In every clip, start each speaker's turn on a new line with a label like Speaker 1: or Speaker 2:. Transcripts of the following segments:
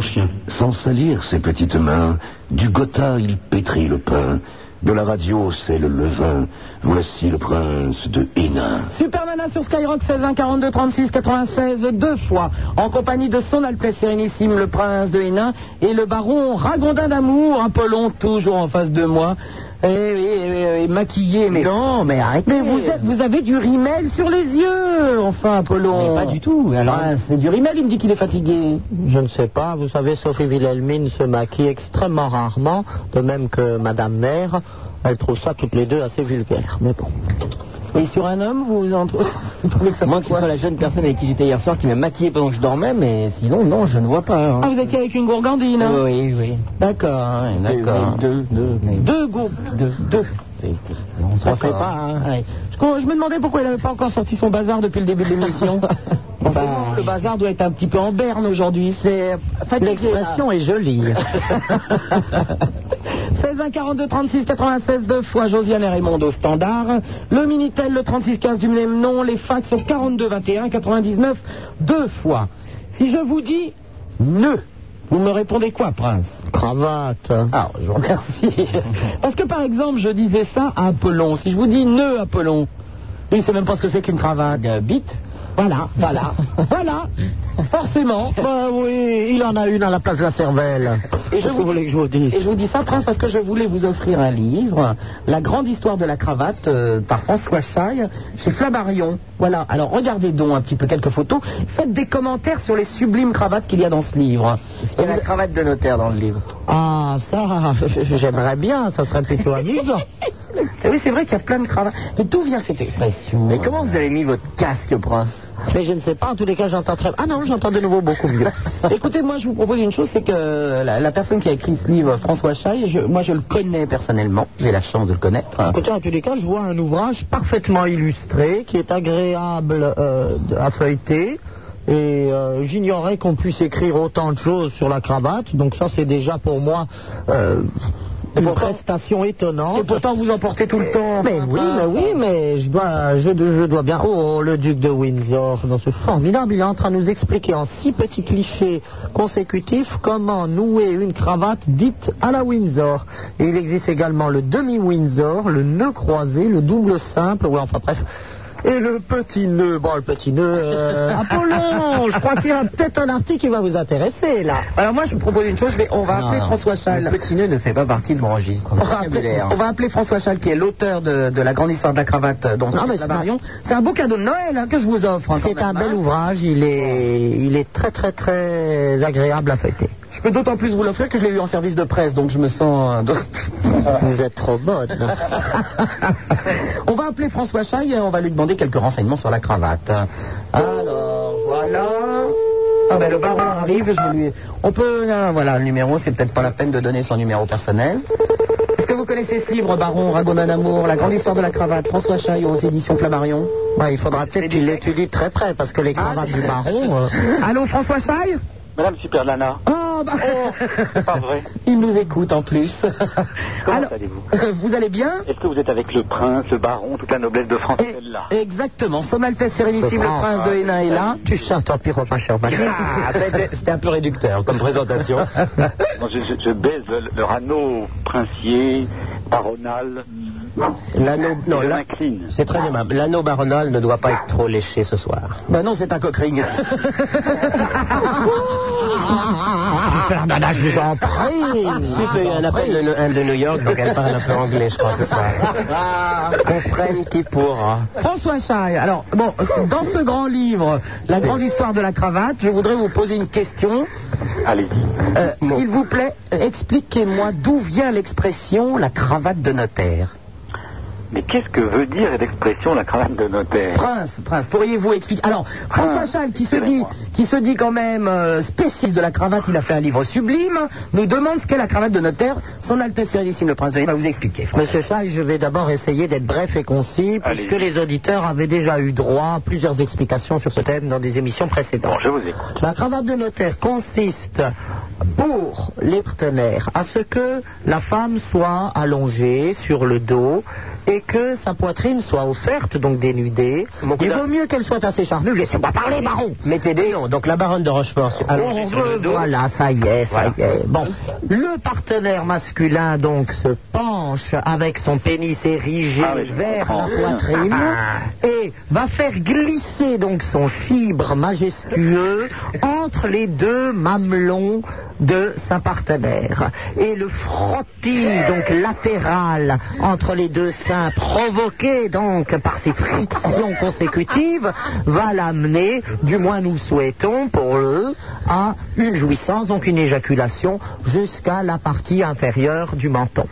Speaker 1: chien.
Speaker 2: Sans salir ses petites mains, du gotha il pétrit le pain. De la radio, c'est le levain. Voici le prince de Hénin.
Speaker 3: Supermana sur Skyrock 16 1 42 36 96 deux fois en compagnie de son Altesse Sérénissime le Prince de Hénin et le Baron Ragondin d'amour Apollon toujours en face de moi Eh, et, maquillé mais
Speaker 4: Non, mais arrêtez.
Speaker 3: mais vous, êtes- vous avez du rimel sur les yeux enfin Apollon
Speaker 4: Mais pas du tout, alors-
Speaker 3: Ah, c'est du rimel il me dit qu'il est fatigué
Speaker 4: Je ne sais pas, vous savez, Sophie Wilhelmine se maquille extrêmement rarement, de même que Madame Mère. Elle trouve ça toutes les deux assez vulgaire, mais bon.
Speaker 3: et sur un homme vous en trou- vous trouvez que ça
Speaker 5: Moi
Speaker 3: fait
Speaker 5: qui
Speaker 3: quoi
Speaker 5: sois la jeune personne avec qui j'étais hier soir qui m'a maquillé pendant que je dormais, mais sinon, non, je ne vois pas. hein.
Speaker 3: ah vous étiez avec une gourgandine hein
Speaker 5: Oui, oui.
Speaker 3: d'accord hein, d'accord
Speaker 5: Deux, deux, mais-
Speaker 3: Deux groupes. Deux.
Speaker 5: On s'en fait
Speaker 3: D'accord.
Speaker 5: pas, hein.
Speaker 3: Ouais. Je, co- je me demandais pourquoi il n'avait pas encore sorti son bazar depuis le début de l'émission. Forcément, Le bazar doit être un petit peu en berne aujourd'hui. C'est fatigué. là.
Speaker 4: L'expression est jolie.
Speaker 3: 16 1 42 36 96 deux fois Josiane et Raymond au standard. Le Minitel, le 36 15 du même nom. Les fax au 42 21 99 deux fois. Si je vous dis ne, vous me répondez quoi, Prince
Speaker 4: Cravate.
Speaker 3: Ah, je vous remercie. Parce que par exemple, je disais ça à Apollon. Si je vous dis ne Apollon, il ne sait même pas ce que c'est qu'une cravate.
Speaker 5: Euh,
Speaker 3: bite. Voilà, voilà, voilà. Forcément.
Speaker 4: Bah oui, il en a une à la place de la cervelle.
Speaker 3: Et je,
Speaker 4: Qu'est-ce que vous
Speaker 3: vous,
Speaker 4: voulez que je vous dise
Speaker 3: et je vous dis ça, Prince, parce que je voulais vous offrir un livre, La grande histoire de la cravate, euh, par François Chaille, chez Flammarion. Voilà, alors regardez donc un petit peu quelques photos. Faites des commentaires sur les sublimes cravates qu'il y a dans ce livre.
Speaker 5: Il y a la cravate de notaire dans le livre.
Speaker 4: Ah, ça, j'aimerais Eh bien, ça serait plutôt amusant.
Speaker 3: Oui, c'est vrai qu'il y a plein de cravates. Mais d'où vient cette expression
Speaker 5: Mais comment vous avez mis votre casque, prince
Speaker 4: Mais je ne sais pas, en tous les cas, j'entends très... Ah non, j'entends de nouveau beaucoup mieux.
Speaker 3: Écoutez, moi, je vous propose une chose, c'est que la, la personne qui a écrit ce livre, François Chaille, je- moi, je le connais personnellement. J'ai la chance de le connaître.
Speaker 4: Écoutez, en tous les cas, je vois un ouvrage parfaitement illustré, qui est agréable euh, à feuilleter. Et euh, j'ignorais qu'on puisse écrire autant de choses sur la cravate, donc ça c'est déjà pour moi euh, une prestation étonnante.
Speaker 3: Et pourtant, vous en portez tout le temps.
Speaker 4: Mais oui, mais oui, mais je dois, je, je dois bien. Oh, le duc de Windsor, dans ce formidable, il est en train de nous expliquer en six petits clichés consécutifs comment nouer une cravate dite à la Windsor. Et il existe également le demi-Windsor, le nœud croisé, le double simple, ouais, enfin bref. Et le petit nœud, bon, le petit nœud, euh, Apollon, je crois qu'il y a peut-être un article qui va vous intéresser, là.
Speaker 3: Alors, moi, je vous propose une chose, je vais- on va
Speaker 4: Non,
Speaker 3: appeler
Speaker 4: non.
Speaker 3: François
Speaker 5: Le
Speaker 3: Chaille.
Speaker 5: petit nœud ne fait pas partie de mon registre.
Speaker 3: On va, appeler, on va appeler François Challe, qui est l'auteur de, de La grande histoire de la cravate euh, dont
Speaker 4: Non,
Speaker 3: parle
Speaker 4: mais
Speaker 3: la
Speaker 4: c'est
Speaker 3: Marion. C'est un beau cadeau de Noël hein, que je vous offre. hein, quand
Speaker 4: C'est
Speaker 3: même,
Speaker 4: un bel
Speaker 3: hein.
Speaker 4: ouvrage, il est, il est très très très agréable à fêter.
Speaker 3: Je peux d'autant plus vous l'offrir que je l'ai eu en service de presse, donc je me sens... euh,
Speaker 4: Vous êtes trop bonne.
Speaker 3: on va appeler François Chaille et on va lui demander quelques renseignements sur la cravate. Alors, voilà. Ah ben le baron arrive, je vais lui... On peut... ah, voilà, le numéro, c'est peut-être pas la peine de donner son numéro personnel. Est-ce que vous connaissez ce livre, Baron, Ragondin d'amour, La grande histoire de la cravate, François Chaille aux éditions Flammarion
Speaker 4: Ouais, il faudra peut-être qu'il l'étudie de très près parce que les cravates Ah, du baron. euh,
Speaker 3: Ah, Allô, François Chaille
Speaker 6: Madame Supernana,
Speaker 3: Oh, bah...
Speaker 6: c'est pas vrai.
Speaker 3: Il nous écoute en plus.
Speaker 6: Comment
Speaker 3: Alors, euh,
Speaker 6: allez-vous
Speaker 3: Vous allez bien
Speaker 6: Est-ce que vous êtes avec le prince, le baron, toute la noblesse de France
Speaker 3: Et-
Speaker 6: est là
Speaker 3: Exactement. Son Altesse Sérénissime, le
Speaker 4: Ah,
Speaker 3: prince de Hénin est là. Ah,
Speaker 4: Tu chasses ton pyro, ma chère madame.
Speaker 5: Ah, C'était un peu réducteur comme présentation.
Speaker 6: Moi, je, je- je baise le- leur anneau princier, baronal.
Speaker 5: L'anneau, non,
Speaker 6: je
Speaker 5: là-
Speaker 6: m'incline.
Speaker 5: c'est très aimable. L'anneau baronal ne doit pas être trop léché ce soir.
Speaker 3: Ben non, c'est un cockring.
Speaker 4: Fernanda, je vous en prie.
Speaker 5: J'ai eu un appel de, un de New York, donc elle parle un peu anglais, je crois, ce soir. Comprenne qui pourra.
Speaker 3: Ah. François Chaille, alors, bon, dans ce grand livre, La grande histoire de la cravate, je voudrais vous poser une question.
Speaker 6: Allez-y.
Speaker 3: Euh, S'il vous plaît, expliquez-moi d'où vient l'expression la cravate de notaire.
Speaker 6: Mais qu'est-ce que veut dire l'expression la cravate de notaire
Speaker 3: Prince, Prince, pourriez-vous expliquer Alors, François
Speaker 6: Prince,
Speaker 3: Challe, qui se dit,
Speaker 6: excusez-moi.
Speaker 3: qui se dit quand même euh, spécialiste de la cravate, il a fait un livre sublime, nous demande ce qu'est la cravate de notaire. Son Altesse Sérénissime le Prince de Hénin va vous expliquer. François.
Speaker 4: Monsieur Chaille, je vais d'abord essayer d'être bref et concis, puisque
Speaker 6: Allez-y.
Speaker 4: les auditeurs avaient déjà eu droit à plusieurs explications sur ce thème dans des émissions
Speaker 6: Bon,
Speaker 4: précédentes.
Speaker 6: je vous écoute.
Speaker 4: La cravate de notaire consiste pour les partenaires à ce que la femme soit allongée sur le dos et et que sa poitrine soit offerte, donc dénudée.
Speaker 5: Mon
Speaker 4: Il
Speaker 5: cousin-
Speaker 4: vaut mieux qu'elle soit assez charnue. Laissez-moi parler, baron
Speaker 5: Mettez des noms. Donc la baronne de Rochefort sur- allongée
Speaker 4: On
Speaker 5: sur le
Speaker 4: veut-
Speaker 5: dos.
Speaker 4: Voilà, ça y est, ça
Speaker 5: Voilà.
Speaker 4: y est. Bon, le partenaire masculin donc se penche avec son pénis érigé
Speaker 6: Ah oui, je
Speaker 4: vers
Speaker 6: comprends. Ah,
Speaker 4: la poitrine et va faire glisser donc son fibre majestueux entre les deux mamelons de sa partenaire. Et le frottis donc latéral entre les deux seins provoqué donc par ces frictions consécutives va l'amener, du moins nous souhaitons pour le, à une jouissance, donc une éjaculation jusqu'à la partie inférieure du menton.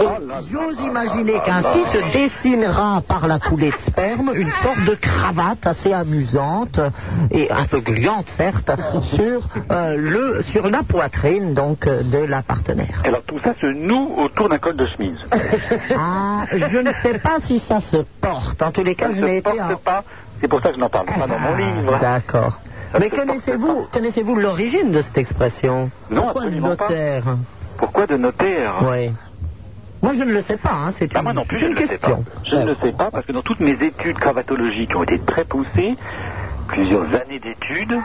Speaker 6: Oh
Speaker 4: Et J'ose imaginer qu'ainsi se dessinera par la coulée de sperme une sorte de cravate assez amusante et un peu gluante certes sur, euh, le, sur la poitrine donc euh, de la partenaire.
Speaker 6: Alors tout ça se noue autour d'un col de chemise.
Speaker 4: Ah, je ne sais pas si ça se porte. En tous les cas,
Speaker 6: Ça ne
Speaker 4: je n'ai
Speaker 6: se
Speaker 4: été à-
Speaker 6: porte pas. C'est pour ça que je n'en parle pas dans mon livre.
Speaker 4: D'accord.
Speaker 6: Ça
Speaker 4: Mais
Speaker 6: se porte
Speaker 4: connaissez-vous connaissez-vous l'origine de cette expression
Speaker 6: Non,
Speaker 4: Pourquoi
Speaker 6: absolument
Speaker 4: le notaire
Speaker 6: Pourquoi de notaire
Speaker 4: Oui. Moi, je ne le sais pas. hein, C'est une,
Speaker 6: Bah, moi non plus, je
Speaker 4: une
Speaker 6: ne le sais pas.
Speaker 4: question.
Speaker 6: Je ne le sais pas parce que dans toutes mes études cravatologiques qui ont été très poussées, plusieurs années d'études,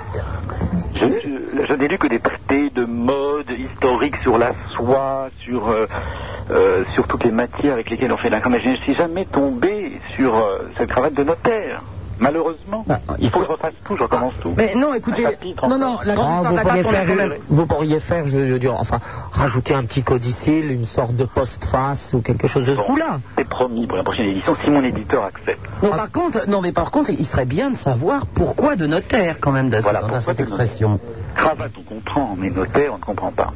Speaker 6: je, je- je n'ai lu que des traités de mode historique sur la soie, sur, euh, euh, sur toutes les matières avec lesquelles on fait la Mais je ne suis jamais tombé sur euh, cette cravate de notaire. Malheureusement,
Speaker 3: Bah,
Speaker 6: il faut que je refasse tout, je recommence tout.
Speaker 3: Mais non, écoutez,
Speaker 6: Un chapitre
Speaker 3: non,
Speaker 6: encore.
Speaker 5: Oh,
Speaker 3: non, la
Speaker 4: Ah,
Speaker 3: grande
Speaker 4: vous,
Speaker 3: histoire
Speaker 4: pourriez
Speaker 3: d'Agathe, on l'a
Speaker 4: faire
Speaker 3: quand
Speaker 4: une-
Speaker 3: même-
Speaker 4: vous pourriez faire, je veux dire, enfin, rajouter un petit codicile, une sorte de postface ou quelque chose de ce
Speaker 6: Bon,
Speaker 4: coup-là.
Speaker 6: C'est promis pour la prochaine édition si mon éditeur accepte.
Speaker 3: Non, par contre, non, mais par contre, il serait bien de savoir pourquoi de notaire quand même dans
Speaker 6: Voilà,
Speaker 3: dans
Speaker 6: pourquoi
Speaker 3: cette
Speaker 6: de notaire.
Speaker 3: expression.
Speaker 6: Cravate, on comprend, mais notaire, on ne comprend pas.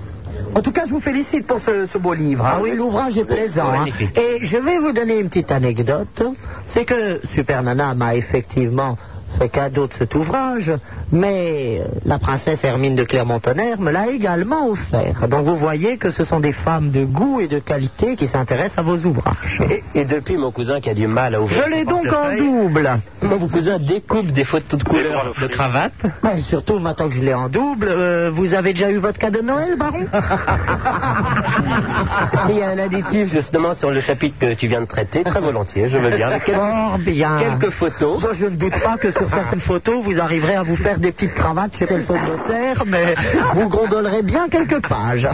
Speaker 3: En tout cas, je vous félicite pour ce, ce beau livre. hein.
Speaker 4: Ah oui, l'ouvrage est plaisant. hein.
Speaker 5: Magnifique.
Speaker 4: Et je vais vous donner une petite anecdote. C'est que Super Nana m'a effectivement fait cadeau de cet ouvrage, mais euh, la princesse Hermine de Clermont-Tonnerre me l'a également offert. Donc vous voyez que ce sont des femmes de goût et de qualité qui s'intéressent à vos ouvrages.
Speaker 5: Et, et depuis, mon cousin qui a du mal à ouvrir.
Speaker 4: Je l'ai
Speaker 5: son
Speaker 4: donc en
Speaker 5: portefeuille,
Speaker 4: double.
Speaker 5: Mon cousin découpe des photos de couleur de cravate.
Speaker 4: Mais Ben, surtout maintenant que je l'ai en double, euh, vous avez déjà eu votre cadeau de Noël, baron
Speaker 5: Ah, Il y a un additif justement sur le chapitre que tu viens de traiter, très volontiers, je veux bien. Avec quelques-
Speaker 4: Fort
Speaker 3: Ah.
Speaker 4: bien.
Speaker 5: Quelques photos.
Speaker 4: Ça, je ne doute pas que sur certaines photos, vous arriverez à vous faire des petites cravates chez elles sont de notaire, mais vous gondolerez bien quelques pages.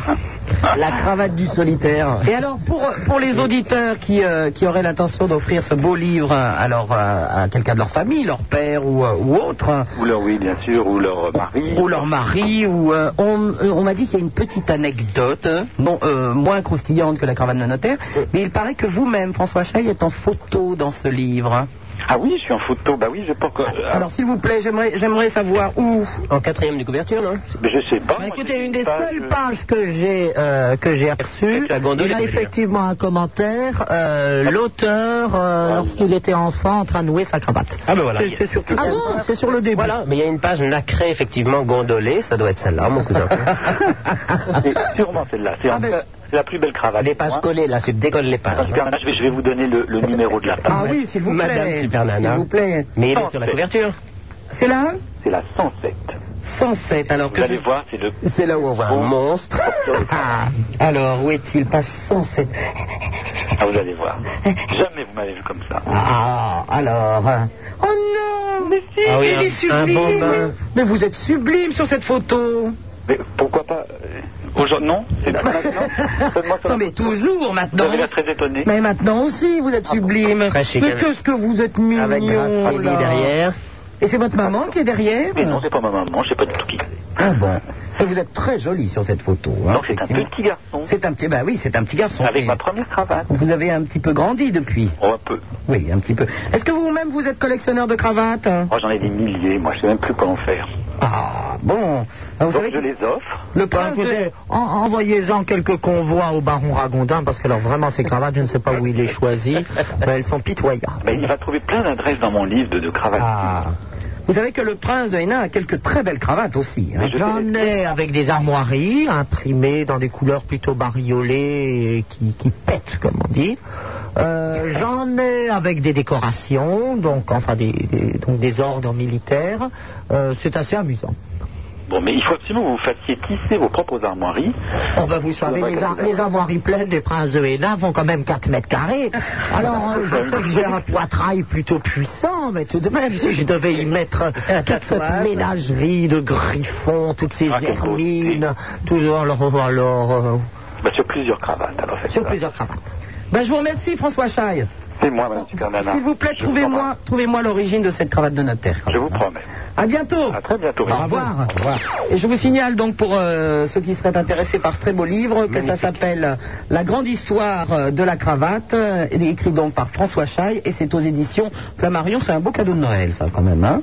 Speaker 3: La cravate du solitaire. Et alors, pour, pour les auditeurs qui, euh, qui auraient l'intention d'offrir ce beau livre euh, à, leur, euh, à quelqu'un de leur famille, leur père ou, euh, ou autre, euh,
Speaker 6: Ou leur oui, bien sûr, ou leur mari.
Speaker 3: ou leur mari, ou euh, on, euh, on m'a dit qu'il y a une petite anecdote, euh, bon, euh, moins croustillante que la cravate de notaire, mais il paraît que vous-même, François Chaille, êtes en photo dans ce livre.
Speaker 6: Ah oui, je suis en photo. Bah oui, je pense que. euh,
Speaker 3: Alors, s'il vous plaît, j'aimerais j'aimerais savoir où.
Speaker 5: En quatrième de couverture, non
Speaker 6: mais je sais pas.
Speaker 4: Bah,
Speaker 6: moi,
Speaker 4: écoutez,
Speaker 6: je
Speaker 4: une
Speaker 6: sais
Speaker 4: des
Speaker 6: pas,
Speaker 4: seules
Speaker 6: je-
Speaker 4: pages que j'ai euh, que j'ai aperçues,
Speaker 5: C'est euh, la gondole Ah.
Speaker 4: il y a
Speaker 5: et la
Speaker 4: effectivement un commentaire. euh, L'auteur, euh, lorsqu'il était enfant, en train de nouer sa cravate.
Speaker 5: Ah ben voilà.
Speaker 4: C'est- C'est surtout. Ah bon, c'est sur le début.
Speaker 7: Ah,
Speaker 5: Voilà, mais il y a une page nacrée, effectivement, gondolée, ça doit être celle-là, mon cousin.
Speaker 6: Ah, C'est sûrement celle-là. C'est en- c'est la plus belle cravate.
Speaker 5: les pages
Speaker 6: Moi,
Speaker 5: collées, là, tu décolles les pages.
Speaker 6: Superman, je, vais, je vais vous donner le, le numéro de la page.
Speaker 3: Ah oui, s'il vous plaît.
Speaker 5: Madame Supernana.
Speaker 3: S'il vous plaît.
Speaker 5: Mais il est sur la couverture.
Speaker 3: C'est là
Speaker 6: C'est la 107.
Speaker 3: 107, alors
Speaker 6: Vous
Speaker 3: que...
Speaker 6: allez voir, c'est le.
Speaker 5: C'est là où on voit
Speaker 3: Oh.
Speaker 5: un monstre.
Speaker 3: Ah, alors, où est-il Page 107.
Speaker 6: Ah, vous allez voir. Jamais vous m'avez vu comme ça.
Speaker 3: Ah, alors... hein. Oh non, mais si,
Speaker 5: Ah oui,
Speaker 3: il
Speaker 5: un-
Speaker 3: est
Speaker 5: un
Speaker 3: sublime
Speaker 5: bon bain.
Speaker 3: Mais vous êtes sublime sur cette photo
Speaker 6: Mais pourquoi pas. euh, Aujourd'hui, non, c'est pas maintenant. Faites-moi sur la
Speaker 3: Non, mais
Speaker 6: photo.
Speaker 3: toujours,
Speaker 6: Vous
Speaker 3: maintenant
Speaker 6: avez l'air très étonné.
Speaker 3: Mais maintenant aussi, vous êtes
Speaker 5: Ah
Speaker 3: sublime
Speaker 5: Très chic,
Speaker 3: Mais
Speaker 5: avec-
Speaker 3: qu'est-ce que vous êtes mignon
Speaker 5: Avec Grace Kelly
Speaker 3: Ah, là.
Speaker 5: derrière.
Speaker 3: Et c'est votre maman qui est derrière
Speaker 6: Mais non, c'est pas ma maman, je sais pas du tout qui c'est.
Speaker 3: Ah bon Et vous êtes très jolie sur cette photo. hein,
Speaker 6: Non, c'est un
Speaker 3: effectivement.
Speaker 6: petit garçon.
Speaker 3: C'est un petit... Bah oui, c'est un petit garçon.
Speaker 6: Avec
Speaker 3: c'est-
Speaker 6: ma première cravate.
Speaker 3: Vous avez un petit peu grandi depuis.
Speaker 6: Oh, un peu.
Speaker 3: Oui, un petit peu. Est-ce que vous-même, vous êtes collectionneur de cravates
Speaker 6: Moi, Oh, j'en ai des milliers. Moi, je sais même plus quoi en faire.
Speaker 3: Ah, bon. Ah, Vous
Speaker 6: Donc,
Speaker 3: savez
Speaker 6: je
Speaker 3: que
Speaker 6: les offre.
Speaker 3: le
Speaker 4: Bah,
Speaker 3: prince de...
Speaker 4: écoutez, en- Envoyez-en quelques convois au baron Ragondin, parce que alors vraiment, ces cravates, je ne sais pas où il les choisit, mais elles sont pitoyables.
Speaker 6: Ben, il va trouver plein d'adresses dans mon livre de, de cravates.
Speaker 3: Ah. Vous savez que le prince de Hénin a quelques très belles cravates aussi. hein.
Speaker 6: Mais je
Speaker 4: J'en ai avec des armoiries imprimées dans des couleurs plutôt bariolées et qui, qui pètent, comme on dit. Euh, J'en ai avec des décorations, donc enfin des, des- donc des ordres militaires. Euh, C'est assez amusant.
Speaker 6: Bon, mais il faut absolument que vous fassiez tisser vos propres armoiries.
Speaker 4: Oh ben vous savez, les, ar- les armoiries pleines des princes de Hénin font quand même 4 mètres carrés. Alors euh, je sais que j'ai un poitrail plutôt puissant, mais tout de même, si je devais y mettre toute cette ménagerie de griffons, toutes ces
Speaker 6: Ah, quelle
Speaker 4: hermines, tout alors, alors euh,
Speaker 6: Bah, sur plusieurs cravates, alors faites
Speaker 4: sur
Speaker 6: ça.
Speaker 4: plusieurs cravates.
Speaker 3: Ben, je vous remercie, François Chaille.
Speaker 6: C'est moi, madame Supernana.
Speaker 3: S'il vous plaît,
Speaker 6: Je
Speaker 3: trouvez-moi
Speaker 6: embrasse.
Speaker 3: trouvez l'origine de cette cravate de notre terre.
Speaker 6: Je vous promets.
Speaker 3: À bientôt.
Speaker 6: À très bientôt.
Speaker 3: Au revoir. Et je vous signale donc pour euh, ceux qui seraient intéressés par ce très beau livre que ça s'appelle La grande histoire euh, de la cravate, euh, il est écrit donc par François Chaille et c'est aux éditions Flammarion. C'est un beau cadeau de Noël, ça quand même. Hein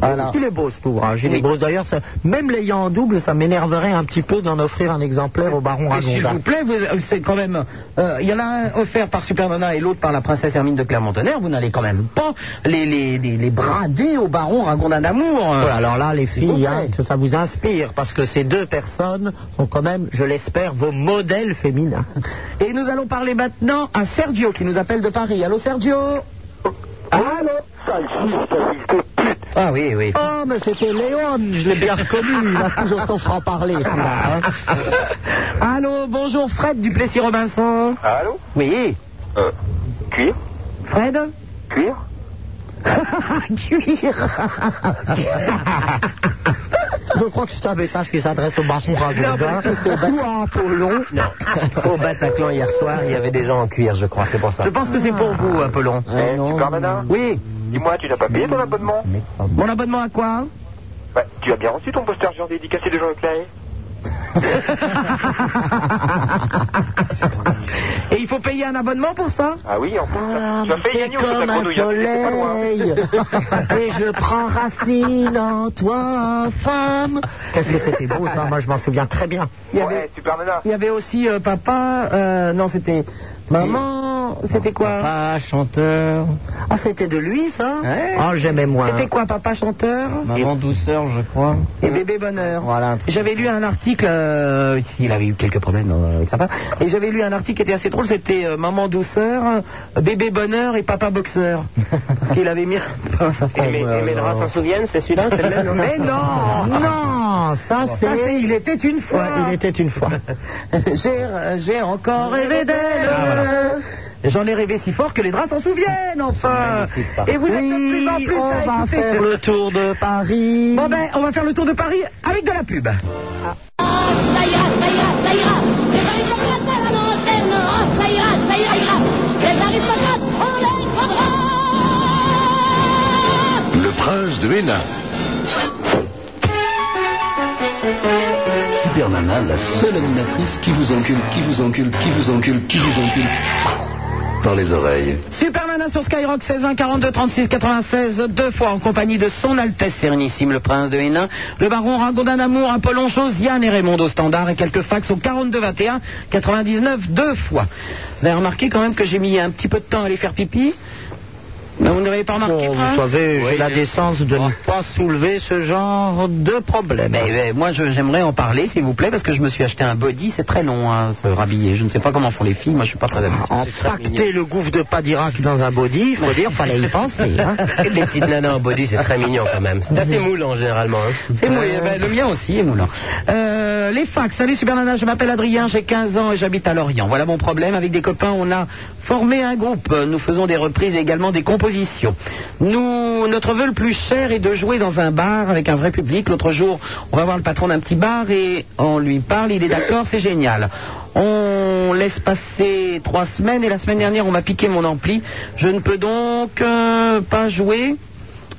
Speaker 3: voilà.
Speaker 4: Ah, Il est beau cet ouvrage, il est beau. D'ailleurs, ça- même l'ayant en double, ça m'énerverait un petit peu d'en offrir un exemplaire au baron
Speaker 3: Et S'il
Speaker 4: Ragonda.
Speaker 3: vous plaît, vous- c'est quand même. euh, Il y en a un offert par Supernana et l'autre par la princesse Hermine de Clermont-Tonnerre. Vous n'allez quand même pas les, les, les, les brader au baron Ragondin d'amour. euh.
Speaker 4: Ouais, alors là, les
Speaker 3: vous
Speaker 4: filles,
Speaker 3: plaît.
Speaker 4: hein, que ça vous inspire, parce que ces deux personnes sont quand même, je l'espère, vos modèles féminins.
Speaker 3: Et nous allons parler maintenant à Sergio qui nous appelle de Paris. Allô Sergio Allô
Speaker 6: Sale fils, sale fils de pute.
Speaker 3: Ah oui, oui.
Speaker 4: Oh, mais c'était Léon, je l'ai bien reconnu, il a toujours son franc-parler.
Speaker 3: Ah.
Speaker 4: celui-là, hein. Ah.
Speaker 3: Allô, bonjour Fred du Plessis Robinson.
Speaker 6: Allô
Speaker 3: Oui.
Speaker 6: euh, Cuir
Speaker 3: Fred
Speaker 6: Cuir
Speaker 4: Je crois que c'est un message qui s'adresse au baron Ragonda.
Speaker 3: Ou à Apollon.
Speaker 5: Au Bataclan hier soir, il y avait des gens en cuir, je crois, c'est pour ça.
Speaker 3: Je pense que c'est pour vous, Apollon.
Speaker 6: Eh, Supernana
Speaker 3: Oui.
Speaker 6: Dis-moi, tu n'as pas payé ton abonnement
Speaker 3: Mon abonnement à quoi
Speaker 6: Bah, Tu as bien reçu ton poster géant dédicacé de Jean Leclerc
Speaker 3: Et il faut payer un abonnement pour ça
Speaker 6: Ah oui, en plus,
Speaker 4: Ah,
Speaker 6: tu as fait
Speaker 4: t'es
Speaker 6: gagner au jeu de
Speaker 4: comme
Speaker 6: la
Speaker 4: un
Speaker 6: grenouille, hein, c'est pas loin.
Speaker 4: soleil et je prends racine en toi, femme. Qu'est-ce que c'était beau ça, moi je m'en souviens très bien.
Speaker 3: Il y
Speaker 6: Ouais,
Speaker 3: avait,
Speaker 6: Supernana.
Speaker 3: il y avait aussi euh, papa, euh, non c'était maman, c'était quoi
Speaker 5: Papa, chanteur,
Speaker 4: Ah, c'était de lui ça
Speaker 3: Ouais.
Speaker 4: Ah, j'aimais moins.
Speaker 3: C'était quoi papa chanteur
Speaker 5: maman douceur, je crois.
Speaker 3: et bébé bonheur.
Speaker 5: Voilà, un truc.
Speaker 3: J'avais lu un article, euh, ici, il avait eu quelques problèmes euh, avec sa femme, et j'avais lu un article qui était assez drôle, c'était euh, Maman douceur, euh, bébé bonheur et papa boxeur. Parce qu'il avait mis...
Speaker 5: Et mes, et mes draps s'en souviennent, c'est celui-là, c'est le même
Speaker 3: Mais non
Speaker 4: Non, ça
Speaker 3: Ça, c'est
Speaker 4: c'est.
Speaker 3: il était une fois.
Speaker 4: Ouais, il était une fois.
Speaker 3: J'ai, j'ai encore rêvé
Speaker 4: Ah,
Speaker 3: d'elle. J'en ai rêvé si fort que les draps s'en souviennent, enfin. Et vous êtes de plus en
Speaker 4: Oui,
Speaker 3: plus à
Speaker 4: on va
Speaker 3: écouter
Speaker 4: faire
Speaker 3: ce-
Speaker 4: le tour de Paris.
Speaker 3: Bon ben, on va faire le tour de Paris avec de la pub.
Speaker 4: Oh,
Speaker 1: ça ira, ça ira, ça ira. Les aristocrates à la lanterne, oh, ça ira, ça ira, ira. Les aristocrates, on les prendra.
Speaker 2: Le prince de Hénin. Super Nana, la seule animatrice qui vous encule, qui vous encule, qui vous encule, qui vous encule. Par les oreilles.
Speaker 3: Superman hein, sur Skyrock 16 1 42 36 96 deux fois en compagnie de son Altesse Sérénissime le Prince de Hénin, le Baron Ragondin d'Amour, Apollon Josiane et Raymond au standard et quelques fax au 42 21 99 deux fois. Vous avez remarqué quand même que j'ai mis un petit peu de temps à aller faire pipi. Non, vous n'avez pas remarqué
Speaker 4: Bon, Oh, vous
Speaker 3: Prince
Speaker 4: savez,
Speaker 5: Oui,
Speaker 4: j'ai la
Speaker 5: je-
Speaker 4: décence de ne pas soulever ce genre de problème.
Speaker 3: Mais,
Speaker 4: Eh,
Speaker 3: mais, moi, je- j'aimerais en parler, s'il vous plaît, parce que je me suis acheté un body, c'est très long, hein, se rhabiller. Je ne sais pas comment font les filles, moi, je suis pas très habitué.
Speaker 4: Pacter le gouffre de Padirac dans un body, il faut dire, fallait y penser. hein.
Speaker 5: Les petites nanas en body, c'est très mignon quand même. C'est assez moulant généralement. hein.
Speaker 3: C'est mou- eh ben, le mien aussi est moulant. Euh, les facs. Salut Supernana, je m'appelle Adrien, j'ai 15 ans et j'habite à Lorient. Voilà mon problème. Avec des copains, on a formé un groupe. Euh, Nous faisons des reprises et également des compositions. Nous, notre vœu le plus cher est de jouer dans un bar avec un vrai public. L'autre jour, on va voir le patron d'un petit bar et on lui parle. Il est d'accord, c'est génial. On laisse passer trois semaines et la semaine dernière, on m'a piqué mon ampli. Je ne peux donc euh, pas jouer.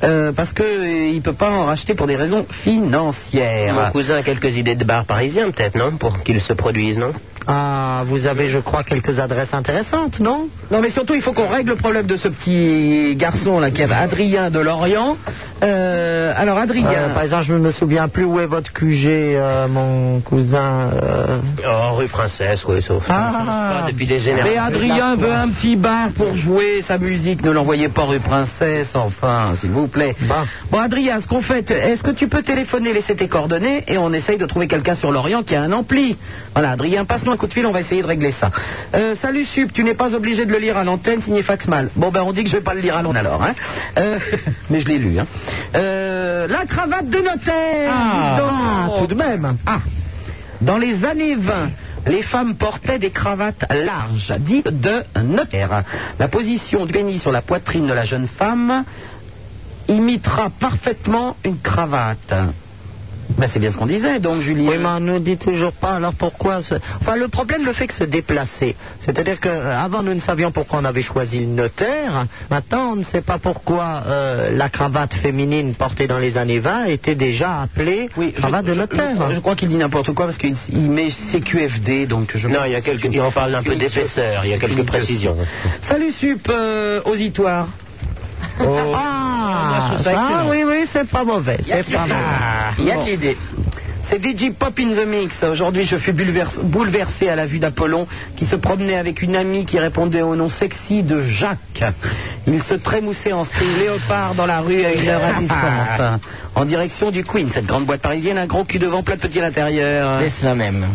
Speaker 3: Euh, parce qu'il ne peut pas en racheter pour des raisons
Speaker 5: Mon
Speaker 3: financières.
Speaker 5: cousin a quelques idées de bar parisiens peut-être, non Pour qu'ils se produisent, non
Speaker 4: Ah, vous avez, je crois, quelques adresses intéressantes, non
Speaker 3: Non, mais surtout, il faut qu'on règle le problème de ce petit garçon là qui avait Adrien de Lorient. Euh, alors, Adrien.
Speaker 4: Euh, Par exemple, je ne me souviens plus où est votre QG, euh, mon cousin. euh.
Speaker 5: Oh, rue Princesse, oui, sauf.
Speaker 3: Ah.
Speaker 5: depuis des
Speaker 3: mais
Speaker 5: générations.
Speaker 3: Adrien veut un petit bar pour jouer sa musique. Ne l'envoyez pas rue Princesse, enfin, s'il vous vous plaît.
Speaker 4: Bah.
Speaker 3: Bon, Adrien, ce qu'on fait, est-ce que tu peux téléphoner, laisser tes coordonnées et on essaye de trouver quelqu'un sur l'Orient qui a un ampli Voilà, Adrien, passe-nous un coup de fil, on va essayer de régler ça. Euh, salut Sup, tu n'es pas obligé de le lire à l'antenne, signé Faxmal. Bon, ben on dit que je vais pas le lire à l'antenne alors, hein. Euh, mais je l'ai lu, hein. Euh, la cravate de notaire dis donc.
Speaker 4: Ah, tout de même.
Speaker 3: Ah, dans les années 20, les femmes portaient des cravates larges, dites de notaire. La position du pénis sur la poitrine de la jeune femme imitera parfaitement une cravate. Ben, c'est bien ce qu'on disait, donc, Julien.
Speaker 4: Oui, mais on nous dit toujours pas. Alors pourquoi ce... Enfin, le problème, le fait que se déplacer. C'est-à-dire que euh, avant nous ne savions pourquoi on avait choisi le notaire. Maintenant, on ne sait pas pourquoi euh, la cravate féminine portée dans les années 20 était déjà appelée
Speaker 3: je-
Speaker 4: cravate de
Speaker 3: je-
Speaker 4: notaire.
Speaker 3: Je, je crois qu'il dit n'importe quoi parce qu'il il met CQFD, donc je.
Speaker 5: Non, il y a quelques- il en parle un peu d'épaisseur, il y a quelques précisions.
Speaker 3: Salut Sup, euh, ositoire.
Speaker 4: Ah,
Speaker 5: je trouve ça
Speaker 4: ah,
Speaker 5: excellent.
Speaker 4: oui, oui, c'est pas mauvais. C'est pas mauvais.
Speaker 5: Ah.
Speaker 3: Il y a de l'idée. C'est DJ Pop in the Mix. Aujourd'hui, je fus bouleverse- bouleversé à la vue d'Apollon qui se promenait avec une amie qui répondait au nom sexy de Jacques. Il se trémoussait en string léopard dans la rue à une heure indécente. En direction du Queen, cette grande boîte parisienne, un gros cul devant, plein de petits à l'intérieur.
Speaker 5: C'est cela même.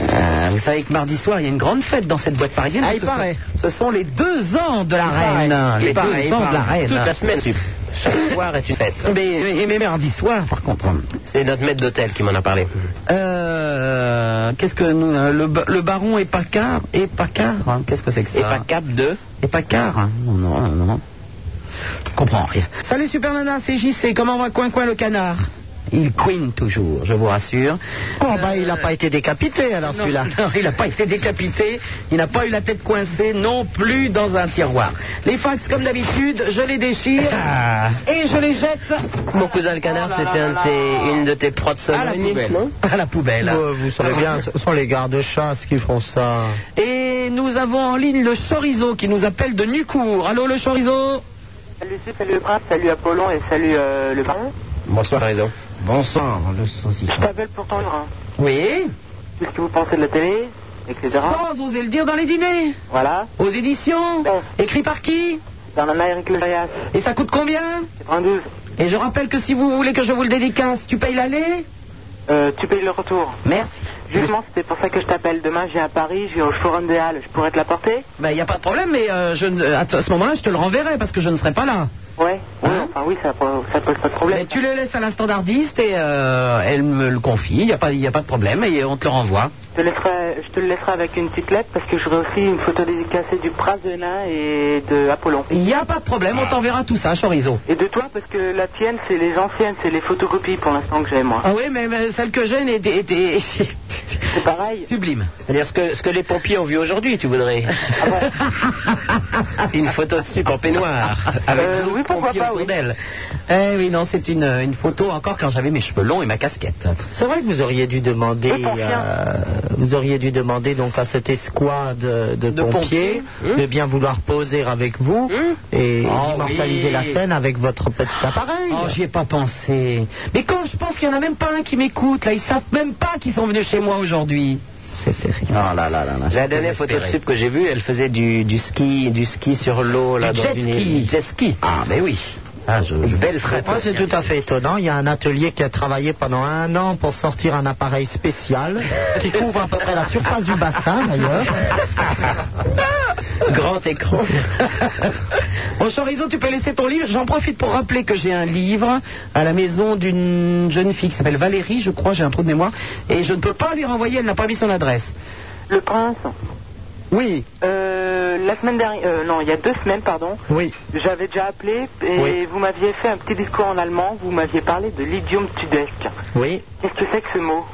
Speaker 3: Euh, vous savez que mardi soir, il y a une grande fête dans cette boîte parisienne.
Speaker 5: Ah, il
Speaker 3: parce que
Speaker 5: paraît.
Speaker 3: Ce, ce sont les deux ans de la
Speaker 5: Il
Speaker 3: reine.
Speaker 5: paraît,
Speaker 3: Les
Speaker 5: il paraît,
Speaker 3: deux
Speaker 5: il
Speaker 3: ans de la
Speaker 5: paraît.
Speaker 3: reine.
Speaker 5: Toute la semaine, tu- chaque soir est une fête.
Speaker 3: Mais, mais- mais mardi soir, par contre.
Speaker 5: C'est notre maître d'hôtel qui m'en a parlé.
Speaker 3: Euh, qu'est-ce que nous, euh, le, ba- le baron et Pacard et Pacard, hein, qu'est-ce que c'est que ça
Speaker 5: Et pas cap de.
Speaker 3: Et Pacard, hein, non, non, non, non. Je comprends rien. Salut Super Nana, c'est JC. Comment va Coin Coin le canard Il queen toujours, je vous rassure. Euh,
Speaker 4: Oh, bah, il n'a pas été décapité, alors
Speaker 3: Non,
Speaker 4: celui-là.
Speaker 3: non, il n'a pas été décapité, il n'a pas eu la tête coincée non plus dans un tiroir. Les fax, comme d'habitude, je les déchire et je les jette. Oh
Speaker 5: Mon cousin le canard, c'était un de tes- une de tes prods
Speaker 3: à la
Speaker 5: uniques,
Speaker 3: poubelle.
Speaker 5: non
Speaker 3: À la poubelle.
Speaker 4: Vous, Oh, vous savez bien, ce sont les gardes-chasse qui font ça.
Speaker 3: Et nous avons en ligne le Chorizo qui nous appelle de Nucourt. Allô le Chorizo
Speaker 8: Salut Sup, salut le prince, salut Apollon et salut euh, le baron.
Speaker 5: Bonsoir, raison.
Speaker 3: Bonsoir, le
Speaker 8: Je t'appelle pour ton livre. hein.
Speaker 3: Oui
Speaker 8: Qu'est-ce que vous pensez de la télé, etc.
Speaker 3: Sans oser le dire dans les dîners
Speaker 8: Voilà.
Speaker 3: Aux éditions
Speaker 8: Ouais.
Speaker 3: Écrit par qui
Speaker 8: Dans la Eric Le Jarias,
Speaker 3: Et ça coûte combien
Speaker 8: 92.
Speaker 3: Et je rappelle que si vous voulez que je vous le dédicace, tu payes l'aller
Speaker 8: Euh, tu payes le retour.
Speaker 3: Merci.
Speaker 8: Justement, c'était pour ça que je t'appelle. Demain, j'ai à Paris, j'ai au Forum des Halles. Je pourrais te la porter
Speaker 3: Ben, il n'y a pas de problème, mais euh, je, ne- à t- à ce moment-là, je te le renverrai parce que je ne serai pas là.
Speaker 8: Ouais. Oui,
Speaker 3: Hein
Speaker 8: enfin oui, ça, pro- ça pose pas de problème.
Speaker 3: Mais tu le laisses à la standardiste et euh, elle me le confie, il n'y a, pas- y a pas de problème et on te le renvoie.
Speaker 8: Je, te laisserai, je te le laisserai avec une petite lettre parce que j'aurai aussi une photo dédicacée du prince de Nain et de Apollon.
Speaker 3: Il n'y a pas de problème, on t'enverra tout ça, Chorizo.
Speaker 8: Et de toi, parce que la tienne, c'est les anciennes, c'est les photocopies pour l'instant que j'ai, moi.
Speaker 3: Ah oui, mais, mais celle que j'ai était, était-
Speaker 8: C'est pareil.
Speaker 3: sublime.
Speaker 5: C'est-à-dire ce que, ce que les pompiers ont vu aujourd'hui, tu voudrais Une photo de sucre en peignoir, avec
Speaker 8: Euh,
Speaker 5: douze
Speaker 8: oui, pourquoi
Speaker 5: pompiers
Speaker 8: pas,
Speaker 5: autour
Speaker 8: oui.
Speaker 5: d'elle.
Speaker 4: Euh,
Speaker 3: Eh oui, non, c'est une, une photo encore quand j'avais mes cheveux longs et ma casquette.
Speaker 4: C'est vrai que vous auriez dû demander,
Speaker 8: Oui, pour rien.
Speaker 4: euh, vous auriez dû demander donc à cette escouade de, de
Speaker 3: De pompiers,
Speaker 4: pompiers, de bien vouloir poser avec vous et
Speaker 3: Oh,
Speaker 4: immortaliser
Speaker 3: oui.
Speaker 4: la scène avec votre petit appareil.
Speaker 3: Oh, j'y ai pas pensé. Mais quand je pense qu'il n'y en a même pas un qui m'écoute, là, ils savent même pas qu'ils sont venus chez moi aujourd'hui.
Speaker 4: C'est terrible.
Speaker 3: Oh là là là là.
Speaker 5: La dernière photo de sucre que j'ai vue, elle faisait du, du ski, du ski sur l'eau, là,
Speaker 3: Du
Speaker 5: dans
Speaker 3: jet
Speaker 5: une-
Speaker 3: ski.
Speaker 5: du jet ski.
Speaker 3: Ah, mais oui. Ça, je, je-
Speaker 5: Belle frette.
Speaker 4: Moi, c'est tout à fait étonnant. Il y a un atelier qui a travaillé pendant un an pour sortir un appareil spécial qui couvre à peu près la surface du bassin, d'ailleurs.
Speaker 5: Grand écran.
Speaker 3: Bon, Chorizo, tu peux laisser ton livre. J'en profite pour rappeler que j'ai un livre à la maison d'une jeune fille qui s'appelle Valérie, je crois, j'ai un trou de mémoire. Et je ne peux pas lui renvoyer, elle n'a pas mis son adresse.
Speaker 8: Le prince.
Speaker 4: Oui,
Speaker 8: Euh, la semaine dernière, euh, non, il y a deux semaines, pardon,
Speaker 4: oui.
Speaker 8: j'avais déjà appelé et
Speaker 4: Oui.
Speaker 8: vous m'aviez fait un petit discours en allemand, vous m'aviez parlé de l'idiome tudesque.
Speaker 4: Oui.
Speaker 8: Qu'est-ce que c'est que ce mot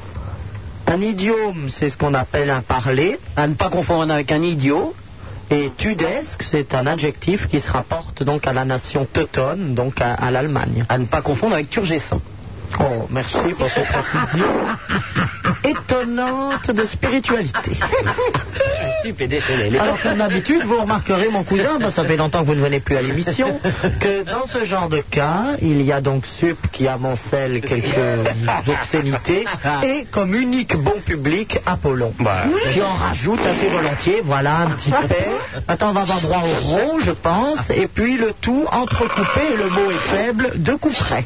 Speaker 4: Un idiome, c'est ce qu'on appelle un parler.
Speaker 3: À ne pas confondre avec un idiot.
Speaker 4: Et tudesque, c'est un adjectif qui se rapporte donc à la nation teutonne, donc à, à l'Allemagne.
Speaker 3: À ne pas confondre avec Turgesson.
Speaker 4: Oh, merci pour cette précision étonnante de spiritualité.
Speaker 3: Sup et déchaîné. Les-
Speaker 4: Alors comme d'habitude, vous remarquerez, mon cousin, ben, ça fait longtemps que vous ne venez plus à l'émission, que dans ce genre de cas, il y a donc Sup qui amoncelle quelques obscénités, et comme unique bon public, Apollon, qui en rajoute assez volontiers, voilà, un petit peu. Attends, on va avoir droit au rond, je pense, et puis le tout entrecoupé, et le mot est faible, de couperets.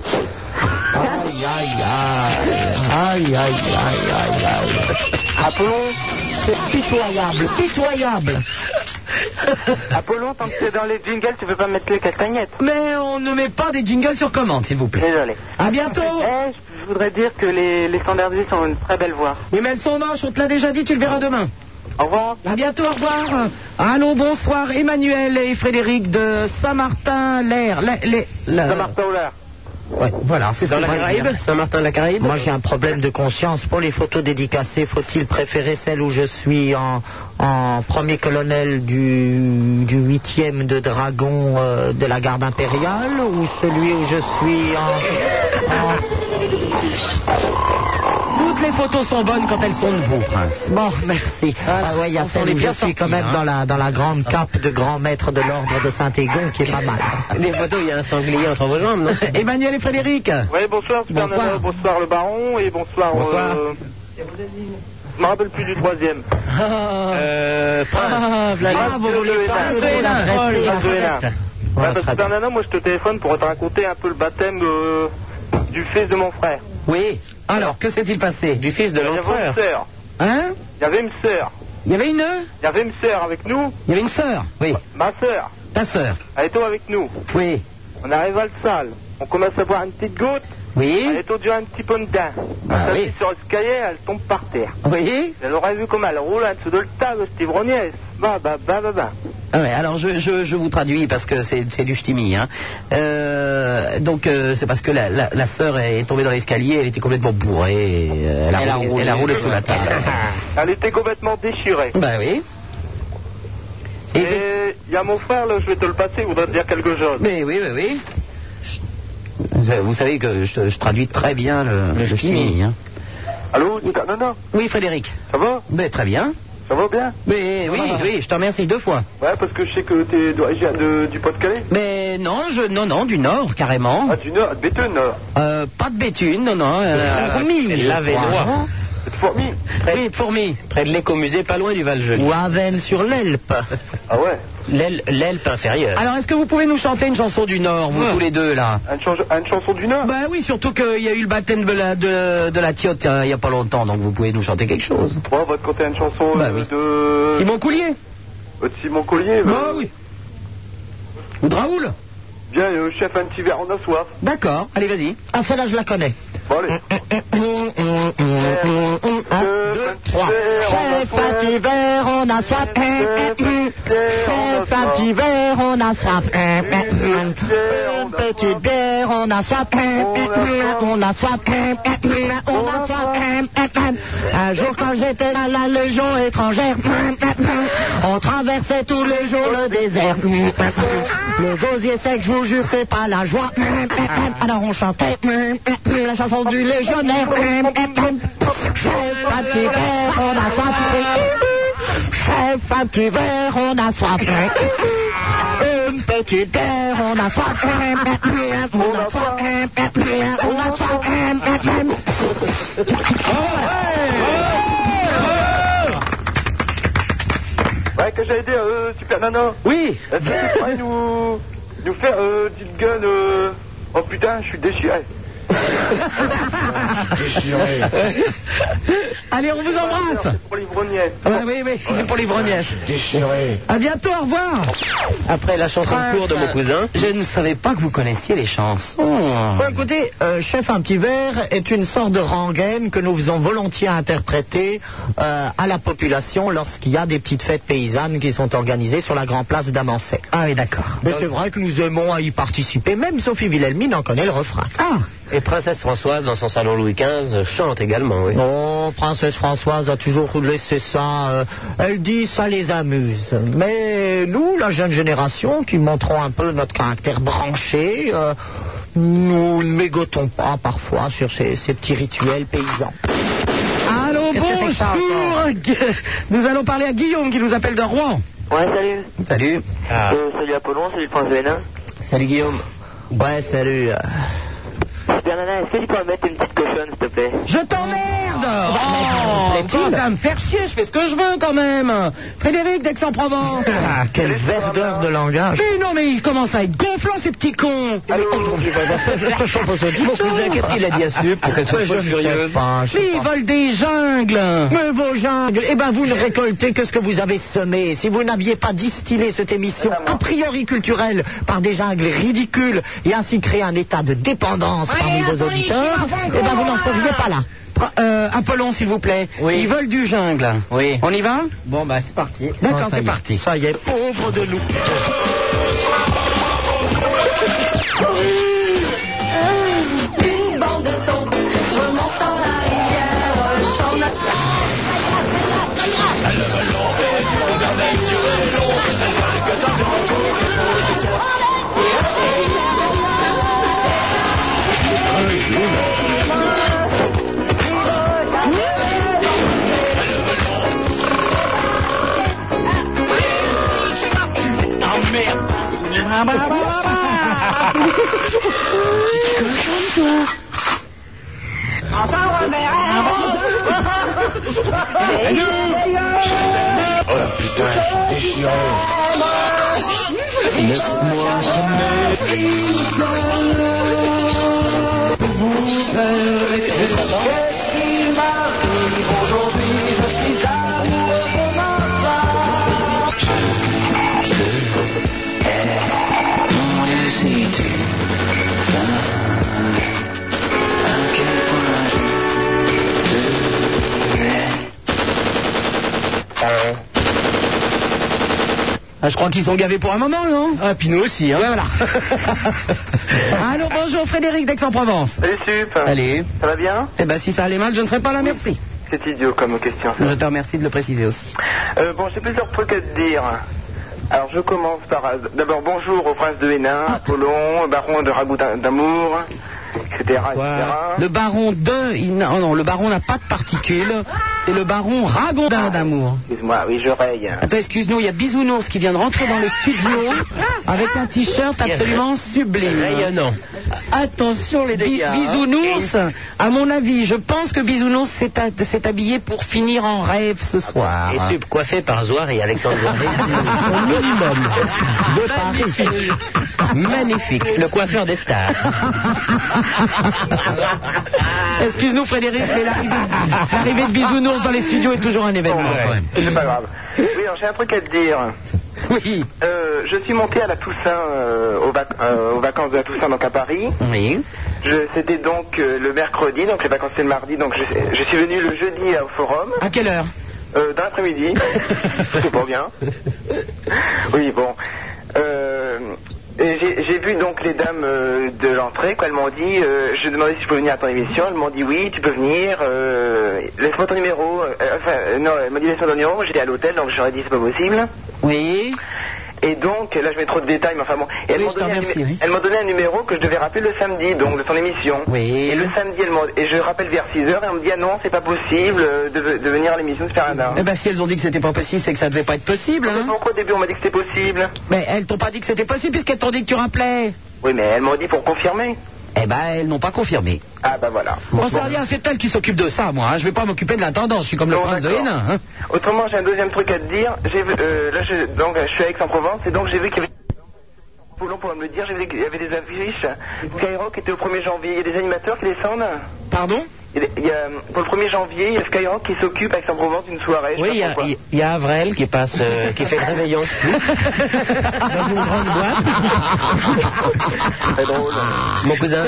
Speaker 4: Aïe, aïe, aïe, aïe, aïe, aïe, aïe, aïe. Apollon, c'est pitoyable, pitoyable.
Speaker 9: Apollon, tant que t'es dans les jingles, tu peux pas mettre les castagnettes.
Speaker 3: Mais on ne met pas des jingles sur commande, s'il vous plaît.
Speaker 9: Désolé.
Speaker 3: À bientôt.
Speaker 9: Eh, je- je voudrais dire que les, les standardistes ont une très belle voix.
Speaker 3: Oui, mais elles sont moches, on te l'a déjà dit, tu le verras demain.
Speaker 9: Au revoir.
Speaker 3: À bientôt, au revoir. Allons, bonsoir, Emmanuel et Frédéric de Saint-Martin-Lair. La- les- la- Ouais, voilà, c'est ça.
Speaker 4: Dans la
Speaker 3: qu'on va
Speaker 4: Caraïbe,
Speaker 3: dire.
Speaker 4: Saint-Martin-la-Caraïbe Moi, j'ai un problème de conscience. Pour les photos dédicacées, faut-il préférer celle où je suis en, en premier colonel du, du 8e de Dragon euh, de la garde impériale ou celui où je suis en... en-
Speaker 3: Toutes les photos sont bonnes quand elles sont de vous, Prince.
Speaker 4: Bon, merci. Ah, ouais, il y a
Speaker 3: on
Speaker 4: celle
Speaker 3: s'en est
Speaker 4: où je
Speaker 3: bien
Speaker 4: suis
Speaker 3: sorti,
Speaker 4: quand même
Speaker 3: hein.
Speaker 4: dans, la, dans la grande cape de grand maître de l'ordre de Saint-Égon qui est pas mal.
Speaker 3: Les photos, il y a un sanglier entre vos jambes, non Emmanuel et Frédéric.
Speaker 8: Oui, bonsoir, Super
Speaker 3: Bonsoir.
Speaker 8: Nana, bonsoir le baron et bonsoir.
Speaker 3: Bonsoir.
Speaker 8: euh, je me rappelle plus du troisième. Euh,
Speaker 3: Ah, Vladimir,
Speaker 8: Prince
Speaker 3: vous
Speaker 8: de
Speaker 3: voulez
Speaker 8: Hénin.
Speaker 3: Prince de
Speaker 8: Prince
Speaker 3: Hénin.
Speaker 8: de
Speaker 3: Oh,
Speaker 8: Hénin.
Speaker 3: la fête.
Speaker 8: Ouais,
Speaker 4: Voilà,
Speaker 8: parce que
Speaker 4: très bien.
Speaker 8: Super Nana, moi je te téléphone pour te raconter un peu le baptême euh, du fils de mon frère.
Speaker 3: Oui. Alors, que s'est-il passé
Speaker 4: Du fils de
Speaker 8: Il y avait une sœur.
Speaker 3: Hein
Speaker 8: Il y avait une sœur.
Speaker 3: Il y avait une
Speaker 8: Il y avait une sœur avec nous.
Speaker 3: Il y avait une sœur Oui.
Speaker 8: Ma sœur.
Speaker 3: Ta sœur
Speaker 8: Elle était avec nous.
Speaker 3: Oui.
Speaker 8: On arrive à le salle. On commence à boire une petite goutte. Elle
Speaker 3: Oui
Speaker 8: est au déjà un petit peu dedans.
Speaker 3: Ah,
Speaker 8: Elle
Speaker 3: oui.
Speaker 8: s'assit sur l'escalier, elle tombe par terre.
Speaker 3: Oui
Speaker 8: Elle aurait vu comment elle roule en dessous de le table, cette ivrognaise. Bah, bah, bah, bah, bah.
Speaker 3: Ah ouais, alors je, je, je vous traduis parce que c'est c'est du ch'timi. Hein. Euh, donc euh, c'est parce que la, la, la sœur est tombée dans l'escalier, elle était complètement bourrée. euh, Elle a, roulé, elle a roulé sous la table.
Speaker 8: Elle était complètement déchirée.
Speaker 3: ben oui. Et effectivement-
Speaker 8: Et il y a mon frère, là, je vais te le passer, il voudrait te dire quelque chose.
Speaker 3: Mais oui, oui, oui. Je- Vous savez que je, je traduis très bien le, le ch'timi, hein.
Speaker 8: Allô, Super Nana,
Speaker 3: Oui, Frédéric.
Speaker 8: ça va
Speaker 3: Mais Ben, très bien. Ah.
Speaker 8: Ça va bien
Speaker 3: Mais oui, oui, je te remercie deux fois.
Speaker 8: Ouais, parce que je sais que t'es d'origine de- du Pas-de-Calais.
Speaker 3: Mais Ben, non, je, non, non, du Nord, carrément.
Speaker 8: Ah, du Nord, Béthune, Nord.
Speaker 3: Euh, pas de béthune, non, non. Euh,
Speaker 4: Fourmi,
Speaker 3: je
Speaker 4: l'avait
Speaker 3: crois.
Speaker 4: droit.
Speaker 8: C'est de Fourmi
Speaker 3: Oui, fourmi.
Speaker 4: Près de l'écomusée, pas loin du Val-Joli. Ou Aven sur l'Elpe.
Speaker 8: Ah ouais
Speaker 4: L'Elpe inférieure.
Speaker 3: Alors, est-ce que vous pouvez nous chanter une chanson du Nord, vous tous les deux, là
Speaker 8: une, change- une chanson du Nord
Speaker 3: Ben oui, surtout qu'il y a eu le baptême de la, de, de la tiote euh, il n'y a pas longtemps, donc vous pouvez nous chanter quelque chose.
Speaker 8: Ouais, on va te conter une chanson
Speaker 3: Bah
Speaker 8: euh,
Speaker 3: oui.
Speaker 8: de...
Speaker 3: Simon Coulier
Speaker 8: euh, de Simon Collier.
Speaker 3: Ben
Speaker 8: euh,
Speaker 3: oui. Ou de Raoul
Speaker 8: Viens, euh, chef, un petit verre, on a soif.
Speaker 3: D'accord, allez, vas-y.
Speaker 4: Ah, celle-là, je la connais.
Speaker 8: Bon, allez.
Speaker 4: Un, deux, trois. Chef, un petit verre, on a soif. Chef, un petit verre, on a soif. Une petite bière, on a soif. Hum, On a soif. Hum, On a soif. Hum, Un jour, quand j'étais à la Légion étrangère, hum, on traversait tous les jours le désert. Hum, Le gosier sec, je vous jure, c'est pas la joie. Hum, Alors on chantait hum, la chanson du légionnaire. Hum, Chef, un petit verre, on a Hum, soif. Chef, un petit verre, on a soif. Une petite bière, on a soif. On a soif. On a soif.
Speaker 8: Ouais, que j'allais dire, euh, Super Nana.
Speaker 3: Oui
Speaker 8: Est-ce que tu pourrais nous, nous faire euh, petite gueule euh... Oh putain, je suis déchiré.
Speaker 3: Allez, on vous embrasse
Speaker 8: C'est pour l'ivrognier.
Speaker 3: Ah ben oui, oui, c'est pour les vrognesses.
Speaker 4: Déchiré.
Speaker 3: À bientôt, au revoir
Speaker 4: Après la chanson
Speaker 3: courte de mon cousin. Je ne savais pas que vous connaissiez les chansons.
Speaker 4: Bon, écoutez, euh, Chef un petit verre est une sorte de rengaine que nous faisons volontiers interpréter euh, à la population lorsqu'il y a des petites fêtes paysannes qui sont organisées sur la grande place d'Amancet.
Speaker 3: Ah oui, d'accord.
Speaker 4: Mais c'est vrai que nous aimons à y participer, même Sophie Wilhelmine en connaît le refrain.
Speaker 3: Ah
Speaker 7: Et Princesse Françoise, dans son salon Louis XV, chante également, oui.
Speaker 4: Oh, Princesse Françoise a toujours laissé ça. euh, elle dit ça les amuse. Mais nous, la jeune génération, qui montrons un peu notre caractère branché, euh, nous ne mégotons pas parfois sur ces, ces petits rituels paysans.
Speaker 3: Allô,
Speaker 4: Qu'est-ce que c'est que ça,
Speaker 3: bonjour Gu- Nous allons parler à Guillaume qui nous appelle de Rouen.
Speaker 8: Ouais, salut.
Speaker 3: Salut.
Speaker 8: Euh, salut Apollon, salut le prince de Hénin.
Speaker 4: Salut Guillaume. Ah, Ouais, salut.
Speaker 8: Super Nana, est-ce que tu peux me mettre une petite cochonne, s'il te plaît
Speaker 3: Je t'emmerde Oh,
Speaker 4: plaît-il.
Speaker 3: ça me faire chier, je fais ce que je veux quand même Frédéric d'Aix-en-Provence
Speaker 4: Ah, quel verdeur de langage.
Speaker 3: Mais non, mais il commence à être gonflant, ces petits cons
Speaker 4: Mon cousin, qu'est-ce qu'il a dit à Sup pour qu'elle soit furieuse
Speaker 3: Mais ils volent des jungles
Speaker 4: Mais vos jungles, eh ben vous ne récoltez que ce que vous avez semé. Si vous n'aviez pas distillé cette émission a priori culturelle par des jungles ridicules et ainsi créé un état de dépendance parmi vos auditeurs, eh ben vous n'en seriez pas là.
Speaker 3: Pra- euh, Apollon, s'il vous plaît. Ils veulent du jungle.
Speaker 5: Oui.
Speaker 3: On y va
Speaker 5: Bon, bah, c'est parti.
Speaker 3: D'accord, c'est parti.
Speaker 4: Ça y est, pauvre de nous.
Speaker 1: Une bande de tontes, je monte dans la rivière, je chante la
Speaker 2: Oh putain, je suis déchiré. Laisse-moi
Speaker 3: Ah, je crois qu'ils sont gavés pour un moment, non
Speaker 5: Ah, puis nous aussi, hein.
Speaker 3: Voilà. Allô, bonjour Frédéric d'Aix-en-Provence.
Speaker 8: Salut Sup
Speaker 3: Allez.
Speaker 8: Ça va bien
Speaker 3: Eh ben, si ça allait mal, je ne serais pas là, merci.
Speaker 8: C'est idiot comme question.
Speaker 3: Je te remercie de le préciser aussi.
Speaker 8: Euh, bon, j'ai plusieurs trucs à te dire. Alors, je commence par. euh, D'abord, bonjour au prince de Hénin, Apollon, baron de Ragout d'Amour, etc. etc.
Speaker 3: Le baron de... il n'a- oh non, le baron n'a pas de particules. C'est le baron Ragondin d'amour.
Speaker 8: Excuse-moi, oui, je raye.
Speaker 3: Attends, excuse-nous, il y a Bisounours qui vient de rentrer dans le studio avec un t-shirt absolument sublime.
Speaker 5: Rayonnant.
Speaker 3: Attention les dégâts. hein. Bisounours, à mon avis, je pense que Bisounours s'est ha- s'est habillé pour finir en rêve ce soir.
Speaker 10: Et Sup, coiffé par Zoar et Alexandre Zoir.
Speaker 3: Au minimum.
Speaker 10: De Paris. Magnifique. Le coiffeur des stars.
Speaker 3: Excuse-nous Frédéric, mais l'arrivée l'arrivée de Bisounours dans les studios est toujours un événement.
Speaker 8: Bon,
Speaker 3: quand même.
Speaker 8: C'est pas grave. Oui, alors j'ai un truc à te dire.
Speaker 3: Oui.
Speaker 8: Euh, je suis monté à la Toussaint, euh, aux, vac- euh, aux vacances de la Toussaint, donc à Paris.
Speaker 5: Oui.
Speaker 8: Je- C'était donc euh, le mercredi, donc les vacances c'est le mardi, donc je, je suis venu le jeudi euh, au forum,
Speaker 3: À quelle heure
Speaker 8: euh, dans l'après-midi. C'est pas bien. Oui, bon. Euh, et j'ai j'ai vu donc les dames euh, de l'entrée, quoi, elles m'ont dit, euh, je demandais si je pouvais venir à ton émission, elles m'ont dit oui, tu peux venir, euh, laisse-moi ton numéro, Euh, enfin, euh, non, elles m'ont dit laisse-moi ton numéro, Moi, j'étais à l'hôtel, donc j'aurais dit c'est pas possible.
Speaker 3: Oui.
Speaker 8: Et donc, là je mets trop de détails, mais enfin bon. Et
Speaker 3: Oui,
Speaker 8: m'ont
Speaker 3: je te
Speaker 8: donné un
Speaker 3: remercie,
Speaker 8: numé-
Speaker 3: oui.
Speaker 8: elles m'ont donné un numéro que je devais rappeler le samedi, donc de son émission.
Speaker 3: Oui.
Speaker 8: Et le samedi, elles m'ont- et je rappelle vers 6h, et on me dit ah non, c'est pas possible euh, de, de venir à l'émission de Ferrada.
Speaker 3: Eh ben si elles ont dit que c'était pas possible, c'est que ça devait pas être possible.
Speaker 8: Mais
Speaker 3: Hein.
Speaker 8: Pourquoi au début on m'a dit que c'était possible
Speaker 3: Mais elles t'ont pas dit que c'était possible puisqu'elles t'ont dit que tu rappelais.
Speaker 8: Oui, mais elles m'ont dit pour confirmer.
Speaker 3: Eh ben elles n'ont pas confirmé.
Speaker 8: Ah bah voilà.
Speaker 3: Bon, c'est rien, c'est elle qui s'occupe de ça, moi. hein. Je vais pas m'occuper de l'intendance, je suis comme le
Speaker 8: Bon,
Speaker 3: prince de
Speaker 8: d'accord.
Speaker 3: Hénin. hein.
Speaker 8: Autrement, j'ai un deuxième truc à te dire. J'ai vu- euh, là, je, donc, je suis à Aix-en-Provence et donc j'ai vu qu'il y avait. Poulon pourrait me le dire, j'ai vu qu'il y avait des affiches. Skyrock était au 1er janvier. Il y a des animateurs qui descendent
Speaker 3: Pardon
Speaker 8: Il y a- il y a, pour le 1er janvier, il y a Skyrock qui s'occupe à Aix-en-Provence d'une soirée. je
Speaker 10: Oui,
Speaker 8: sais
Speaker 10: il y
Speaker 8: pas
Speaker 10: a-
Speaker 8: pourquoi.
Speaker 10: il y, a Avrel qui passe, euh, qui fait le réveillon dans une grande boîte.
Speaker 8: Très drôle.
Speaker 10: Mon cousin.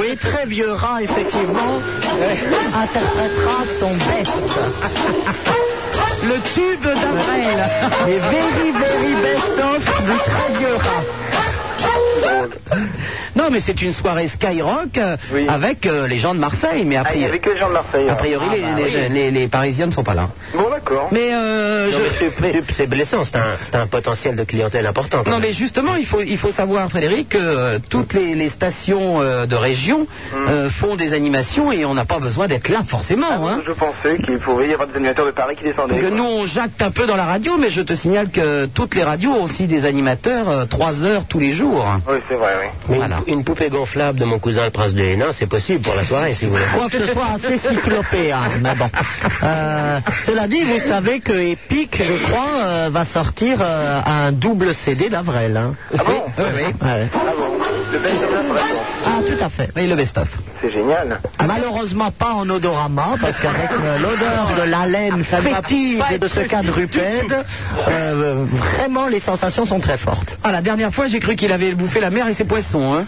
Speaker 4: Oui, très vieux rat, effectivement, interprétera son best.
Speaker 3: Le tube d'Avril.
Speaker 4: Les very, very best of du très vieux rat.
Speaker 3: Non, mais c'est une soirée Skyrock euh,
Speaker 8: Oui.
Speaker 3: avec euh, les gens de Marseille, mais a
Speaker 8: Ah, il
Speaker 3: priori,
Speaker 8: y avait que les gens de Marseille.
Speaker 3: a
Speaker 8: alors. Ah, bah
Speaker 3: priori, les, les- les- les Parisiens ne sont pas là.
Speaker 8: Bon, D'accord.
Speaker 3: Mais, euh,
Speaker 7: Non,
Speaker 3: je-
Speaker 7: mais c'est-
Speaker 3: mais-
Speaker 7: c'est- C'est blessant, c'est un, c'est un potentiel de clientèle important. quand
Speaker 3: Non, mais
Speaker 7: même.
Speaker 3: justement, il faut, il faut savoir, Frédéric, que euh, toutes les, les stations euh, de région
Speaker 8: Mm.
Speaker 3: euh, font des animations et on n'a pas besoin d'être là forcément. Hein.
Speaker 8: Ah, Je pensais qu'il pouvait y avoir des animateurs de Paris qui descendaient.
Speaker 3: Parce que
Speaker 8: quoi.
Speaker 3: nous, on jacte un peu dans la radio, mais je te signale que toutes les radios ont aussi des animateurs euh, trois heures tous les jours.
Speaker 8: Oui, c'est vrai, oui.
Speaker 7: Mais une-
Speaker 3: Voilà.
Speaker 7: une, poupée gonflable de mon cousin le prince de Hénin, c'est possible pour la soirée si vous voulez.
Speaker 4: Quoi que ce soit assez cyclopéen, mais bon. Euh, cela dit, vous savez que Epic, je crois, euh, va sortir euh, un double CD d'Avrel. Hein.
Speaker 8: Ah bon
Speaker 4: Ouais.
Speaker 8: Ah bon Le best of vraiment.
Speaker 4: Ah, tout à fait. Ah,
Speaker 3: Et le best-of.
Speaker 8: C'est génial.
Speaker 4: Malheureusement pas en odorama, parce qu'avec euh, l'odeur de la laine
Speaker 3: Ah,
Speaker 4: fétide de ce quadrupède, euh, vraiment les sensations sont très fortes.
Speaker 3: Ah, la dernière fois, j'ai cru qu'il avait bouffé la mer et ses poissons. Hein.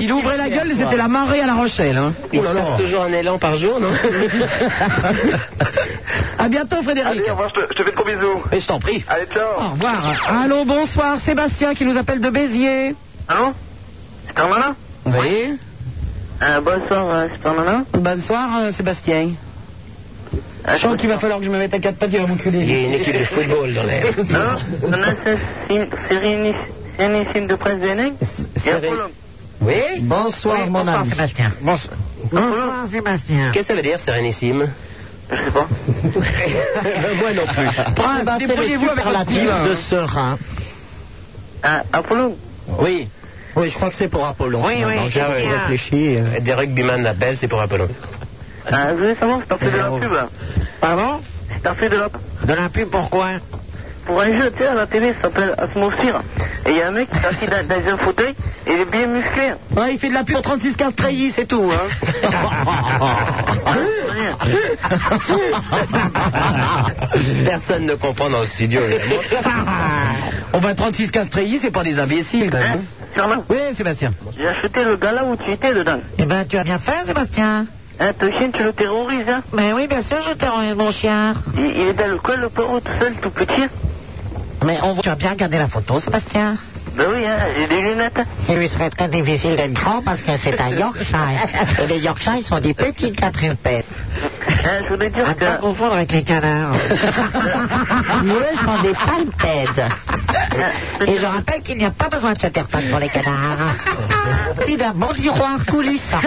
Speaker 3: Il ouvrait la gueule et c'était la marée à La Rochelle. Hein.
Speaker 7: Il se tape toujours un élan par jour, non
Speaker 3: à bientôt, Frédéric.
Speaker 8: Allez, au revoir, je te, je te fais de gros bisous.
Speaker 3: Mais je t'en prie.
Speaker 8: Allez,
Speaker 3: Au
Speaker 8: ciao.
Speaker 3: revoir. Allô, bonsoir, Sébastien qui nous appelle de Béziers.
Speaker 11: Allô Supermana
Speaker 3: Oui.
Speaker 11: euh, Bonsoir, euh, Supermana.
Speaker 3: Bonsoir, euh, Sébastien. Ah, Je sens qu'il va falloir que je me mette à quatre pattes, il va m'enculer.
Speaker 7: Il y a une équipe de football dans l'air.
Speaker 11: Non, on a ce sérénissime sérénissime de presse d'Enec. Et un prologue.
Speaker 3: Oui.
Speaker 4: Bonsoir, mon ami.
Speaker 12: Sébastien. Bonsoir,
Speaker 4: Ah.
Speaker 12: Sébastien.
Speaker 7: Qu'est-ce que ça veut dire, sérénissime
Speaker 11: Je sais pas.
Speaker 7: Moi non plus.
Speaker 4: Eh ben, c'est le
Speaker 3: euh, débrouillez-vous avec votre
Speaker 4: superlatif
Speaker 3: cousin, hein.
Speaker 4: de serein.
Speaker 11: Un, un prologue
Speaker 7: Oui.
Speaker 4: Oui, je crois que c'est pour Apollon.
Speaker 12: Oui, oui,
Speaker 4: J'ai
Speaker 12: c'est bien.
Speaker 4: réfléchi. euh.
Speaker 7: Des rugbyman l'appellent, c'est pour Apollon.
Speaker 11: Ah, Je voulais savoir, c'est parti de
Speaker 3: Oh.
Speaker 11: la pub. hein.
Speaker 12: Pardon
Speaker 11: C'est parti de la
Speaker 12: De la pub, pourquoi
Speaker 11: Pour un jeu, tu sais, à la télé, ça s'appelle Atmosphere. Et il y a un mec qui est assis dans, dans un fauteuil, et il est bien musclé.
Speaker 3: Ouais, il fait de la pure 36-15 treillis, c'est tout. Hein.
Speaker 7: Personne ne comprend dans le studio, évidemment.
Speaker 3: On va 36-15 treillis, c'est pas des imbéciles. quand
Speaker 11: Ah. Hein
Speaker 3: même.
Speaker 11: Superman,
Speaker 3: Oui, Sébastien.
Speaker 11: j'ai acheté le gala où tu étais dedans.
Speaker 12: Eh ben, tu as bien fait, Sébastien.
Speaker 11: Hein, ton chien, tu le terrorises, hein
Speaker 3: Ben
Speaker 12: Mais oui, bien sûr, je t'ai rendu mon chien.
Speaker 11: il, il est dans le coin, le pauvre, tout seul, tout petit.
Speaker 12: Mais on voit... Tu as bien regardé la photo, Sébastien.
Speaker 11: Ben oui, hein, j'ai des lunettes.
Speaker 12: Il lui serait très difficile d'être grand parce que c'est un Yorkshire. Et les Yorkshire, ils sont des petits quadrupèdes.
Speaker 11: Hein, je voulais
Speaker 12: À
Speaker 11: dire
Speaker 12: ne pas
Speaker 11: que...
Speaker 12: confondre avec les canards. Nous, eux, sont des palpèdes. Et je rappelle qu'il n'y a pas besoin de chatterton pour les canards. Plus d'un bon tiroir coulissant.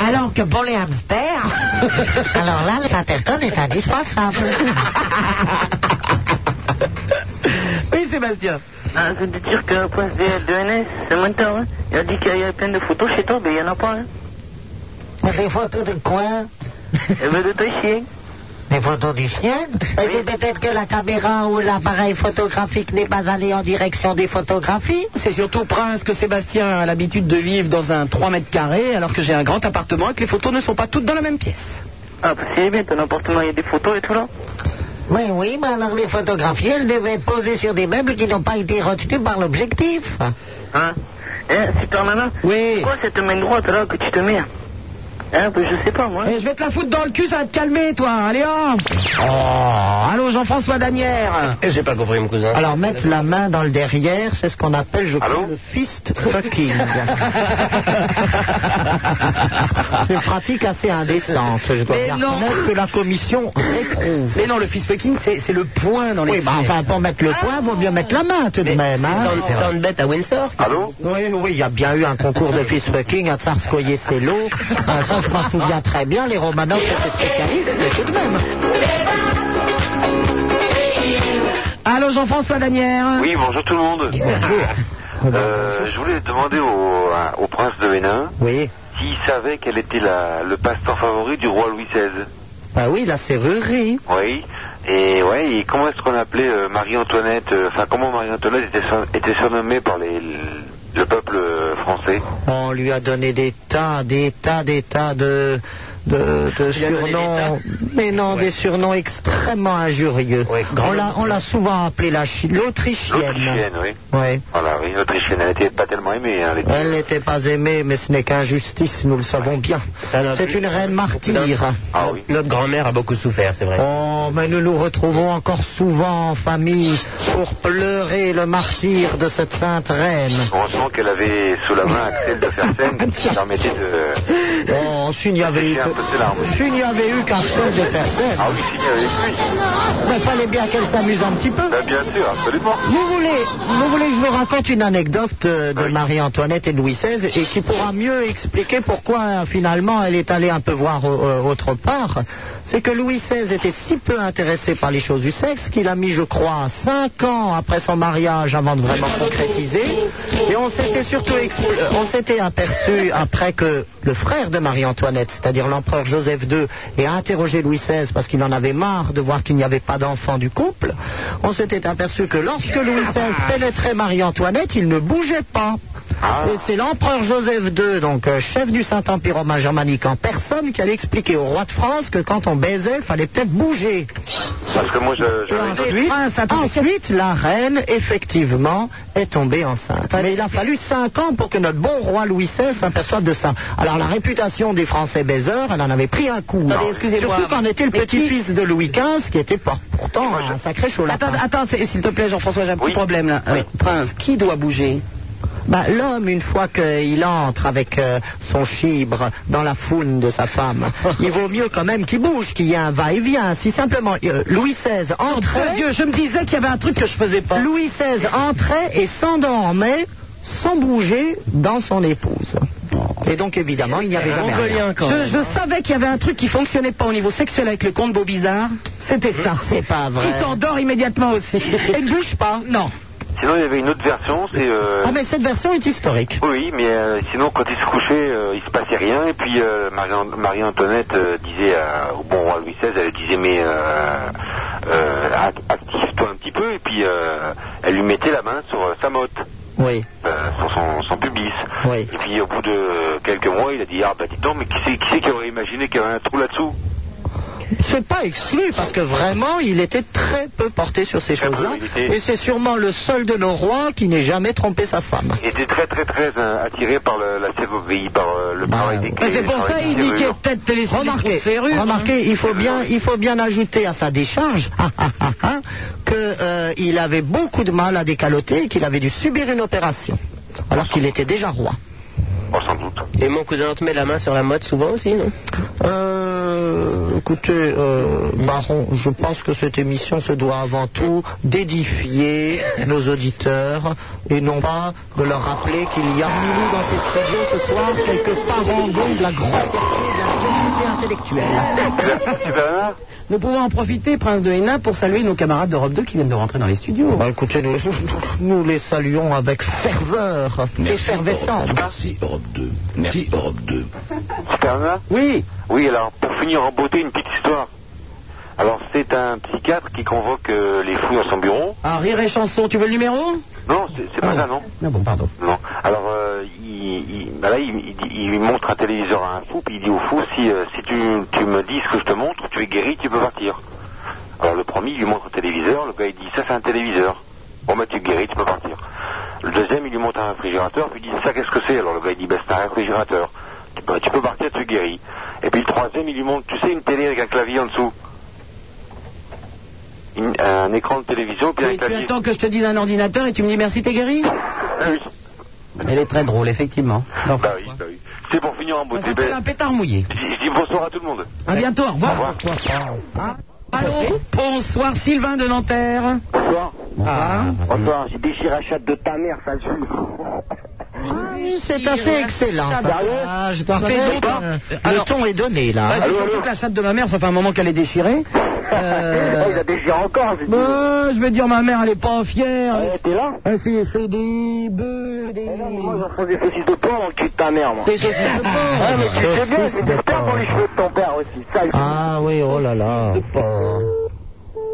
Speaker 12: Alors que pour les hamsters, alors là, le chatterton est indispensable.
Speaker 3: Oui, Sébastien.
Speaker 11: Ah, je veux te dire que la presse de, de NS, c'est maintenant, hein. Il a dit qu'il y avait plein de photos chez toi, mais il n'y en a pas, hein.
Speaker 12: Des photos de quoi
Speaker 11: Elle veut de ton chien.
Speaker 12: Des photos du chien Mais c'est peut-être que la caméra ou l'appareil photographique n'est pas allé en direction des photographies.
Speaker 3: C'est surtout Prince que Sébastien a l'habitude de vivre dans un 3 mètres carrés, alors que j'ai un grand appartement et que les photos ne sont pas toutes dans la même pièce.
Speaker 11: Ah, parce qu'il est bien, ton appartement, il y a des photos et tout, là.
Speaker 12: Oui, oui, mais alors les photographies, elles devaient être posées sur des meubles qui n'ont pas été retenus par l'objectif.
Speaker 11: Hein Hein, super maman
Speaker 3: Oui.
Speaker 11: Pourquoi cette main droite, là, que tu te mets Hein, ben, je sais pas, moi.
Speaker 3: Eh, je vais te la foutre dans le cul, ça va te calmer, toi. Allez, hop. Oh, allô, Jean-François Danière.
Speaker 7: J'ai pas compris, mon cousin.
Speaker 4: Alors mettre la main dans le derrière, c'est ce qu'on appelle, je crois,
Speaker 6: Allô
Speaker 4: le fist fucking. c'est une pratique assez indécente, je dois
Speaker 3: Mais
Speaker 4: bien
Speaker 3: non.
Speaker 4: reconnaître que la commission réprouve.
Speaker 3: Mais non, le fist fucking, c'est c'est le point dans les
Speaker 4: Oui, bah,
Speaker 3: fesses.
Speaker 4: enfin, pour mettre le
Speaker 7: Ah.
Speaker 4: point, vaut mieux mettre la main tout de même. hein.
Speaker 7: Tant- tant de bêtes à Windsor
Speaker 6: Allô
Speaker 4: Oui, oui, il y a bien eu un concours de fist fucking à Tsarskoye Selo. Euh, ça, je m'en souviens très bien. Les Romanov étaient spécialistes, mais tout de même.
Speaker 3: Allô, Jean-François Danière.
Speaker 6: Oui, bonjour tout le monde. Euh, je voulais demander au, à- au prince de Hénin
Speaker 4: Oui.
Speaker 6: s'il savait quel était la- le pasteur favori du roi Louis XVI.
Speaker 4: Bah oui, la serrurerie.
Speaker 6: Oui. Et ouais, et comment est-ce qu'on appelait euh, Marie-Antoinette euh, Enfin, comment Marie-Antoinette était, sur- était surnommée par les, le peuple euh, français
Speaker 4: On lui a donné des tas, des tas, des tas de, de, de
Speaker 7: Il a donné
Speaker 4: surnoms,
Speaker 7: des
Speaker 4: mais non,
Speaker 7: Ouais.
Speaker 4: des surnoms extrêmement injurieux.
Speaker 7: Ouais, grand
Speaker 4: on l'a, on l'a souvent appelée la Chi- l'Autrichienne.
Speaker 6: L'Autrichienne, oui.
Speaker 4: Ouais.
Speaker 6: Voilà, oui, l'Autrichienne, elle n'était pas tellement aimée. Hein, les-
Speaker 4: Elle n'était pas aimée, mais ce n'est qu'injustice, nous le savons bien.
Speaker 7: Ça n'a
Speaker 4: C'est
Speaker 7: plus-
Speaker 4: une reine martyre.
Speaker 6: Ah oui.
Speaker 7: Notre grand-mère a beaucoup souffert, c'est vrai.
Speaker 4: Oh, mais nous nous retrouvons encore souvent en famille pour pleurer le martyr de cette sainte reine.
Speaker 6: Heureusement qu'elle avait sous la main Axel de Fersen qui lui permettait de,
Speaker 4: Oh, s'il n'y avait eu que- s'il n'y avait eu qu'un seul de personnes,
Speaker 6: Ah oui, s'il y avait plus.
Speaker 4: il fallait bien qu'elle s'amuse un petit peu.
Speaker 6: Bah, bien sûr, absolument.
Speaker 4: Vous voulez, vous voulez que je vous raconte une anecdote euh, de Marie-Antoinette et de Louis XVI et qui pourra mieux expliquer pourquoi euh, finalement elle est allée un peu voir euh, autre part C'est que Louis XVI était si peu intéressé par les choses du sexe qu'il a mis, je crois, cinq ans après son mariage avant de vraiment concrétiser. Et on s'était surtout expl- euh, on s'était aperçu après que le frère de Marie-Antoinette, c'est-à-dire l'empereur Joseph II, ait interrogé Louis XVI parce qu'il en avait marre de voir qu'il n'y avait pas d'enfant du couple. On s'était aperçu que lorsque Louis XVI pénétrait Marie-Antoinette, il ne bougeait pas. Et c'est l'empereur Joseph II, donc euh, chef du Saint-Empire romain germanique en personne, qui allait expliquer au roi de France que quand on baisait, il fallait peut-être bouger.
Speaker 6: Parce que moi, je. je-
Speaker 3: Ah,
Speaker 4: Et ensuite, ensuite, la reine, effectivement, est tombée enceinte. Mais il a fallu 5 ans pour que notre bon roi Louis XVI s'aperçoive de ça. Alors, la réputation des Français baiseurs, elle en avait pris un coup.
Speaker 3: Attendez, excusez-moi.
Speaker 4: Surtout quand était le
Speaker 3: Mais
Speaker 4: petit-fils de Louis XV, qui était por- pourtant un sacré chaud lapin.
Speaker 3: Attends, attends, c'est- s'il te plaît, Jean-François, j'ai un petit problème là. Euh, Prince, qui doit bouger
Speaker 4: Bah, L'homme, une fois qu'il entre avec euh, son chibre dans la foule de sa femme, il vaut mieux quand même qu'il bouge, qu'il y ait un va-et-vient. Si simplement euh, Louis XVI entrait...
Speaker 3: Dieu, je me disais qu'il y avait un truc que je faisais pas.
Speaker 4: Louis XVI entrait et s'endormait sans bouger dans son épouse. Et donc évidemment, il n'y avait jamais rien.
Speaker 3: Je, je savais qu'il y avait un truc qui fonctionnait pas au niveau sexuel avec le comte Beaubizarre. C'était ça.
Speaker 4: C'est pas vrai.
Speaker 3: Il s'endort immédiatement aussi.
Speaker 4: Et ne bouge pas.
Speaker 3: non.
Speaker 6: Sinon, il y avait une autre version, c'est. euh,
Speaker 4: Ah mais cette version est historique.
Speaker 6: Oui, mais euh, sinon, quand il se couchait, euh, il se passait rien. Et puis, euh, Marie- Marie-Antoinette euh, disait à- au bon roi Louis XVI, elle disait, mais euh, euh, act- active-toi un petit peu. Et puis, euh, elle lui mettait la main sur euh, sa motte,
Speaker 4: Oui,
Speaker 6: euh, sur son, son pubis.
Speaker 4: oui.
Speaker 6: Et puis, au bout de euh, quelques mois, il a dit, ah bah dis donc, mais qui c'est qui, c'est qui aurait imaginé qu'il y avait un trou là-dessous
Speaker 4: C'est pas exclu parce que vraiment, il était très peu porté sur ces
Speaker 6: Très peu,
Speaker 4: choses-là.
Speaker 6: il était-
Speaker 4: Et c'est sûrement le seul de nos rois qui n'ait jamais trompé sa femme.
Speaker 6: Il était très, très, très euh, attiré par le- la serrurerie, par euh, le
Speaker 4: Bah,
Speaker 6: travail des
Speaker 4: ouais.
Speaker 6: clés.
Speaker 3: Mais c'est
Speaker 6: le
Speaker 3: pour
Speaker 6: travail
Speaker 3: ça
Speaker 6: des
Speaker 3: il dit qu'il
Speaker 6: serrures.
Speaker 3: est peut-être télécellulaire.
Speaker 4: Remarquez,
Speaker 3: hein.
Speaker 4: remarquez, il faut bien, il faut bien ajouter à sa décharge qu'il avait beaucoup de mal à décaloter et qu'il avait dû subir une opération, alors qu'il était déjà roi.
Speaker 6: Oh, sans doute.
Speaker 7: Et mon cousin te met la main sur la mode souvent aussi, non
Speaker 4: Euh, écoutez, euh, Baron, je pense que cette émission se doit avant tout d'édifier nos auditeurs et non pas de leur rappeler qu'il y a parmi nous dans ces studios ce soir quelques parangons de la grossièreté et de la qualité intellectuelle.
Speaker 6: Tu vas
Speaker 3: Nous pouvons en profiter, Prince de Hénin, pour saluer nos camarades d'Europe 2 qui viennent de rentrer dans les studios.
Speaker 4: Bah, écoutez, nous, nous les saluons avec ferveur, effervescence.
Speaker 2: Merci Europe 2. Merci Europe 2.
Speaker 6: Superna
Speaker 3: Oui.
Speaker 6: Oui, alors pour finir en beauté, une petite histoire. Alors c'est un psychiatre qui convoque euh, les fous dans son bureau.
Speaker 3: Ah, rire et chanson, tu veux le numéro
Speaker 6: Non, c'est c'est pas ça, non
Speaker 3: Non, Ah. bon, pardon.
Speaker 6: Non. Alors euh, il, il- bah là, il, il dit- il montre un téléviseur à un fou, puis il dit au fou, si, euh, si tu, tu me dis ce que je te montre, tu es guéri, tu peux partir. Alors le premier, il lui montre un téléviseur, le gars il dit, ça c'est un téléviseur. Bon bah tu es guéri, tu peux partir. Le deuxième, il lui montre un réfrigérateur, puis il dit, ça qu'est-ce que c'est Alors le gars il dit, bah c'est un réfrigérateur. Tu peux, tu peux partir, tu es guéri. Et puis le troisième, il lui montre, tu sais, une télé avec un clavier en dessous. Une- un écran de télévision, puis un
Speaker 3: Et tu
Speaker 6: clavier.
Speaker 3: attends que je te dise un ordinateur et tu me dis merci, t'es guéri
Speaker 6: Ah oui.
Speaker 3: Elle est très drôle, effectivement. Non,
Speaker 6: Bah oui, bah oui. C'est pour finir en
Speaker 3: Ça
Speaker 6: beauté.
Speaker 3: s'appelle
Speaker 6: Ben,
Speaker 3: un pétard mouillé.
Speaker 6: Je je dis bonsoir à tout le monde.
Speaker 3: À bientôt, au revoir.
Speaker 6: revoir.
Speaker 3: Allô Bonsoir Sylvain de Nanterre.
Speaker 8: Bonsoir.
Speaker 3: Ah,
Speaker 8: Bonsoir, j'ai déchiré la chatte de ta mère, ça le
Speaker 4: Ah oui, c'est assez excellent. ça. Ah, je dois
Speaker 3: fait
Speaker 4: reconnaître,
Speaker 3: longtemps.
Speaker 4: euh, Le ton est donné, là.
Speaker 3: bah, c'est surtout que la chatte de ma mère, ça fait un moment qu'elle est déchirée. Euh,
Speaker 8: Oh, il a déchiré encore, j'ai dit.
Speaker 3: bah, je vais dire, ma mère, elle est pas fière.
Speaker 8: Ouais, T'es là
Speaker 3: Ah, C'est c'est des bœufs, des...
Speaker 8: Eh non, mais Moi, j'en fais des saucisses de porc dans le cul de ta mère, moi.
Speaker 3: Des
Speaker 4: Ah,
Speaker 3: saucisses de porc.
Speaker 8: Ouais, mais tu sais bien,
Speaker 4: Saucisses
Speaker 8: c'est
Speaker 4: de
Speaker 8: des
Speaker 4: porc.
Speaker 8: perles dans les cheveux de ton père aussi. Ça,
Speaker 4: Ah oui, oh là là.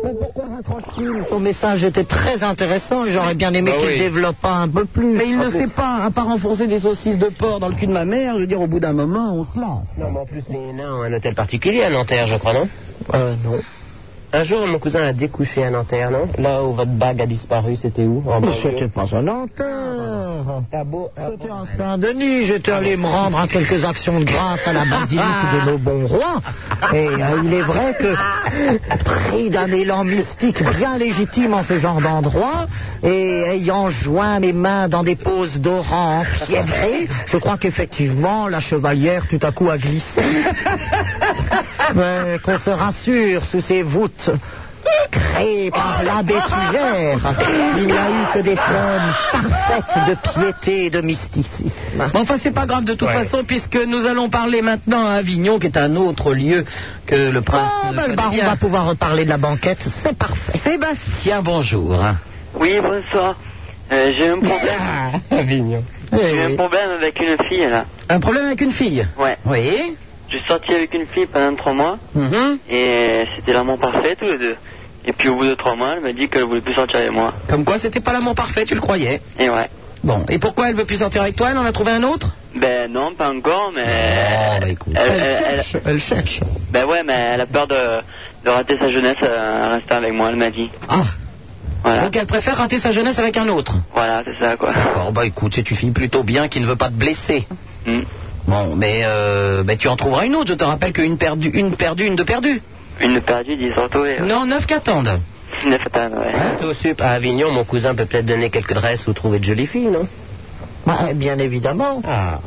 Speaker 4: Mais pourquoi raccroche-t-il Son message était très intéressant et j'aurais bien aimé
Speaker 7: Bah
Speaker 4: qu'il
Speaker 7: oui.
Speaker 4: développe un peu plus.
Speaker 3: Mais il ne sait pas, à part enfoncer des saucisses de porc dans le cul de ma mère, je veux dire, au bout d'un moment, on se lance.
Speaker 7: Non, mais en plus, les nains ont un hôtel particulier à Nanterre, je crois, non
Speaker 4: Euh, non.
Speaker 7: Un jour, mon cousin a découché à Nanterre, non Là où votre bague a disparu, c'était où En banlieue.
Speaker 4: C'était pas un Nanterre. heures. J'étais en Saint-Denis, j'étais allé me rendre à quelques actions de grâce à la basilique de nos bons rois. Et euh, il est vrai que, pris d'un élan mystique bien légitime en ce genre d'endroit, et ayant joint mes mains dans des poses d'oran enfiévrées, je crois qu'effectivement, la chevalière tout à coup a glissé. Mais Ben, qu'on se rassure sous ces voûtes créées par l'abbé Sugère, il n'y a eu que des scènes parfaites de piété et de mysticisme.
Speaker 3: Bon, enfin, c'est pas grave de toute façon, puisque nous allons parler maintenant à Avignon, qui est un autre lieu que le prince.
Speaker 4: Ah, ben, le baron va pouvoir reparler de la banquette, c'est parfait.
Speaker 3: Sébastien, bonjour.
Speaker 6: Oui, bonsoir. Euh, J'ai un problème.
Speaker 3: Ah.
Speaker 4: Ah,
Speaker 3: Avignon.
Speaker 6: J'ai
Speaker 3: Eh
Speaker 4: Eh
Speaker 6: eu un problème avec une fille là.
Speaker 3: Un problème avec une fille
Speaker 6: Ouais.
Speaker 3: Oui. Mhm.
Speaker 6: Je suis sorti avec une fille pendant trois mois et c'était l'amour parfait tous les deux. Et puis au bout de trois mois, elle m'a dit qu'elle voulait plus sortir avec moi.
Speaker 3: Comme quoi, c'était pas l'amour parfait, tu le croyais.
Speaker 6: Et ouais.
Speaker 3: Bon, et pourquoi elle veut plus sortir avec toi Elle en a trouvé un autre
Speaker 6: Ben non, pas encore, mais.
Speaker 3: Oh, bah,
Speaker 6: elle, elle- elle-
Speaker 4: Elle cherche.
Speaker 6: ben ouais, mais elle a peur de, de rater sa jeunesse euh, en restant avec moi, elle m'a dit.
Speaker 3: Ah
Speaker 6: Voilà.
Speaker 3: Donc elle préfère rater sa jeunesse avec un autre.
Speaker 6: Voilà, c'est ça quoi.
Speaker 3: D'accord, bah écoute, c'est une fille plutôt bien qui ne veut pas te blesser.
Speaker 6: Hmm.
Speaker 3: Bon, mais euh, bah, tu en trouveras une autre. Je te rappelle qu'une perdue, une perdue, une de perdue.
Speaker 6: Une perdue, ils sont retrouvés.
Speaker 3: Non, neuf qu'attendent.
Speaker 6: Neuf femmes, ouais.
Speaker 4: Hein
Speaker 7: Au sup, à Avignon, mon cousin peut peut-être donner quelques dresses ou trouver de jolies filles, non
Speaker 4: Bah, bien évidemment.
Speaker 7: Ah.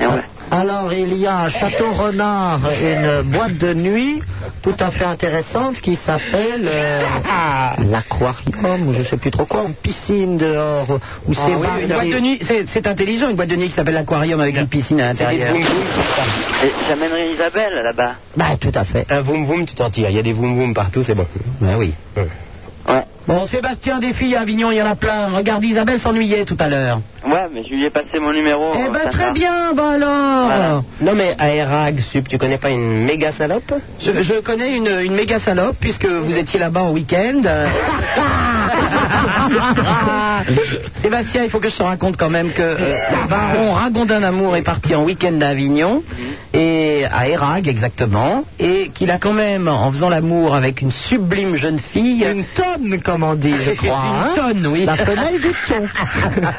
Speaker 6: Et ouais.
Speaker 4: Alors, il y a à Château Renard une boîte de nuit tout à fait intéressante qui s'appelle euh,
Speaker 7: Ah.
Speaker 4: l'Aquarium, ou je sais plus trop quoi, une piscine dehors où
Speaker 3: Ah
Speaker 4: c'est
Speaker 3: oui, une boîte de nuit, c'est c'est intelligent, une boîte de nuit qui s'appelle l'aquarium avec une piscine à l'intérieur.
Speaker 6: Et J'amènerai Isabelle là-bas.
Speaker 4: Bah, tout à fait.
Speaker 7: Un voum voum, tu t'en tires. Il y a des voum voum partout, c'est bon.
Speaker 13: Ah.
Speaker 3: Bah oui.
Speaker 6: Ouais.
Speaker 3: Bon, Sébastien, des filles à Avignon, il y en a plein. Regarde, Isabelle s'ennuyait tout à l'heure.
Speaker 6: Ouais, mais je lui ai passé mon numéro.
Speaker 3: eh
Speaker 6: euh,
Speaker 3: ben,
Speaker 6: ça
Speaker 3: très
Speaker 6: va.
Speaker 3: bien, bah
Speaker 6: Voilà.
Speaker 3: alors.
Speaker 7: Non, mais à Erag, sup, tu connais pas une méga salope
Speaker 3: Je, je connais une, une méga salope, puisque vous étiez là-bas en week-end. Sébastien, il faut que je te raconte quand même que euh,
Speaker 6: Ah,
Speaker 3: le
Speaker 6: bah.
Speaker 3: baron Ragondin d'Amour est parti en week-end à Avignon,
Speaker 6: Mhm.
Speaker 3: et à Erag exactement, et qu'il a quand même, en faisant l'amour avec une sublime jeune fille,
Speaker 4: Une tonne, comme on dit, je crois. hein.
Speaker 3: une tonne, oui.
Speaker 4: La femelle du ton.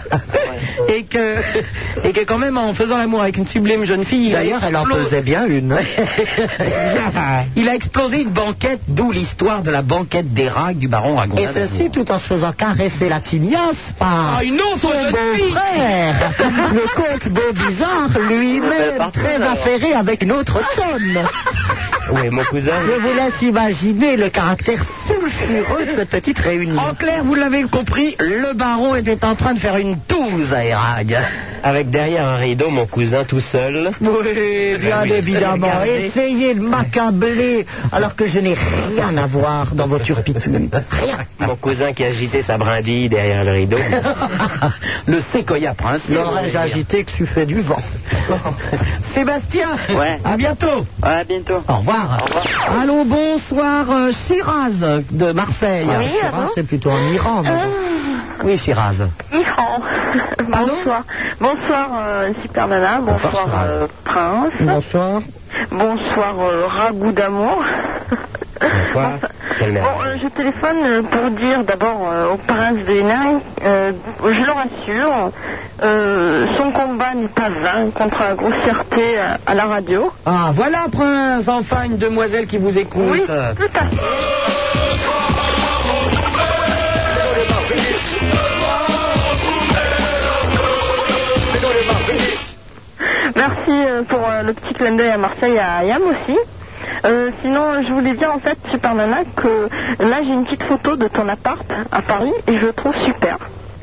Speaker 3: et, que, et que quand même, en faisant l'amour avec une sublime jeune fille, il a
Speaker 4: D'ailleurs, elle en
Speaker 3: explo-
Speaker 4: pesait bien une.
Speaker 3: il a explosé une banquette, d'où l'histoire de la banquette des rags du baron
Speaker 4: Et
Speaker 3: Ragondin.
Speaker 4: ceci tout en se faisant caresser la tignasse par
Speaker 3: Ah, une autre
Speaker 4: son
Speaker 3: jeune fille.
Speaker 4: beau-frère, le comte Beaubizarre,
Speaker 6: Mais
Speaker 4: lui-même
Speaker 6: partout,
Speaker 4: très
Speaker 6: alors.
Speaker 4: affairé avec une autre tonne.
Speaker 7: Oui, mon cousin.
Speaker 4: Je vous laisse imaginer le caractère sulfureux de cette petite réunion.
Speaker 3: En clair, vous l'avez compris, le baron était en train de faire une touze à Erag.
Speaker 7: Avec derrière un rideau, mon cousin tout seul.
Speaker 4: Oui, bien évidemment.
Speaker 7: Regardez.
Speaker 4: Essayez de m'accabler alors que je n'ai rien à voir dans vos turpitudes. Rien.
Speaker 13: Ah.
Speaker 7: Mon cousin qui agitait sa brindille derrière le rideau.
Speaker 3: le séquoia prince.
Speaker 4: L'aurais-je agité que tu fais du vent
Speaker 3: Sébastien,
Speaker 6: Ouais.
Speaker 3: à bientôt.
Speaker 6: Ouais, à bientôt.
Speaker 3: Au revoir.
Speaker 6: Au revoir.
Speaker 3: Allô, bonsoir, euh, Shiraz de Marseille.
Speaker 4: Ah, Shiraz, c'est plutôt en
Speaker 13: Ah.
Speaker 4: Iran. mais bon.
Speaker 3: Oui, Shiraz.
Speaker 13: Iran. Bonsoir. Oh. Bonsoir, euh, Super Nana. Bonsoir, euh, Prince.
Speaker 4: Bonsoir.
Speaker 7: Mm.
Speaker 13: Bonsoir, euh, Ragout d'amour.
Speaker 7: Bonsoir. Quelle merde.
Speaker 13: Bon, euh, je téléphone euh, pour dire d'abord euh, au prince de Hénin, euh, je le rassure, euh, son combat n'est pas vain Hein, contre la grossièreté euh, à la radio.
Speaker 3: Ah, voilà, prince, enfin une demoiselle qui vous écoute.
Speaker 13: Oui, tout à fait. Merci euh, pour euh, le petit clin d'œil à Marseille et à Yam aussi. Euh, sinon, je voulais dire en fait, Super Nana, que là j'ai une petite photo de ton appart à Paris et je le trouve super.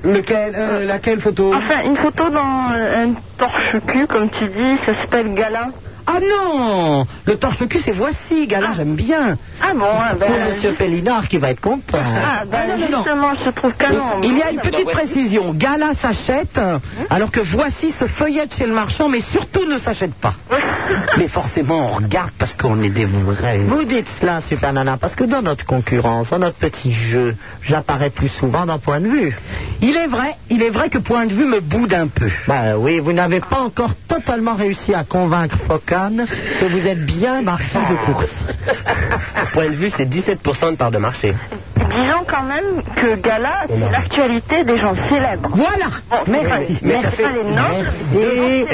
Speaker 3: Lequel, euh, laquelle photo
Speaker 13: Enfin, une photo dans euh, un torche-cul, comme tu dis, ça s'appelle Gala.
Speaker 3: Ah non Le torche-cul, c'est voici, gars, là, j'aime bien.
Speaker 13: Ah bon, ah, ben,
Speaker 4: C'est Monsieur Pellinard qui va être content.
Speaker 13: Ah, ben,
Speaker 3: Ah, non, non, non.
Speaker 13: justement, je trouve canon.
Speaker 3: Il y
Speaker 4: Bah,
Speaker 3: a une petite précision. Gala s'achète,
Speaker 4: Hein
Speaker 3: euh, alors que voici se feuillette chez le marchand, mais surtout ne s'achète pas. mais forcément, on regarde parce qu'on est des vrais.
Speaker 4: Vous dites cela, Super Nana, parce que dans notre concurrence, dans notre petit jeu, j'apparais plus souvent d'un point de vue.
Speaker 3: Il est vrai, il est vrai que point de vue me boude un peu.
Speaker 4: Ben oui, vous n'avez pas encore totalement réussi à convaincre Focan que vous êtes bien marquis de course.
Speaker 7: Point de vue, c'est 17% de part de marché.
Speaker 13: Disons quand même que Gala, c'est l'actualité des gens célèbres.
Speaker 14: Voilà
Speaker 13: Merci,
Speaker 14: merci.
Speaker 13: pas les nobles.
Speaker 14: Et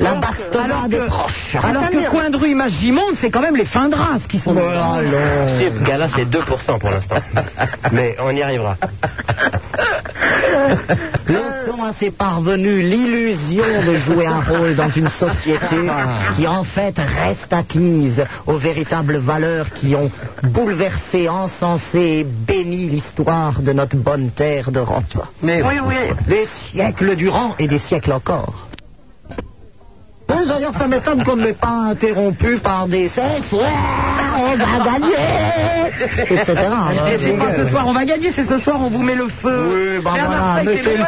Speaker 13: la
Speaker 14: bastonnade
Speaker 4: Eh, des
Speaker 14: proches.
Speaker 4: Alors que Coindru et Mage Gimonde, c'est quand même les fins de race qui sont.
Speaker 7: Chef Gala, c'est 2% pour l'instant. Mais on y arrivera.
Speaker 4: Euh.
Speaker 3: Laissons à ces parvenus l'illusion de jouer un rôle dans une société
Speaker 4: Ah.
Speaker 3: qui en fait reste acquise aux véritables valeurs qui ont bouleversé, encensé et béni l'histoire de notre bonne terre d'Europe.
Speaker 14: Mais oui, oui.
Speaker 3: Des siècles durant et des siècles encore. Oui, D'ailleurs, ça m'étonne qu'on ne m'ait pas interrompu par des sèches. Ouais, on va gagner Etc.
Speaker 4: Et c'est pas ce soir, on va gagner, c'est ce soir, on vous met le feu.
Speaker 3: Oui, ben
Speaker 4: Mais à
Speaker 3: voilà,
Speaker 4: Marseille, c'est
Speaker 3: mettez le
Speaker 4: l'OM.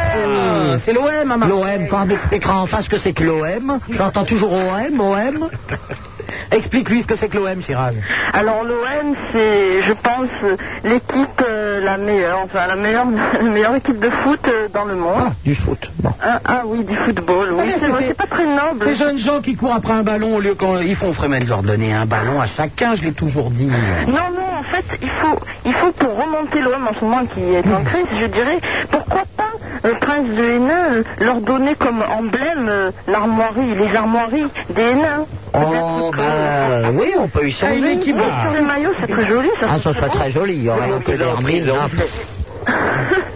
Speaker 3: feu.
Speaker 4: C'est hein, l'OM à Marseille.
Speaker 3: L'OM, quand on expliquera en face ce que c'est que l'OM, j'entends toujours OM, OM.
Speaker 4: Explique-lui ce que c'est que l'OM, Chirage.
Speaker 13: Alors l'OM, c'est, je pense, euh, l'équipe euh, la meilleure, enfin la meilleure, la meilleure équipe de foot euh, dans le monde.
Speaker 3: Du foot.
Speaker 13: Ah, ah oui, du football, oui. c'est vrai, c'est pas très noble.
Speaker 4: Ces jeunes gens qui courent après un ballon au lieu qu'on. Il faut vraiment leur donner un ballon à chacun, je l'ai toujours dit.
Speaker 13: Non, non, en fait, il faut, il faut pour remonter l'OM en ce moment qui est en crise, je dirais, pourquoi pas le prince de Hénin euh, leur donner comme emblème euh, l'armoirie, les armoiries des Hénins
Speaker 3: Oh,
Speaker 4: bah,
Speaker 3: ben, oui, on peut y
Speaker 4: Ah,
Speaker 3: changer.
Speaker 13: Une équipe de foot sur le maillot, c'est très joli, ça.
Speaker 3: Ah, ça serait très joli. Il y aurait un peu d'hermine.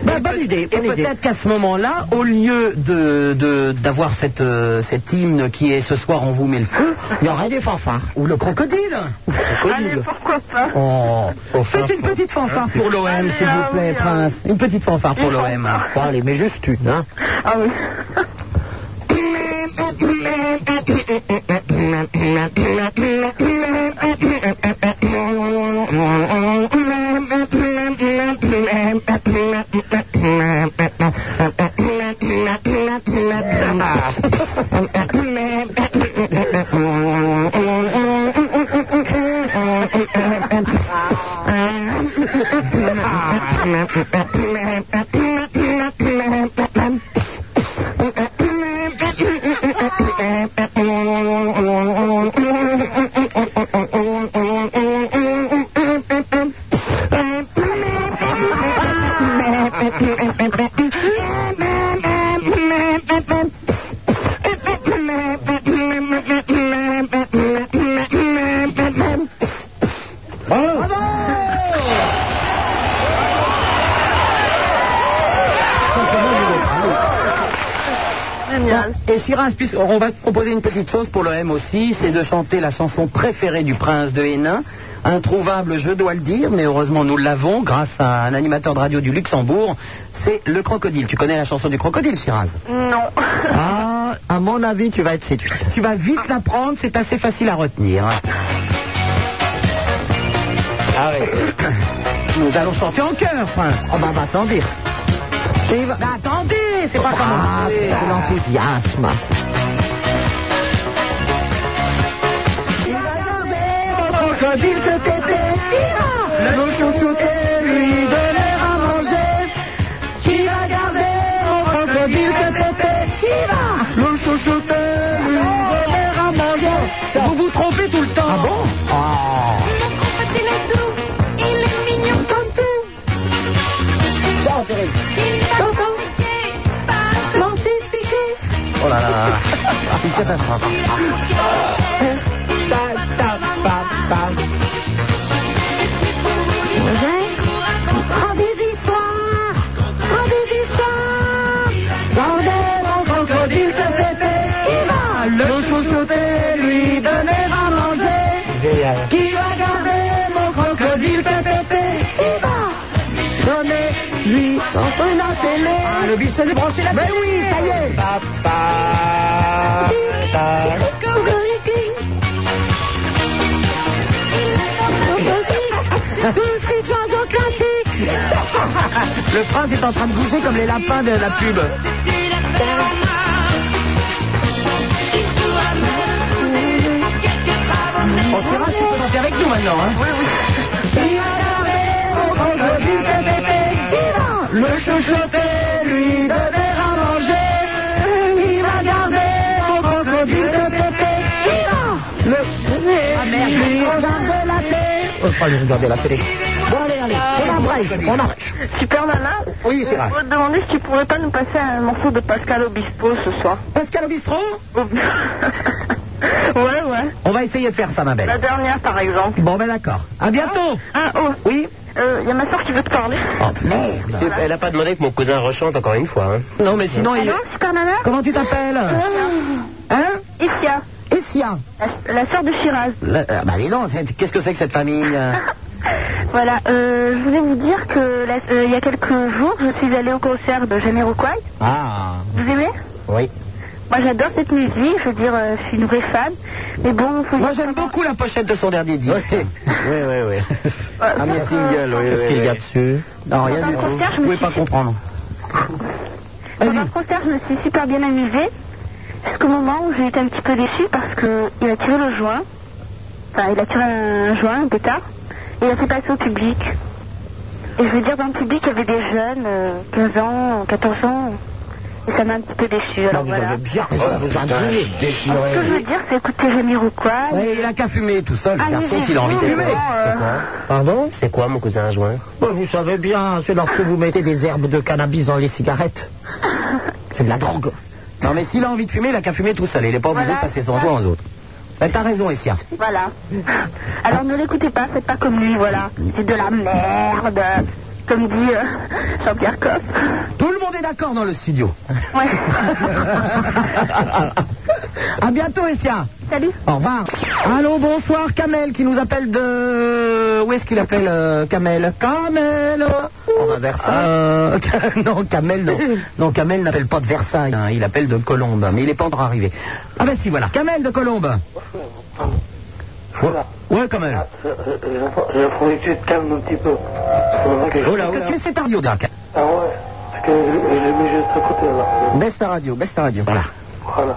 Speaker 4: Bah, bonne idée. Et peut-être qu'à ce moment-là, au lieu de de- d'avoir cette euh, cet hymne qui est ce soir on vous met le feu, il y aurait des fanfares ou le crocodile.
Speaker 13: Allez, pourquoi pas
Speaker 4: Oh, faites une petite fanfare pour l'OM, s'il vous plaît, Prince. Une petite fanfare pour l'OM.
Speaker 3: Allez, mais juste une, hein.
Speaker 13: Ah oui.
Speaker 4: Et Chirage, puisque- on va te proposer une petite chose pour l'OM aussi, c'est de chanter la chanson préférée du prince de Hénin. Introuvable, je dois le dire, mais heureusement nous l'avons grâce à un animateur de radio du Luxembourg. C'est Le Crocodile. Tu connais la chanson du Crocodile, Chiraz
Speaker 13: Non.
Speaker 4: Ah,
Speaker 3: à mon avis, tu vas être séduite.
Speaker 4: Tu vas vite l'apprendre, c'est assez facile à retenir. Nous allons chanter en chœur, prince.
Speaker 3: On va pas s'en dire.
Speaker 15: Bah,
Speaker 4: Attendez, c'est pas
Speaker 3: bah, Ah,
Speaker 4: commencé.
Speaker 3: c'est l'enthousiasme.
Speaker 15: crocodile se tépait, qui va Le chou sautait, lui donner à manger. Qui va garder mon crocodile se tépait, qui va Le chou sautait, lui donner à manger. Vous vous trompez tout le temps. Ah bon
Speaker 1: Il est doux, il est mignon comme tout.
Speaker 15: Ça, c'est
Speaker 1: Il va
Speaker 4: Oh là là, c'est une catastrophe.
Speaker 15: Oh, des histoires, oh, des histoires. Vendez mon crocodile cet été. Qui va le chouchouter, lui donner à manger
Speaker 3: Génial.
Speaker 15: Qui va garder mon crocodile cet été Qui va donner, lui, brancher la télé Ah, le biche s'est branché la télé Mais oui, ça y est
Speaker 4: Le prince est en train de bouger comme les lapins de la pub. On sera tu peux chanter avec nous maintenant. Hein.
Speaker 1: Ah,
Speaker 4: Oh,
Speaker 15: Le chouchouter, lui donner à manger. Qui va garder mon crocodile de pépé Qui va Le chouchouter, lui regarder la tête.
Speaker 4: Ah,
Speaker 3: Oh, je crois que je vais regarder la télé. Bon, allez, allez. On
Speaker 13: embrasse, on arrache. Super Nana Oui,
Speaker 16: c'est
Speaker 13: Je
Speaker 16: vrai.
Speaker 13: voulais te demander si tu pourrais pas nous passer un morceau de Pascal Obispo ce soir.
Speaker 16: Pascal Obispo
Speaker 13: Ouais, ouais.
Speaker 16: On va essayer de faire ça, ma belle.
Speaker 13: La dernière, par exemple.
Speaker 16: Bon, ben d'accord. À bientôt
Speaker 13: Ah, oh
Speaker 16: Oui
Speaker 13: Il y a ma soeur qui veut te parler.
Speaker 4: Ah,
Speaker 16: Oh, merde
Speaker 7: C'est- Elle n'a pas demandé que mon cousin rechante encore une fois. hein.
Speaker 16: Non, mais sinon, il...
Speaker 13: Allô, Super Nana
Speaker 16: Comment tu t'appelles
Speaker 13: Ah.
Speaker 16: Hein
Speaker 13: Essia.
Speaker 16: Essia
Speaker 13: La, la sœur de Shiraz.
Speaker 16: La- euh, Bah, dis donc, c'est- qu'est-ce que c'est que cette famille euh
Speaker 13: Voilà, euh, je voulais vous dire que la- euh, il y a quelques jours, je suis allée au concert de Jamiroquai.
Speaker 16: Ah,
Speaker 13: Vous aimez
Speaker 16: oui.
Speaker 13: Moi, j'adore cette musique. Je veux dire, euh, je suis une vraie fan. Mais bon, faut
Speaker 4: Moi, j'aime beaucoup la pochette de son dernier disque.
Speaker 16: Oui, oui, oui.
Speaker 4: Ah, mais single, oui.
Speaker 17: Qu'est-ce qu'il y a dessus
Speaker 4: Non, rien du
Speaker 13: Dans Ah, un
Speaker 4: tout.
Speaker 13: concert, je
Speaker 4: Vous
Speaker 13: me
Speaker 4: pouvez
Speaker 13: suis-
Speaker 4: pas comprendre.
Speaker 13: Dans un concert, je me suis super bien amusée. Jusqu'au moment où j'ai été un petit peu déçue parce que il a tiré le joint. Enfin, il a tiré un joint, un pétard. Et il a fait passer au public. Et je veux dire, dans le public, il y avait des jeunes, euh, 15 ans, 14 ans. Et ça m'a un petit peu déçue. Alors voilà.
Speaker 16: Bien,
Speaker 4: Oh,
Speaker 16: ça vous a déchiré.
Speaker 13: Ce que je Ah, veux dire, c'est écouter Jamiroquai.
Speaker 16: Ouais, il a qu'à fumer tout seul, le
Speaker 13: Allez,
Speaker 16: garçon, s'il a envie de
Speaker 13: vraiment,
Speaker 16: fumer.
Speaker 13: euh,
Speaker 17: Pardon
Speaker 7: C'est quoi mon cousin à joint
Speaker 17: Bah, Vous savez bien, c'est lorsque vous mettez des herbes de cannabis dans les cigarettes. C'est de la drogue.
Speaker 4: Non, mais s'il a envie de fumer, il a qu'à fumer tout seul. Il n'est pas obligé
Speaker 13: Voilà,
Speaker 4: de passer son
Speaker 13: c'est
Speaker 4: joint aux autres. Ben, T'as raison, Essia.
Speaker 13: Voilà. Alors ne l'écoutez pas, faites pas comme lui, voilà. C'est de la merde. Comme dit euh, Jean-Pierre Coff.
Speaker 4: Tout le monde est d'accord dans le studio.
Speaker 13: Ouais.
Speaker 4: à bientôt, Essia.
Speaker 13: Salut.
Speaker 4: Au revoir. Allô, bonsoir, Kamel qui nous appelle de. Où est-ce qu'il appelle euh, Kamel Kamel On va Versailles. non, Kamel, non. Non, Kamel n'appelle pas de Versailles. hein, il appelle de Colombe, mais il n'est pas encore arrivé. Ah ben si, voilà. Kamel de Colombe. Ouais, ouais, Kamel.
Speaker 8: ah, J'ai trouvé que tu te calmes un petit peu.
Speaker 4: Oh là, Est-ce que tu es cette radio, là Kamel
Speaker 8: Ah ouais, parce que j'ai mis juste à côté là.
Speaker 4: Baisse ta radio, baisse ta radio. Voilà.
Speaker 8: Voilà. Voilà.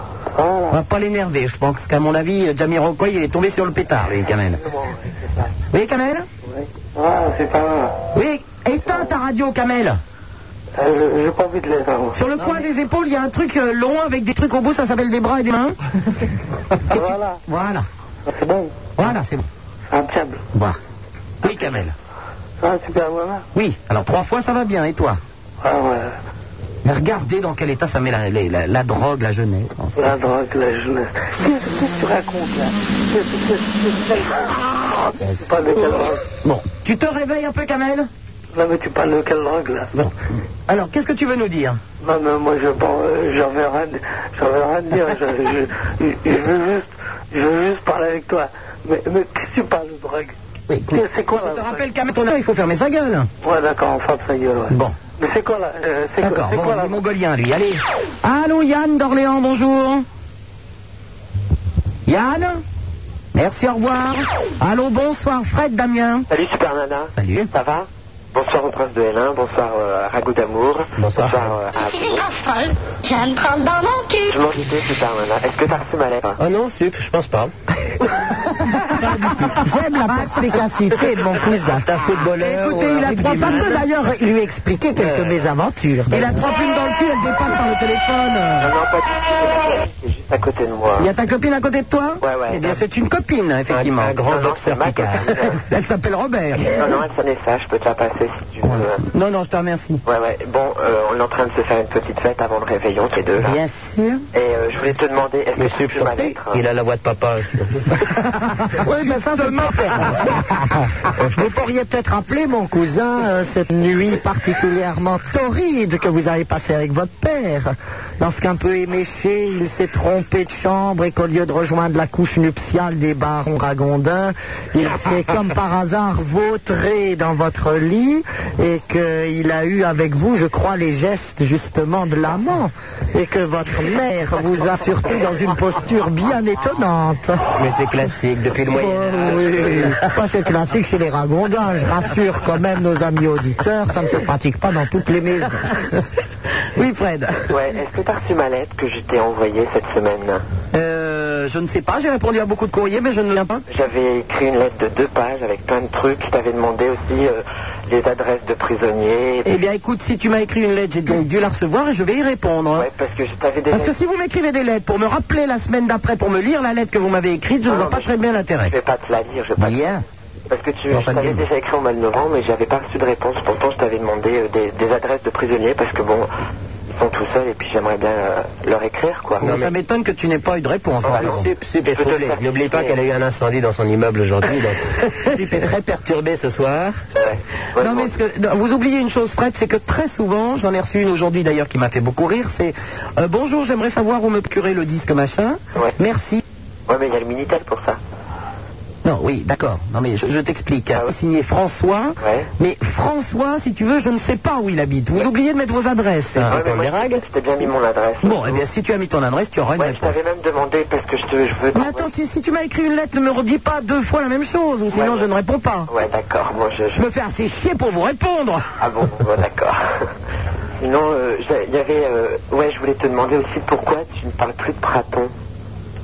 Speaker 4: On
Speaker 16: Ah.
Speaker 4: va pas l'énerver, je pense qu'à mon avis, euh, Jamiroquai il est tombé sur le pétard, lui, Kamel. Oui, Kamel
Speaker 8: Ah, c'est pas mal.
Speaker 4: Oui, éteins ta radio, Kamel.
Speaker 8: Euh, J'ai pas envie de les avoir.
Speaker 4: Sur le coin des épaules, il y a un truc euh, long avec des trucs au bout, ça s'appelle des bras et des mains. Et tu-
Speaker 8: Voilà.
Speaker 4: Voilà,
Speaker 8: Ah, C'est bon,
Speaker 4: voilà, c'est bon.
Speaker 8: c'est un diable.
Speaker 4: Voilà. Oui, Kamel.
Speaker 8: Ah, super, voilà.
Speaker 4: Oui, alors trois fois, ça va bien, et toi
Speaker 8: Ah ouais.
Speaker 4: Mais regardez dans quel état ça met la, les- la- la drogue, la jeunesse. hein.
Speaker 8: La drogue, la jeunesse. Qu'est-ce que tu racontes là Qu'est-ce- qu'est-ce- qu'est-ce- Tu parles de
Speaker 4: Oh.
Speaker 8: quelle drogue
Speaker 4: Bon, tu te réveilles un peu, Kamel
Speaker 8: Non, mais tu parles de quelle drogue là
Speaker 4: Bon. Alors, qu'est-ce que tu veux nous dire
Speaker 8: Non, mais moi je bon, euh, j'en veux rien, j'en veux rien dire. Je, je, je- je veux juste, je veux juste parler avec toi. Mais, mais qu'est-ce que tu parles de drogue
Speaker 4: Écoute,
Speaker 8: C'est quoi
Speaker 4: Je
Speaker 8: la
Speaker 4: te
Speaker 8: drogue
Speaker 4: rappelle, Kamel, ton... il faut fermer sa gueule.
Speaker 8: Ouais, d'accord, on ferme sa gueule. Ouais.
Speaker 4: Bon.
Speaker 8: Mais c'est quoi là euh, C'est quoi,
Speaker 4: D'accord,
Speaker 8: c'est
Speaker 4: bon,
Speaker 8: quoi
Speaker 4: il
Speaker 8: la
Speaker 4: est mongolien, lui, allez. Allô, Yann d'Orléans, bonjour. Yann Merci, au revoir. Allô, bonsoir, Fred Damien.
Speaker 8: Salut Super Nana.
Speaker 4: Salut.
Speaker 8: Ça va Bonsoir au prince de Hélène, bonsoir euh, à Ragout d'amour.
Speaker 4: Bonsoir.
Speaker 8: euh,
Speaker 1: ah.
Speaker 8: à vous.
Speaker 1: folle, je vais me prendre dans mon
Speaker 8: Je
Speaker 1: cul.
Speaker 8: m'en doutais Super Nana. Est-ce que t'as reçu ma lettre
Speaker 7: Ah non, sup, je pense pas.
Speaker 17: J'aime la perspicacité de mon cousin.
Speaker 7: C'est un footballeur.
Speaker 17: Écoutez,
Speaker 7: ou
Speaker 17: il
Speaker 7: un
Speaker 17: a trois. Ça
Speaker 7: rugbyman.
Speaker 17: peut d'ailleurs lui expliquer quelques mésaventures.
Speaker 4: Il a trois plumes dans le cul, elle dépasse par le
Speaker 8: Non,
Speaker 4: téléphone.
Speaker 8: non, pas du tout. C'est juste à côté de moi.
Speaker 4: Il y a ta copine à côté de toi
Speaker 8: Ouais, ouais.
Speaker 4: Eh bien, c'est une copine, effectivement.
Speaker 7: Un- un grand
Speaker 8: Non, non,
Speaker 7: boxeur
Speaker 8: c'est ma
Speaker 7: qui casse.
Speaker 8: copine.
Speaker 4: Elle s'appelle Robert.
Speaker 8: Non, non, elle s'en ça, je peux te la passer si tu veux.
Speaker 4: Non, non, je te remercie.
Speaker 8: Ouais, ouais. Bon, euh, on est en train de se faire une petite fête avant le réveillon qui est deux là.
Speaker 4: Bien sûr.
Speaker 8: Et euh, je voulais te demander, est-ce
Speaker 7: Mais
Speaker 8: que tu
Speaker 7: sup,
Speaker 8: peux ma lettre
Speaker 7: il a la voix de papa.
Speaker 17: Oui, mais ça, c'est pas faire. Vous pourriez peut-être rappeler, mon cousin, euh, cette nuit particulièrement torride que vous avez passée avec votre père. Lorsqu'un peu éméché, il s'est trompé de chambre et qu'au lieu de rejoindre la couche nuptiale des barons ragondins, il s'est comme par hasard vautré dans votre lit et qu'il a eu avec vous, je crois, les gestes justement de l'amant et que votre mère vous a surpris dans une posture bien étonnante.
Speaker 7: Mais c'est classique, depuis le moyen
Speaker 17: Oh, oui. Enfin, c'est classique chez les ragondins. Je rassure quand même nos amis auditeurs, ça ne se pratique pas dans toutes les maisons.
Speaker 4: Oui, Fred.
Speaker 8: Ouais, est-ce que t'as reçu ma lettre que je t'ai envoyée cette semaine
Speaker 4: Euh, je ne sais pas, j'ai répondu à beaucoup de courriers, mais je ne viens pas.
Speaker 8: J'avais écrit une lettre de deux pages avec plein de trucs. Je t'avais demandé aussi euh, les adresses de prisonniers.
Speaker 4: Eh bien, écoute, si tu m'as écrit une lettre, j'ai donc dû la recevoir et je vais y répondre.
Speaker 8: Ouais, parce que je t'avais donné...
Speaker 4: Parce que si vous m'écrivez des lettres pour me rappeler la semaine d'après, pour me lire la lettre que vous m'avez écrite, je
Speaker 8: Ah
Speaker 4: ne
Speaker 8: non,
Speaker 4: vois pas
Speaker 8: mais
Speaker 4: très bien
Speaker 8: Je
Speaker 4: l'intérêt.
Speaker 16: Bah,
Speaker 8: vais pas te la lire, je vais pas te-
Speaker 4: Bien.
Speaker 13: Parce que tu je t'avais déjà écrit au mois de novembre, mais j'avais pas reçu de réponse. Pourtant, je t'avais demandé euh, des, des adresses de prisonniers parce que bon, ils sont tout seuls et puis j'aimerais bien euh, leur écrire quoi.
Speaker 3: Non, ça m'étonne que tu n'aies pas eu de réponse.
Speaker 13: Ah,
Speaker 3: par
Speaker 13: non,
Speaker 3: exemple.
Speaker 13: c'est- c'est
Speaker 3: Je te
Speaker 13: pétrolé.
Speaker 3: le fais.
Speaker 13: N'oublie pas qu'elle a eu
Speaker 3: un incendie dans son immeuble aujourd'hui. Philippe est très perturbé ce soir. non, mais ce que- non, vous oubliez une chose, Fred, c'est que très souvent, j'en ai reçu une aujourd'hui d'ailleurs qui m'a fait beaucoup rire, c'est euh, Bonjour, j'aimerais savoir où me procurer le disque machin. Merci.
Speaker 13: Ouais, mais il y a le Minitel pour ça.
Speaker 3: Non, oui, d'accord. Non, mais je, je t'explique.
Speaker 13: Ah
Speaker 3: Signé François. Mais François, si tu veux, je ne sais pas où il habite. Vous oubliez de mettre vos adresses.
Speaker 13: Ah Ouais, mais moi, C'était bien mis mon adresse.
Speaker 3: Bon, eh bien, si tu as mis ton adresse, tu auras une
Speaker 13: Ouais, je
Speaker 3: réponse.
Speaker 13: t'avais même demandé parce que je te je veux.
Speaker 3: Mais attends, si, si tu m'as écrit une lettre, ne me redis pas deux fois la même chose, ou sinon je ne réponds pas.
Speaker 13: Ouais, d'accord. Moi, je, je-
Speaker 3: Je me fais assez chier pour vous répondre.
Speaker 13: Ah bon, bon, d'accord. Sinon, euh, j'a- il y avait. euh, ouais, je voulais te demander aussi pourquoi tu ne parles plus de praton.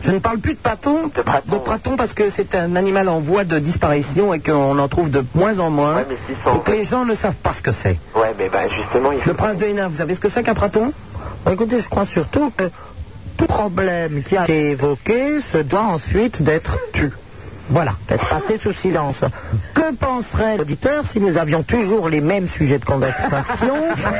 Speaker 3: Je ne parle plus de praton. De praton. parce que c'est un animal en voie de disparition et qu'on en trouve de moins en moins. et que les gens ne savent pas ce que c'est.
Speaker 13: Ouais, mais bah justement, il faut.
Speaker 3: Le prince de Hénin, vous savez ce que c'est qu'un praton
Speaker 4: Bah, écoutez, je crois surtout que tout problème qui a été évoqué se doit ensuite d'être tu. Voilà, d'être passé sous silence. Que penserait l'auditeur si nous avions toujours les mêmes sujets de conversation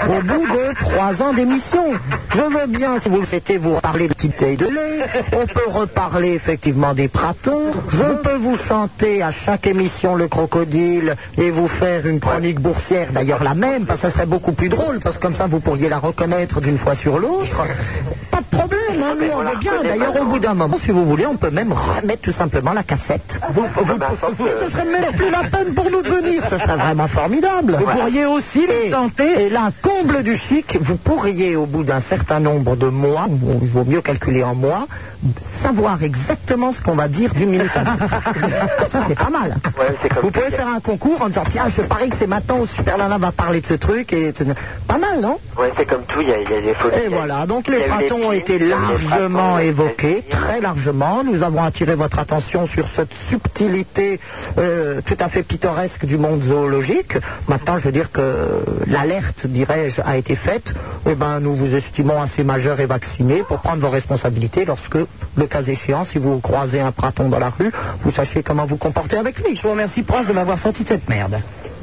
Speaker 4: au bout de trois ans d'émission Je veux bien, si vous le souhaitez, vous reparler de petite taille de lait. On peut reparler effectivement des pratons. Je peux vous chanter à chaque émission le crocodile et vous faire une chronique boursière, d'ailleurs la même, parce que ça serait beaucoup plus drôle, parce que comme ça vous pourriez la reconnaître d'une fois sur l'autre. Pas de problème, hein, nous, on veut bien. D'ailleurs, au bout d'un moment, si vous voulez, on peut même remettre tout simplement la cassette. Et
Speaker 8: Euh,
Speaker 4: ce serait même plus la peine pour nous de venir, ce serait vraiment formidable.
Speaker 3: Vous pourriez aussi
Speaker 4: le chanter. Et là, comble du chic, vous pourriez, au bout d'un certain nombre de mois, bon, il vaut mieux calculer en mois, savoir exactement ce qu'on va dire d'une minute à l'autre. Ça, c'est pas mal. vous pouvez faire un concours en disant, tiens, je parie que c'est maintenant où Super Nana va parler de ce truc. Et... Pas mal, non
Speaker 13: Ouais, c'est comme tout, il y a, il y a des fautes.
Speaker 4: et voilà, donc
Speaker 13: Il y
Speaker 4: les
Speaker 13: a eu des
Speaker 4: pratons ont
Speaker 13: films,
Speaker 4: été
Speaker 13: il y a eu des
Speaker 4: largement
Speaker 13: pratons, il y a eu des
Speaker 4: évoqués, très largement. Nous avons attiré votre attention sur cette subtilité euh, tout à fait pittoresque du monde zoologique. Maintenant, je veux dire que l'alerte, dirais-je, a été faite. Eh ben, nous vous estimons assez majeurs et vaccinés pour prendre vos responsabilités lorsque, le cas échéant, si vous croisez un praton dans la rue, vous sachiez comment vous comporter avec lui. Je vous remercie, Prince, de m'avoir senti cette merde.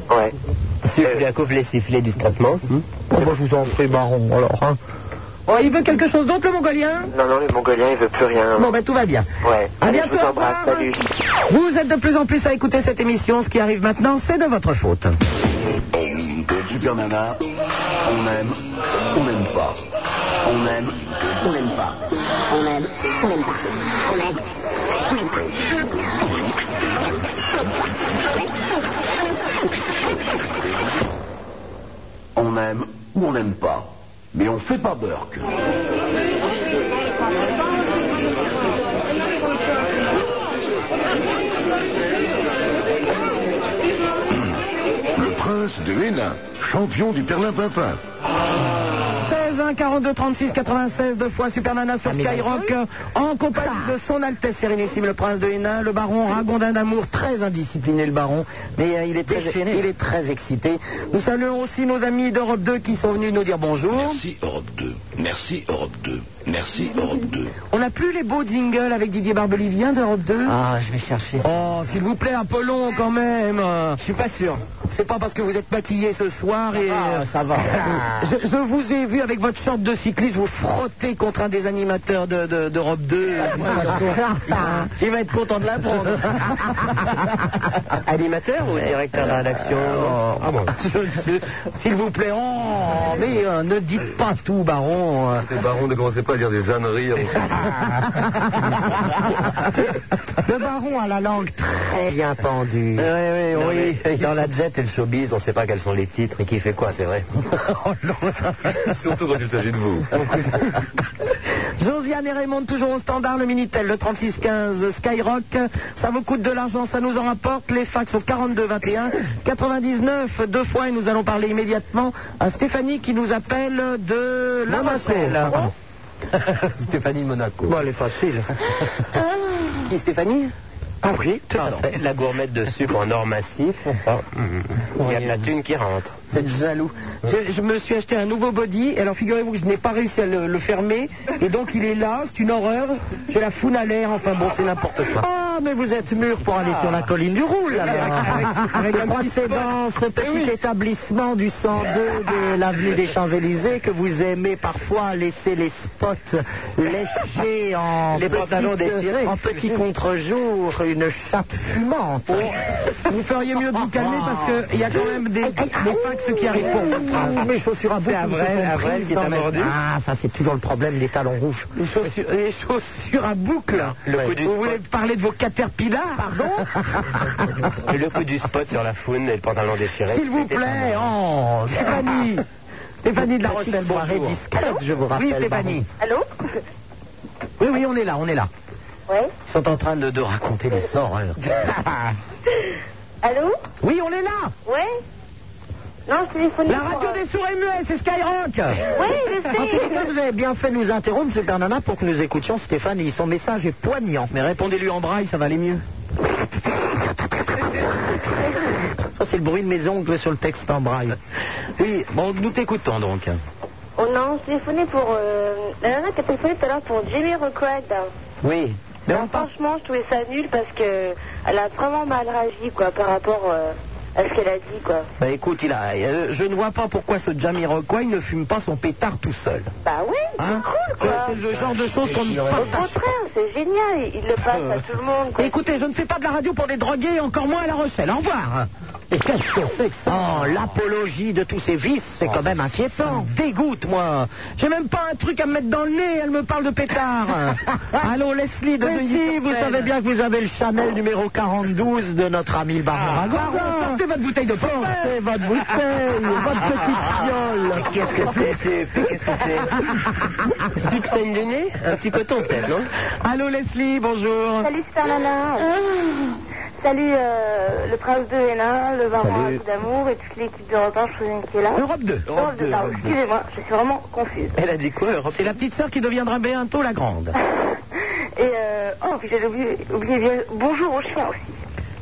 Speaker 13: Ouais.
Speaker 3: Si vous la coupe les sifflets discrètement.
Speaker 4: Bon, ben, je vous en prie, Baron, alors. hein.
Speaker 3: Oh, il veut quelque chose d'autre, le Mongolien
Speaker 13: Non, non, le Mongolien, il veut plus rien.
Speaker 3: Bon, ben tout va bien.
Speaker 13: Ouais.
Speaker 3: À
Speaker 13: Allez,
Speaker 3: bientôt,
Speaker 13: je vous
Speaker 3: au
Speaker 13: embrasse.
Speaker 3: revoir.
Speaker 13: Salut.
Speaker 3: Vous êtes de plus en plus à écouter cette émission. Ce qui arrive maintenant, c'est de votre faute.
Speaker 2: Super Nana, on aime, on n'aime pas. On aime, on n'aime pas. On aime, on n'aime pas. On aime, on n'aime pas. On aime ou on n'aime pas. Mais on fait pas Burke.
Speaker 18: Le prince de Hénin, champion du Perlin-Pimpin.
Speaker 3: 16 1 42 36 96 deux fois Super Nana sur
Speaker 18: mais
Speaker 3: Skyrock
Speaker 18: d'accord.
Speaker 3: euh, en compagnie de son Altesse Ah, Sérénissime le Prince de Hénin, le Baron Ragondin d'amour très indiscipliné le Baron, mais euh, il est très il est très excité. Nous saluons aussi nos amis d'Europe 2 qui sont venus nous dire bonjour.
Speaker 2: Merci Europe 2. Merci Europe 2. Merci Europe 2.
Speaker 3: On n'a plus les beaux jingles avec Didier Barbelivien d'Europe 2
Speaker 2: Ah, je vais chercher.
Speaker 3: Oh, s'il vous plaît, Apollon, quand même. Je suis pas sûr. C'est pas parce que vous êtes maquillé ce soir et. ça va. je, je vous ai vu avec votre short de cycliste vous frotter contre un des animateurs de- de- d'Europe 2. Il va être content de l'apprendre. Animateur ou directeur de rédaction Ah bon. S'il vous plaît, oh, mais euh, ne dites pas tout, baron. euh.
Speaker 19: Les barons ne commencez pas à dire des âneries. hein.
Speaker 4: Le baron a la langue très bien pendue.
Speaker 3: Oui, Eh oui, oui.
Speaker 7: Dans la jet et le showbiz, on ne sait pas quels sont les titres et qui fait quoi, c'est vrai.
Speaker 19: Surtout quand il s'agit de vous.
Speaker 3: Josiane et Raymond, toujours au standard, le Minitel, le 3615 Skyrock. Ça vous coûte de l'argent, ça nous en rapporte. Les fax au 4221 99 deux fois et nous allons parler immédiatement à Stéphanie qui nous appelle de La Rochelle.
Speaker 7: Ah Stéphanie de Monaco.
Speaker 4: Bon, elle est facile.
Speaker 3: Qui, Stéphanie
Speaker 7: Ah oui, tout à fait. La gourmette de sucre en or massif. ça, mm, Il y a de la thune qui rentre.
Speaker 3: C'est jaloux. Je, je me suis acheté un nouveau body, et alors figurez-vous que je n'ai pas réussi à le, le fermer, et donc il est là, c'est une horreur, j'ai la foule à l'air, enfin bon, c'est n'importe quoi.
Speaker 4: Ah, mais vous êtes mûr pour aller
Speaker 20: Ah.
Speaker 4: sur la colline du Roule, alors. Je crois que c'est dans ce
Speaker 20: Eh
Speaker 4: petit établissement du 102 de l'avenue des Champs-Élysées que vous aimez parfois laisser les spots léchés en
Speaker 20: Les pantalons
Speaker 4: petite-
Speaker 20: déchirés.
Speaker 4: En petit contre-jour, une chatte fumante.
Speaker 20: Oh.
Speaker 3: Vous feriez mieux de vous calmer parce qu'il y a quand même des, des fax qui arrivent pour vous.
Speaker 4: Mes chaussures à boucles.
Speaker 3: C'est Avril, Avril qui est amordi.
Speaker 4: Ah, ça c'est toujours le problème des talons rouges.
Speaker 3: Les chaussures, les chaussures à boucle.
Speaker 7: Le coup du
Speaker 3: vous
Speaker 7: spot.
Speaker 3: voulez parler de vos caterpillars Pardon
Speaker 7: Et le coup du spot sur la faune et le pantalon déchiré.
Speaker 3: S'il vous
Speaker 7: c'était
Speaker 3: plaît,
Speaker 7: pas
Speaker 3: oh, Stéphanie Stéphanie de la
Speaker 7: Petite
Speaker 3: Rochelle, bonjour.
Speaker 7: soirée discrète, je vous rappelle,
Speaker 3: Oui, Stéphanie.
Speaker 13: Allô
Speaker 3: Oui, oui, on est là, on est là. Euh,
Speaker 13: Oui
Speaker 3: Ils sont en train de, de raconter des horreurs.
Speaker 13: Allô
Speaker 3: Oui, on est là
Speaker 13: Ouais Non, je téléphone.
Speaker 3: La radio des souris muets, c'est Skyrock
Speaker 13: Oui, je sais.
Speaker 4: En tout cas, vous avez bien fait de nous interrompre, Super Nana, pour que nous écoutions Stéphanie. Son message est poignant.
Speaker 3: Mais répondez-lui en braille, ça va aller mieux.
Speaker 4: Ça, c'est le bruit de mes ongles sur le texte en braille.
Speaker 3: Oui, bon, nous t'écoutons donc.
Speaker 13: Oh non, je téléphonais pour. euh, La nana qui a téléphoné tout à l'heure pour Jimmy Record.
Speaker 3: Oui.
Speaker 13: Alors, ben, franchement, je trouvais ça nul parce que elle a vraiment mal réagi quoi par rapport euh, à ce qu'elle a dit quoi.
Speaker 3: Bah écoute, il a, euh, je ne vois pas pourquoi ce Jamiroquai ne fume pas son pétard tout seul.
Speaker 13: Bah oui,
Speaker 3: Hein
Speaker 13: c'est cool
Speaker 3: C'est-
Speaker 13: quoi.
Speaker 3: c'est le genre de choses qu'on ne
Speaker 13: Au
Speaker 3: partage pas.
Speaker 13: contraire, c'est génial, il le passe à tout le monde quoi.
Speaker 3: Écoutez, je ne fais pas de la radio pour des drogués, encore moins à La Rochelle. Au revoir.
Speaker 4: Et qu'est-ce que c'est que ça Oh, l'apologie de tous ces vices, c'est quand même inquiétant.
Speaker 3: Dégoûte, moi. J'ai même pas un truc à me mettre dans le nez. Elle me parle de pétard. Allô, Leslie de
Speaker 4: Mais
Speaker 3: Neuilly
Speaker 4: si,
Speaker 3: sur
Speaker 4: vous
Speaker 3: Seine.
Speaker 4: savez bien que vous avez le Chanel numéro 42 de notre ami le baron
Speaker 3: Ah,
Speaker 4: Ragosin.
Speaker 3: Baron, sortez votre bouteille de porc.
Speaker 4: Sortez votre bouteille, votre petite fiole.
Speaker 7: Qu'est-ce que c'est c'est- Qu'est-ce que c'est Succène du nez Un petit coton peut-être, non
Speaker 3: Allô, Leslie, bonjour.
Speaker 13: Salut Super Nana. Salut euh, le prince de Hénin, le baron à coups d'amour et toute l'équipe de repas qui est là.
Speaker 3: Europe 2.
Speaker 13: Europe 2, pardon, excusez-moi, je suis vraiment confuse.
Speaker 3: Elle a dit quoi Europe C'est la petite sœur qui deviendra bientôt la grande.
Speaker 13: Et euh, oh, puis j'avais oublié, oublié bien- bonjour au chien aussi.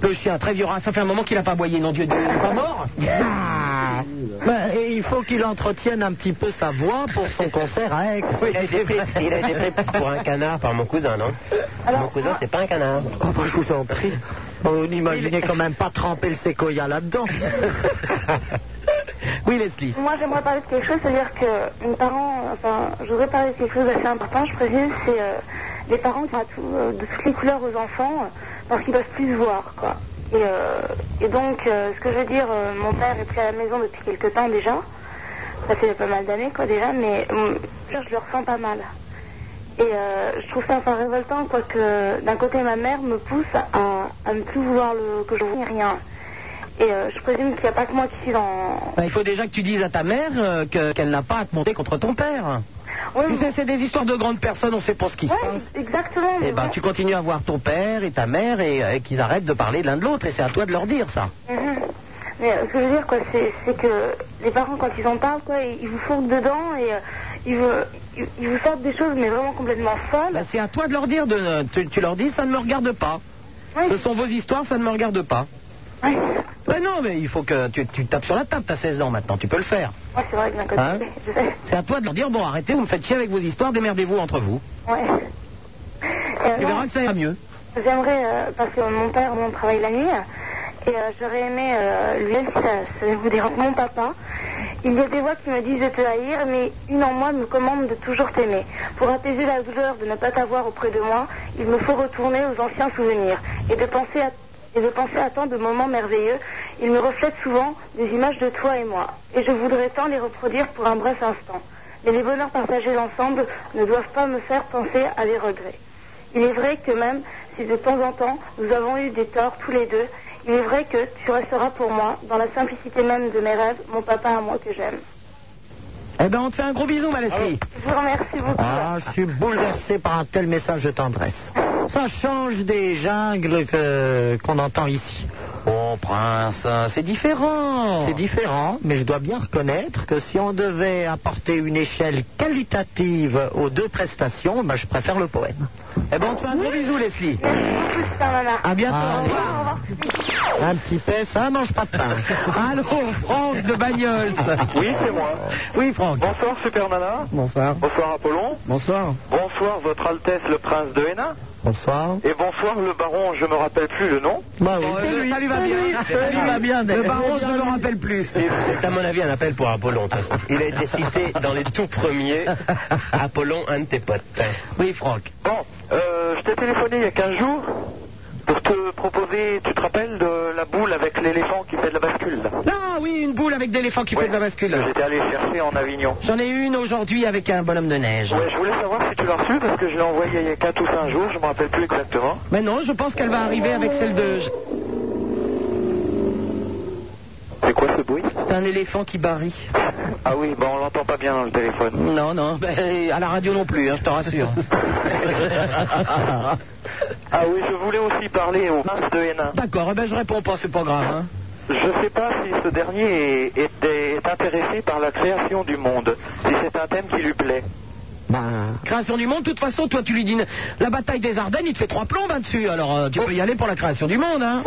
Speaker 3: Le chien, très violent. Ça fait un moment qu'il n'a pas boyé, non Dieu, Dieu, il est pas mort
Speaker 4: Ben, et il faut qu'il entretienne un petit peu sa voix pour son concert à Aix.
Speaker 7: Il a été pris, il a été pris pour un canard par mon cousin, non Mon cousin, c'est pas un canard.
Speaker 4: Oh, bah, je vous en prie. Oh, Vous n'imaginez quand même pas tremper le séquoia là-dedans.
Speaker 3: Oui, Leslie.
Speaker 13: Moi, j'aimerais parler de quelque chose, c'est-à-dire que mes parents, enfin, je voudrais parler de quelque chose d'assez important, je précise, c'est euh, les parents qui font à tout- euh, de toutes les couleurs aux enfants euh, parce qu'ils peuvent plus se voir, quoi. Et, euh, et donc, euh, ce que je veux dire, euh, mon père est plus à la maison depuis quelque temps déjà, ça fait pas mal d'années, quoi, déjà, mais euh, je le ressens pas mal. Et euh, je trouve ça enfin révoltant, quoi, que d'un côté, ma mère me pousse à, à ne plus vouloir le, que je vois rien. Et euh, je présume qu'il n'y a pas que moi qui suis dans,
Speaker 3: Bah, Il faut déjà que tu dises à ta mère euh, que- qu'elle n'a pas à te monter contre ton père. tu sais, c'est des histoires de grandes personnes, on sait pas ce qui se passe.
Speaker 13: Exactement.
Speaker 3: Eh ben, tu continues à voir ton père et ta mère et, et qu'ils arrêtent de parler l'un de l'autre. Et c'est à toi de leur dire ça.
Speaker 13: Mhm. Mais euh, ce que je veux dire, quoi, c'est, c'est que les parents, quand ils en parlent, quoi, ils ils vous fourrent dedans et euh, ils, vous, ils, ils vous sortent des choses, mais vraiment complètement folles.
Speaker 3: Bah, c'est à toi de leur dire. De, Euh, tu, tu leur dis, ça ne me regarde pas. Ce sont vos histoires, ça ne me regarde pas.
Speaker 13: Ouais.
Speaker 3: Bah, non, mais il faut que tu, tu tapes sur la table. T'as 16 ans maintenant, tu peux le faire.
Speaker 13: Moi, c'est vrai que d'un côté,
Speaker 3: Hein
Speaker 13: je sais.
Speaker 3: C'est à toi de leur dire, bon, arrêtez, vous me faites chier avec vos histoires, démerdez-vous entre vous.
Speaker 13: Ouais. Et, euh,
Speaker 3: Tu verras que ça ira mieux.
Speaker 13: J'aimerais, euh, parce que mon père, mon travaille la nuit, et euh, j'aurais aimé, euh, lui, ça, ça vous dire, mon papa, il y a des voix qui me disent de te haïr, mais une en moi me commande de toujours t'aimer. Pour apaiser la douleur de ne pas t'avoir auprès de moi, il me faut retourner aux anciens souvenirs et de penser à et de penser à tant de moments merveilleux, il me reflète souvent des images de toi et moi, et je voudrais tant les reproduire pour un bref instant. Mais les bonheurs partagés ensemble ne doivent pas me faire penser à des regrets. Il est vrai que même si de temps en temps nous avons eu des torts tous les deux, il est vrai que tu resteras pour moi, dans la simplicité même de mes rêves, mon papa à moi que j'aime.
Speaker 3: Eh ben, on te fait un gros bisou, ma Leslie.
Speaker 13: Je vous remercie beaucoup.
Speaker 4: Ah, je suis bouleversé par un tel message de tendresse. Ça change des jungles que- qu'on entend ici.
Speaker 3: Oh, prince, c'est différent.
Speaker 4: C'est différent, mais je dois bien reconnaître que si on devait apporter une échelle qualitative aux deux prestations, ben, je préfère le poème.
Speaker 3: Eh ben, on te fait un gros bisou, Leslie. À bientôt.
Speaker 4: Ah,
Speaker 3: au revoir.
Speaker 4: Un petit paix, ça mange pas de pain.
Speaker 3: Allô, Franck de Bagnols.
Speaker 8: Oui, c'est moi.
Speaker 3: Oui, Franck.
Speaker 8: Bonsoir, Super Nana.
Speaker 3: Bonsoir.
Speaker 8: Bonsoir, Apollon.
Speaker 3: Bonsoir.
Speaker 8: Bonsoir, Votre Altesse le Prince de Hénin.
Speaker 4: Bonsoir.
Speaker 8: Et bonsoir, le baron, je me rappelle plus le nom.
Speaker 4: Bah
Speaker 8: oui.
Speaker 3: C'est lui, ça lui va bien. Ça lui va bien. Le baron, je ne le rappelle plus.
Speaker 7: C'est c'est à mon avis un appel pour Apollon. de toute façon. Il a été cité dans les tout premiers. Apollon, un de tes potes.
Speaker 3: Oui, Franck.
Speaker 8: Bon, euh, je t'ai téléphoné il y a 15 jours pour te proposer, tu te rappelles, de la boule avec l'éléphant qui fait de la bascule. là.
Speaker 3: Ah oui, une boule avec d'éléphant qui fait de la bascule.
Speaker 8: J'étais allé chercher en Avignon.
Speaker 3: J'en ai une aujourd'hui avec un bonhomme de neige.
Speaker 8: Ouais, je voulais savoir si tu l'as reçue parce que je l'ai envoyée il y a 4 ou 5 jours, je me rappelle plus exactement.
Speaker 3: Mais non, je pense qu'elle va arriver avec celle de.
Speaker 8: C'est quoi ce bruit
Speaker 3: C'est un éléphant qui barille.
Speaker 8: Ah oui, bah on l'entend pas bien dans le téléphone.
Speaker 3: Non, non, ben, à la radio non plus, hein, je te rassure.
Speaker 8: Ah oui, je voulais aussi parler au prince de Hénin.
Speaker 3: D'accord, eh ben, je réponds pas, c'est pas grave. hein.
Speaker 8: Je sais pas si ce dernier est, est- est intéressé par la création du monde, si c'est un thème qui lui plaît.
Speaker 3: Création du monde, de toute façon, toi tu lui dis la bataille des Ardennes, il te fait trois plombs hein, dessus, alors euh, tu peux y aller pour la création du monde. Hein.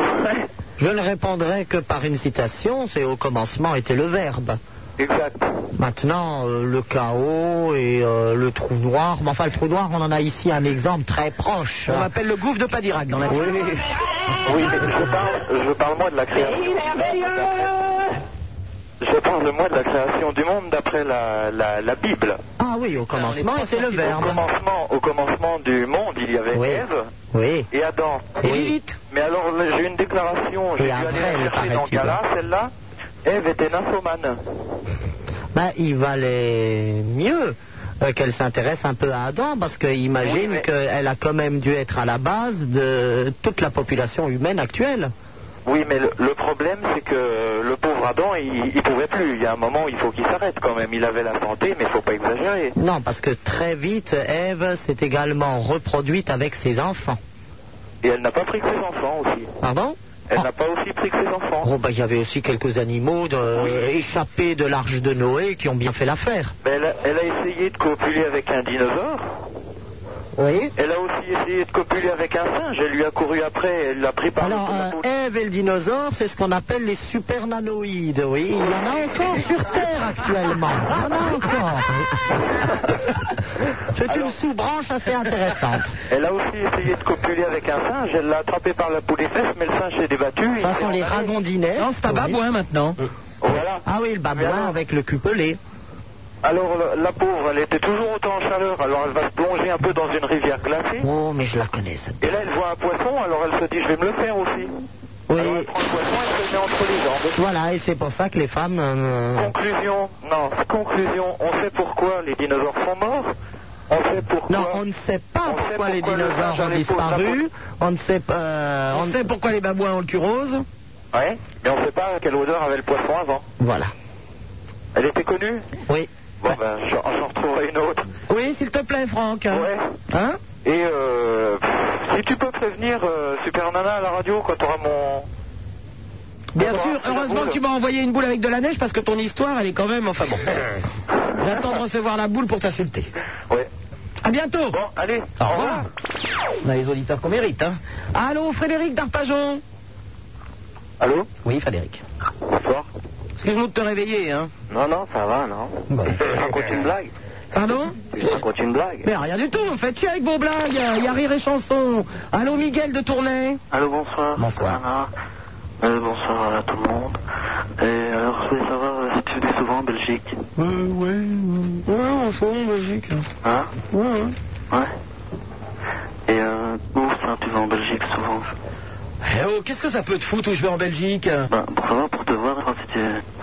Speaker 4: Je ne répondrai que par une citation, c'est au commencement était le verbe.
Speaker 8: Exact.
Speaker 4: Maintenant, euh, le chaos et euh, le trou noir, mais enfin le trou noir, on en a ici un exemple très proche.
Speaker 3: On appelle le gouffre de Padirac dans la
Speaker 4: Oui.
Speaker 8: Oui, mais je parle, je parle moi de la création. Je parle moi de la création du monde d'après la, la, la Bible.
Speaker 4: Ah oui, au commencement était le
Speaker 8: Au
Speaker 4: verbe.
Speaker 8: commencement, au commencement du monde, il y avait Ève
Speaker 4: Oui.
Speaker 8: et Adam.
Speaker 4: Et Lilith.
Speaker 8: Mais alors, là, j'ai une déclaration, j'ai dû aller la chercher dans le gala, celle-là. Ève était nymphomane.
Speaker 4: Ben, il valait mieux euh, qu'elle s'intéresse un peu à Adam, parce qu'imagine qu'elle a quand même dû être à la base de toute la population humaine actuelle.
Speaker 8: Oui, mais le, le problème, c'est que le pauvre Adam, il, il pouvait plus. Il y a un moment, il faut qu'il s'arrête quand même. Il avait la santé, mais faut pas exagérer.
Speaker 4: Non, parce que très vite, Ève s'est également reproduite avec ses enfants.
Speaker 8: Et elle n'a pas pris que ses enfants aussi.
Speaker 4: Pardon Ah.
Speaker 8: Elle n'a pas aussi pris que ses enfants.
Speaker 4: Oh, ben, il y avait aussi quelques animaux de- échappés de l'arche de Noé qui ont bien fait l'affaire.
Speaker 8: Mais Ben, elle, a- elle a essayé de copuler avec un dinosaure.
Speaker 4: Oui.
Speaker 8: Elle a aussi essayé de copuler avec un singe. Elle lui a couru après. Elle l'a pris par
Speaker 4: Alors,
Speaker 8: le
Speaker 4: euh, Ève et le dinosaure, c'est ce qu'on appelle les supernanoïdes, oui. Il y en a encore sur Terre actuellement. Il y en a encore. C'est une sous-branche assez intéressante.
Speaker 8: Elle a aussi essayé de copuler avec un singe. Elle l'a attrapé par la peau des fesses, mais le singe s'est débattu.
Speaker 4: Ça sont les ragondinets. Non, c'est un babouin
Speaker 3: maintenant.
Speaker 4: Ah oui, le babouin avec le cul pelé.
Speaker 8: Alors la, la pauvre, elle était toujours autant en chaleur. Alors elle va se plonger un peu dans une rivière glacée.
Speaker 4: Oh, mais je la connais, cette
Speaker 8: Et là, elle voit un poisson. Alors elle se dit, je vais me le faire aussi.
Speaker 4: Oui.
Speaker 8: Alors elle prend le poisson et se le met entre les jambes.
Speaker 4: Voilà, et c'est pour ça que les femmes... euh,
Speaker 8: Conclusion, non, conclusion, on sait pourquoi les dinosaures sont morts, on sait pourquoi...
Speaker 4: Non, on ne sait pas
Speaker 8: on sait
Speaker 4: pourquoi les
Speaker 8: le
Speaker 4: dinosaures
Speaker 8: singe
Speaker 4: ont
Speaker 8: allait pour la
Speaker 4: disparu.
Speaker 8: peau.
Speaker 4: On ne sait pas... euh,
Speaker 3: On sait pourquoi les babouins ont le cul rose.
Speaker 8: Ouais, mais on ne sait pas quelle odeur avait le poisson avant.
Speaker 4: Voilà.
Speaker 8: Elle était connue
Speaker 4: Oui.
Speaker 8: Bon, ben, j'en j'en retrouverai une autre.
Speaker 3: Oui, s'il te plaît, Franck.
Speaker 8: Ouais.
Speaker 3: Hein
Speaker 8: Et euh, pff, si tu peux prévenir euh, Super Nana à la radio quand t'auras mon...
Speaker 3: Bien
Speaker 8: Bon,
Speaker 3: sûr,
Speaker 8: c'est la
Speaker 3: heureusement
Speaker 8: boule.
Speaker 3: que tu m'as envoyé une boule avec de la neige parce que ton histoire, elle est quand même. Enfin bon. J'attends de recevoir la boule pour t'insulter.
Speaker 8: Ouais.
Speaker 3: À bientôt.
Speaker 8: Bon, allez,
Speaker 3: Au revoir. On a les auditeurs qu'on mérite. Hein. Allô, Frédéric d'Arpajon
Speaker 8: Allô
Speaker 3: Oui, Frédéric.
Speaker 8: Bonsoir.
Speaker 3: Excuse-nous de te réveiller. Hein.
Speaker 8: Non, non, ça va, non Je raconte une blague
Speaker 3: Pardon
Speaker 8: Je raconte une blague
Speaker 3: Mais rien du tout, en fait. Tiens, avec vos blagues. Il y a rire et chanson. Allô, Miguel de Tournai
Speaker 8: Allô, bonsoir.
Speaker 3: Bonsoir.
Speaker 8: Nana. Euh, bonsoir à tout le monde. Et alors, je voulais savoir euh, si tu venais souvent en Belgique.
Speaker 3: ouais, ouais, on se voit en Belgique.
Speaker 8: Hein
Speaker 3: Ouais, ouais.
Speaker 8: Ouais. Et euh, où ça, tu vas en Belgique souvent
Speaker 3: Eh oh, qu'est-ce que ça peut te foutre où je vais en Belgique
Speaker 8: Bah, pour savoir, pour te voir, hein, si tu...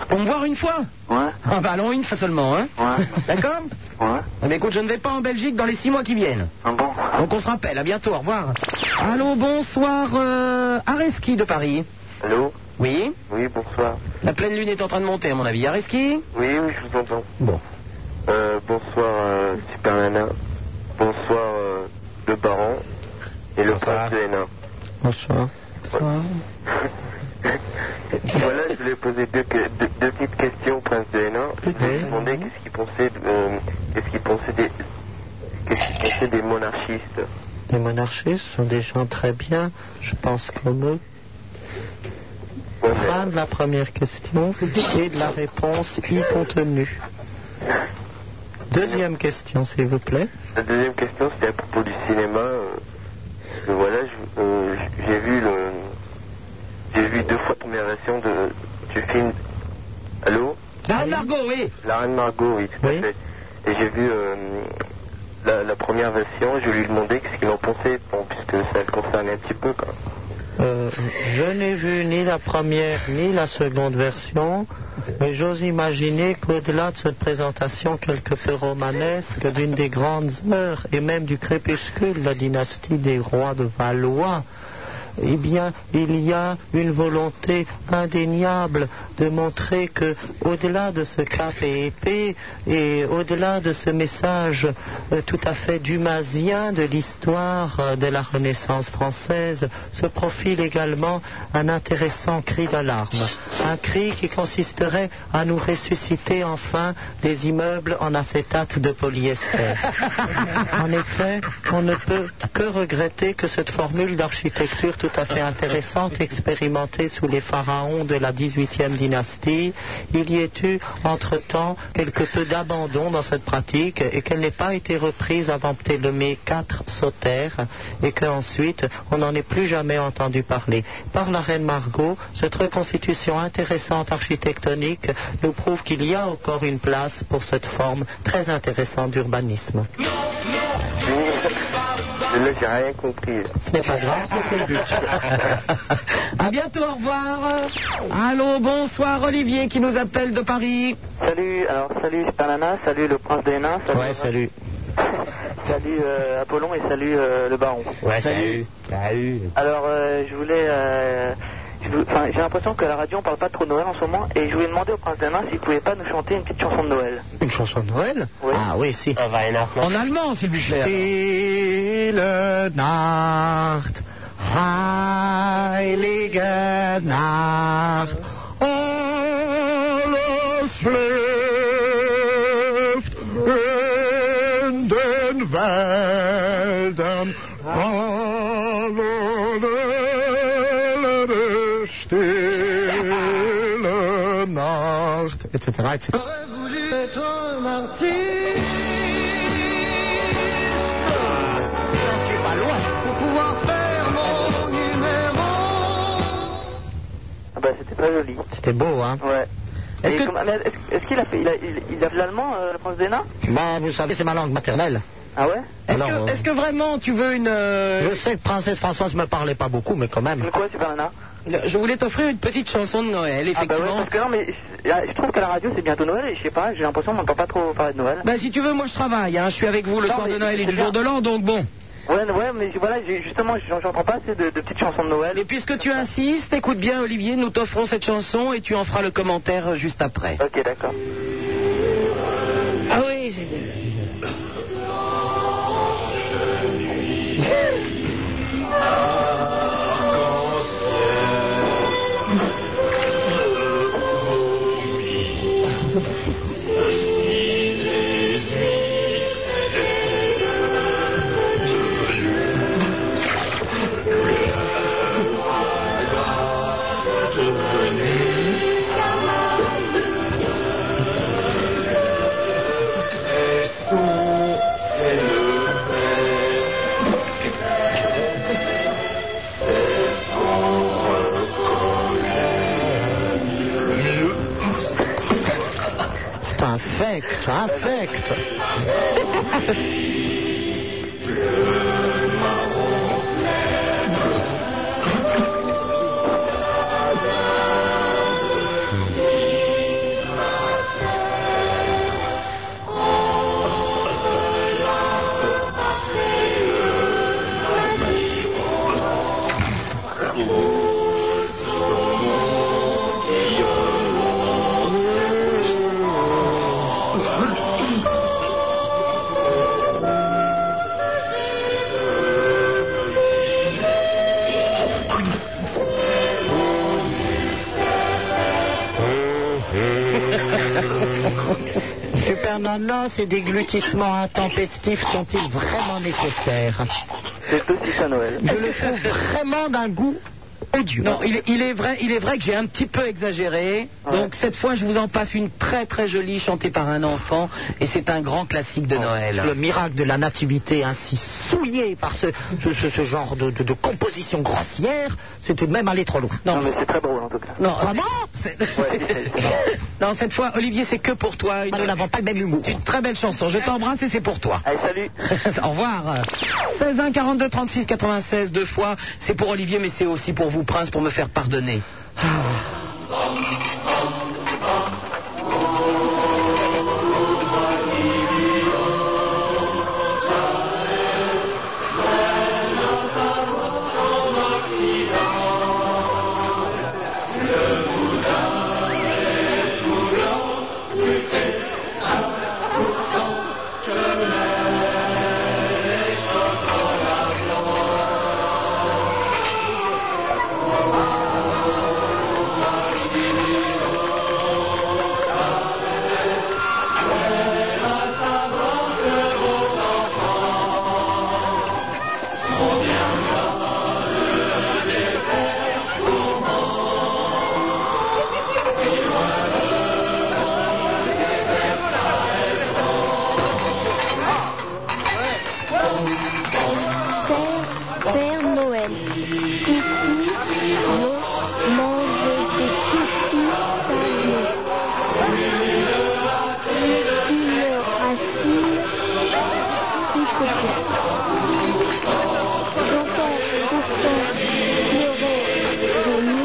Speaker 3: Pour me voir une fois
Speaker 8: Ouais,
Speaker 3: Ah bah allons une fois seulement, hein
Speaker 8: ouais,
Speaker 3: D'accord
Speaker 8: ouais.
Speaker 3: Eh bien, écoute, je ne vais pas en Belgique dans les six mois qui viennent.
Speaker 8: Ah bon
Speaker 3: Donc on se rappelle, à bientôt, au revoir. Allô, bonsoir, euh, Areski de Paris.
Speaker 7: Allô
Speaker 3: Oui
Speaker 7: Oui, bonsoir.
Speaker 3: La pleine lune est en train de monter, à mon avis. Areski
Speaker 7: Oui, oui, je vous entends.
Speaker 3: Bon.
Speaker 7: Euh, bonsoir euh, Super Nana. Bonsoir euh, le baron et le prince de Hénin.
Speaker 4: Bonsoir.
Speaker 7: Bonsoir. voilà, je voulais poser deux, que- deux- deux petites questions au prince de Hénin. Je voulais demander qu'est-ce qu'il pensait, de- euh, qu'est-ce qu'il pensait des, qu'est-ce qu'il pensait des monarchistes.
Speaker 4: Les monarchistes sont des gens très bien, je pense comme eux. Fin de la première question et de la réponse y contenue. Deuxième question, s'il vous plaît.
Speaker 7: La deuxième question, c'était à propos du cinéma. euh,
Speaker 8: que voilà, je- euh, j'ai vu le, j'ai vu deux fois la première version de, du film. Allô.
Speaker 3: La Reine Ah, Margot, oui.
Speaker 8: La Reine Margot, oui, tout à fait. Et j'ai vu euh, la, la première version. Je lui ai demandé qu'est-ce qu'il en pensait, bon, puisque ça le concernait un petit peu, quoi.
Speaker 4: Euh, je n'ai vu ni la première ni la seconde version, mais j'ose imaginer qu'au-delà de cette présentation quelque peu romanesque d'une des grandes heures et même du crépuscule, la dynastie des rois de Valois, eh bien, il y a une volonté indéniable de montrer que, au-delà de ce cap et épée, et au-delà de ce message euh, tout à fait dumasien de l'histoire euh, de la Renaissance française, se profile également un intéressant cri d'alarme. Un cri qui consisterait à nous ressusciter enfin des immeubles en acétate de polyester. En effet, on ne peut que regretter que cette formule d'architecture tout à fait intéressante, expérimentée sous les pharaons de la 18e dynastie, il y ait eu entre-temps quelque peu d'abandon dans cette pratique et qu'elle n'ait pas été reprise avant Ptolémée IV Sauter et qu'ensuite on n'en ait plus jamais entendu parler. Par la reine Margot, cette reconstitution intéressante architectonique nous prouve qu'il y a encore une place pour cette forme très intéressante d'urbanisme.
Speaker 8: Là, j'ai rien compris.
Speaker 4: Ce n'est pas grave, c'était le but.
Speaker 3: À bientôt, au revoir. Allô, bonsoir Olivier qui nous appelle de Paris.
Speaker 13: Salut, alors salut Super Nana, salut le prince des nains, salut,
Speaker 3: Ouais, salut.
Speaker 13: salut euh, Apollon et salut euh, le baron.
Speaker 7: Salut.
Speaker 13: Alors euh, je voulais, euh, je vou- enfin, j'ai l'impression que à la radio on parle pas trop de Noël en ce moment et je voulais demander au prince des nains s'il pouvait pas nous chanter une petite chanson de Noël.
Speaker 4: Une chanson de Noël Ah oui, si.
Speaker 3: En allemand, s'il vous
Speaker 4: Stille Nacht, heilige Nacht, alles schläft in den Wäldern, alle stille Nacht, etc. etc.
Speaker 13: Ah bah c'était pas joli.
Speaker 4: C'était beau, hein
Speaker 13: Ouais. Est-ce est est qu'il a fait, il a, il, il a fait l'allemand euh, le prince des nains
Speaker 4: Bah, vous savez, c'est ma langue maternelle.
Speaker 13: Ah ouais
Speaker 3: Est-ce
Speaker 4: Alors,
Speaker 3: que,
Speaker 4: euh,
Speaker 3: est-ce que vraiment tu veux une. euh,
Speaker 4: Je sais que Princesse Françoise me parlait pas beaucoup, mais quand même.
Speaker 13: Quoi Super Nana
Speaker 3: Je voulais t'offrir une petite chanson de Noël,
Speaker 13: Ah bah ouais,
Speaker 3: effectivement.
Speaker 13: parce que non mais je, là, je trouve qu'à la radio c'est bientôt Noël et je sais pas, j'ai l'impression qu'on n'entend pas trop parler de Noël.
Speaker 3: Bah, si tu veux, moi je travaille, hein. je suis avec vous le
Speaker 13: Non,
Speaker 3: soir
Speaker 13: mais
Speaker 3: de Noël et
Speaker 13: c'est
Speaker 3: du jour de
Speaker 13: bien.
Speaker 3: l'an, donc bon.
Speaker 13: Ouais, ouais, mais voilà, j'ai- justement, j'en- j'entends pas assez de, de petites chansons de Noël.
Speaker 3: Et puisque tu insistes, écoute bien Olivier, nous t'offrons cette chanson et tu en feras le commentaire euh, juste après.
Speaker 13: Ok, d'accord.
Speaker 21: Ah oui, c'est bien.
Speaker 4: C'est infect, infect. Super Nana, ces déglutissements intempestifs sont-ils vraiment nécessaires
Speaker 13: C'est aussi ça Noël.
Speaker 4: Je le trouve vraiment d'un goût
Speaker 3: odieux. Non, il, il est vrai, il est vrai que j'ai un petit peu exagéré. Donc cette fois, je vous en passe une très très jolie chantée par un enfant et c'est un grand classique de Noël.
Speaker 4: Oh, Le miracle de la nativité ainsi souillé par ce, ce, ce- ce genre de, de- de composition grossière, c'est tout de même aller trop loin.
Speaker 3: Non,
Speaker 4: mais
Speaker 8: c'est très drôle en tout cas.
Speaker 3: Non, vraiment Non, cette fois, Olivier, c'est que pour toi. nous n'avons pas le même humour. Une très belle chanson. Je t'embrasse et c'est pour toi. Allez, salut. Au revoir. 16 1 42 36 96 deux fois. C'est pour Olivier, mais c'est aussi pour vous, Prince, pour me faire pardonner.
Speaker 1: Cher Père Noël, ici, l'on mange des cookies salés. Une racine, six cookies. J'entends Constant pleurer Johnny,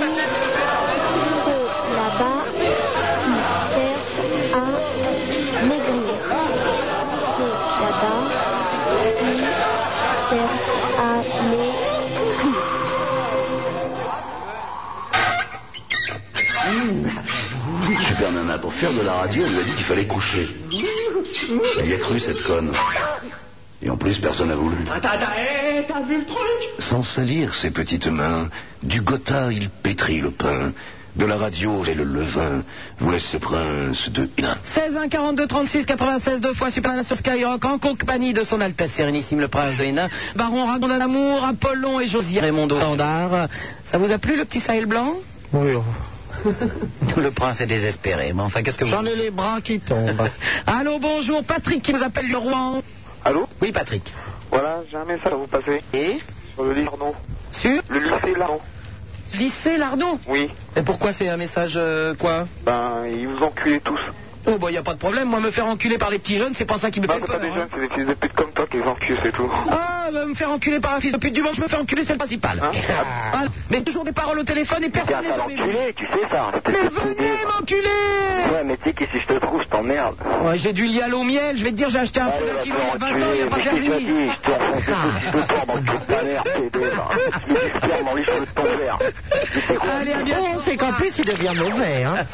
Speaker 1: ceux là-bas qui cherchent à maigrir. Ceux là-bas qui cherchent à maigrir.
Speaker 22: Super Nana, pour faire de la radio, elle lui a dit qu'il fallait coucher. Elle y a cru, cette conne. Et en plus, personne n'a voulu.
Speaker 23: Attends, attends, hé, t'as vu le truc
Speaker 2: Sans salir ses petites mains, du gotha il pétrit le pain, de la radio et le levain, voici ce prince de Hénin.
Speaker 3: 16 1 42 36 96 deux fois Superman sur Skyrock en compagnie de son Altesse Sérénissime le Prince de Hénin, Baron Ragondin d'amour, Apollon et Josie Raymond Standard. Ça vous a plu le petit Sahel blanc
Speaker 4: Oui.
Speaker 3: Le prince est désespéré, mais enfin qu'est-ce que vous J'en ai les bras qui tombent. Allô, bonjour, Patrick qui nous appelle le Rouen.
Speaker 8: Allô
Speaker 3: Oui, Patrick.
Speaker 8: Voilà, j'ai un message à vous passer.
Speaker 3: Et
Speaker 8: Sur le lycée Lardon.
Speaker 3: Sur
Speaker 8: Le lycée Lardon.
Speaker 3: Lycée Lardon
Speaker 8: Oui.
Speaker 3: Et pourquoi c'est un message euh, quoi
Speaker 8: Ben, ils vous enculez tous.
Speaker 3: Oh bah y a pas de problème, moi me faire enculer par les petits jeunes, c'est pas ça qui me fait
Speaker 8: C'est Ah, pas
Speaker 3: peur. hein.
Speaker 8: des jeunes, c'est des fils de pute comme toi qui les enculent, c'est tout.
Speaker 3: Ah, bah, me faire enculer par un fils de pute du monde, je me fais enculer, c'est le principal. Ah, mais toujours des paroles au téléphone et personne
Speaker 8: Hein Tiens,
Speaker 3: n'est
Speaker 8: t'as
Speaker 3: jamais
Speaker 8: l'enculé, tu sais ça.
Speaker 3: Mais venez m'enculer
Speaker 8: Ouais, mais tu sais que si je te trouve, je t'emmerde.
Speaker 3: Ouais, J'ai du lial au miel, je vais te dire, j'ai acheté un poulet kilo il y a 20 ans, il a pas servi. Ah, Allez, à bientôt.
Speaker 4: Ah, C'est qu'en plus, il devient mauvais. Hein.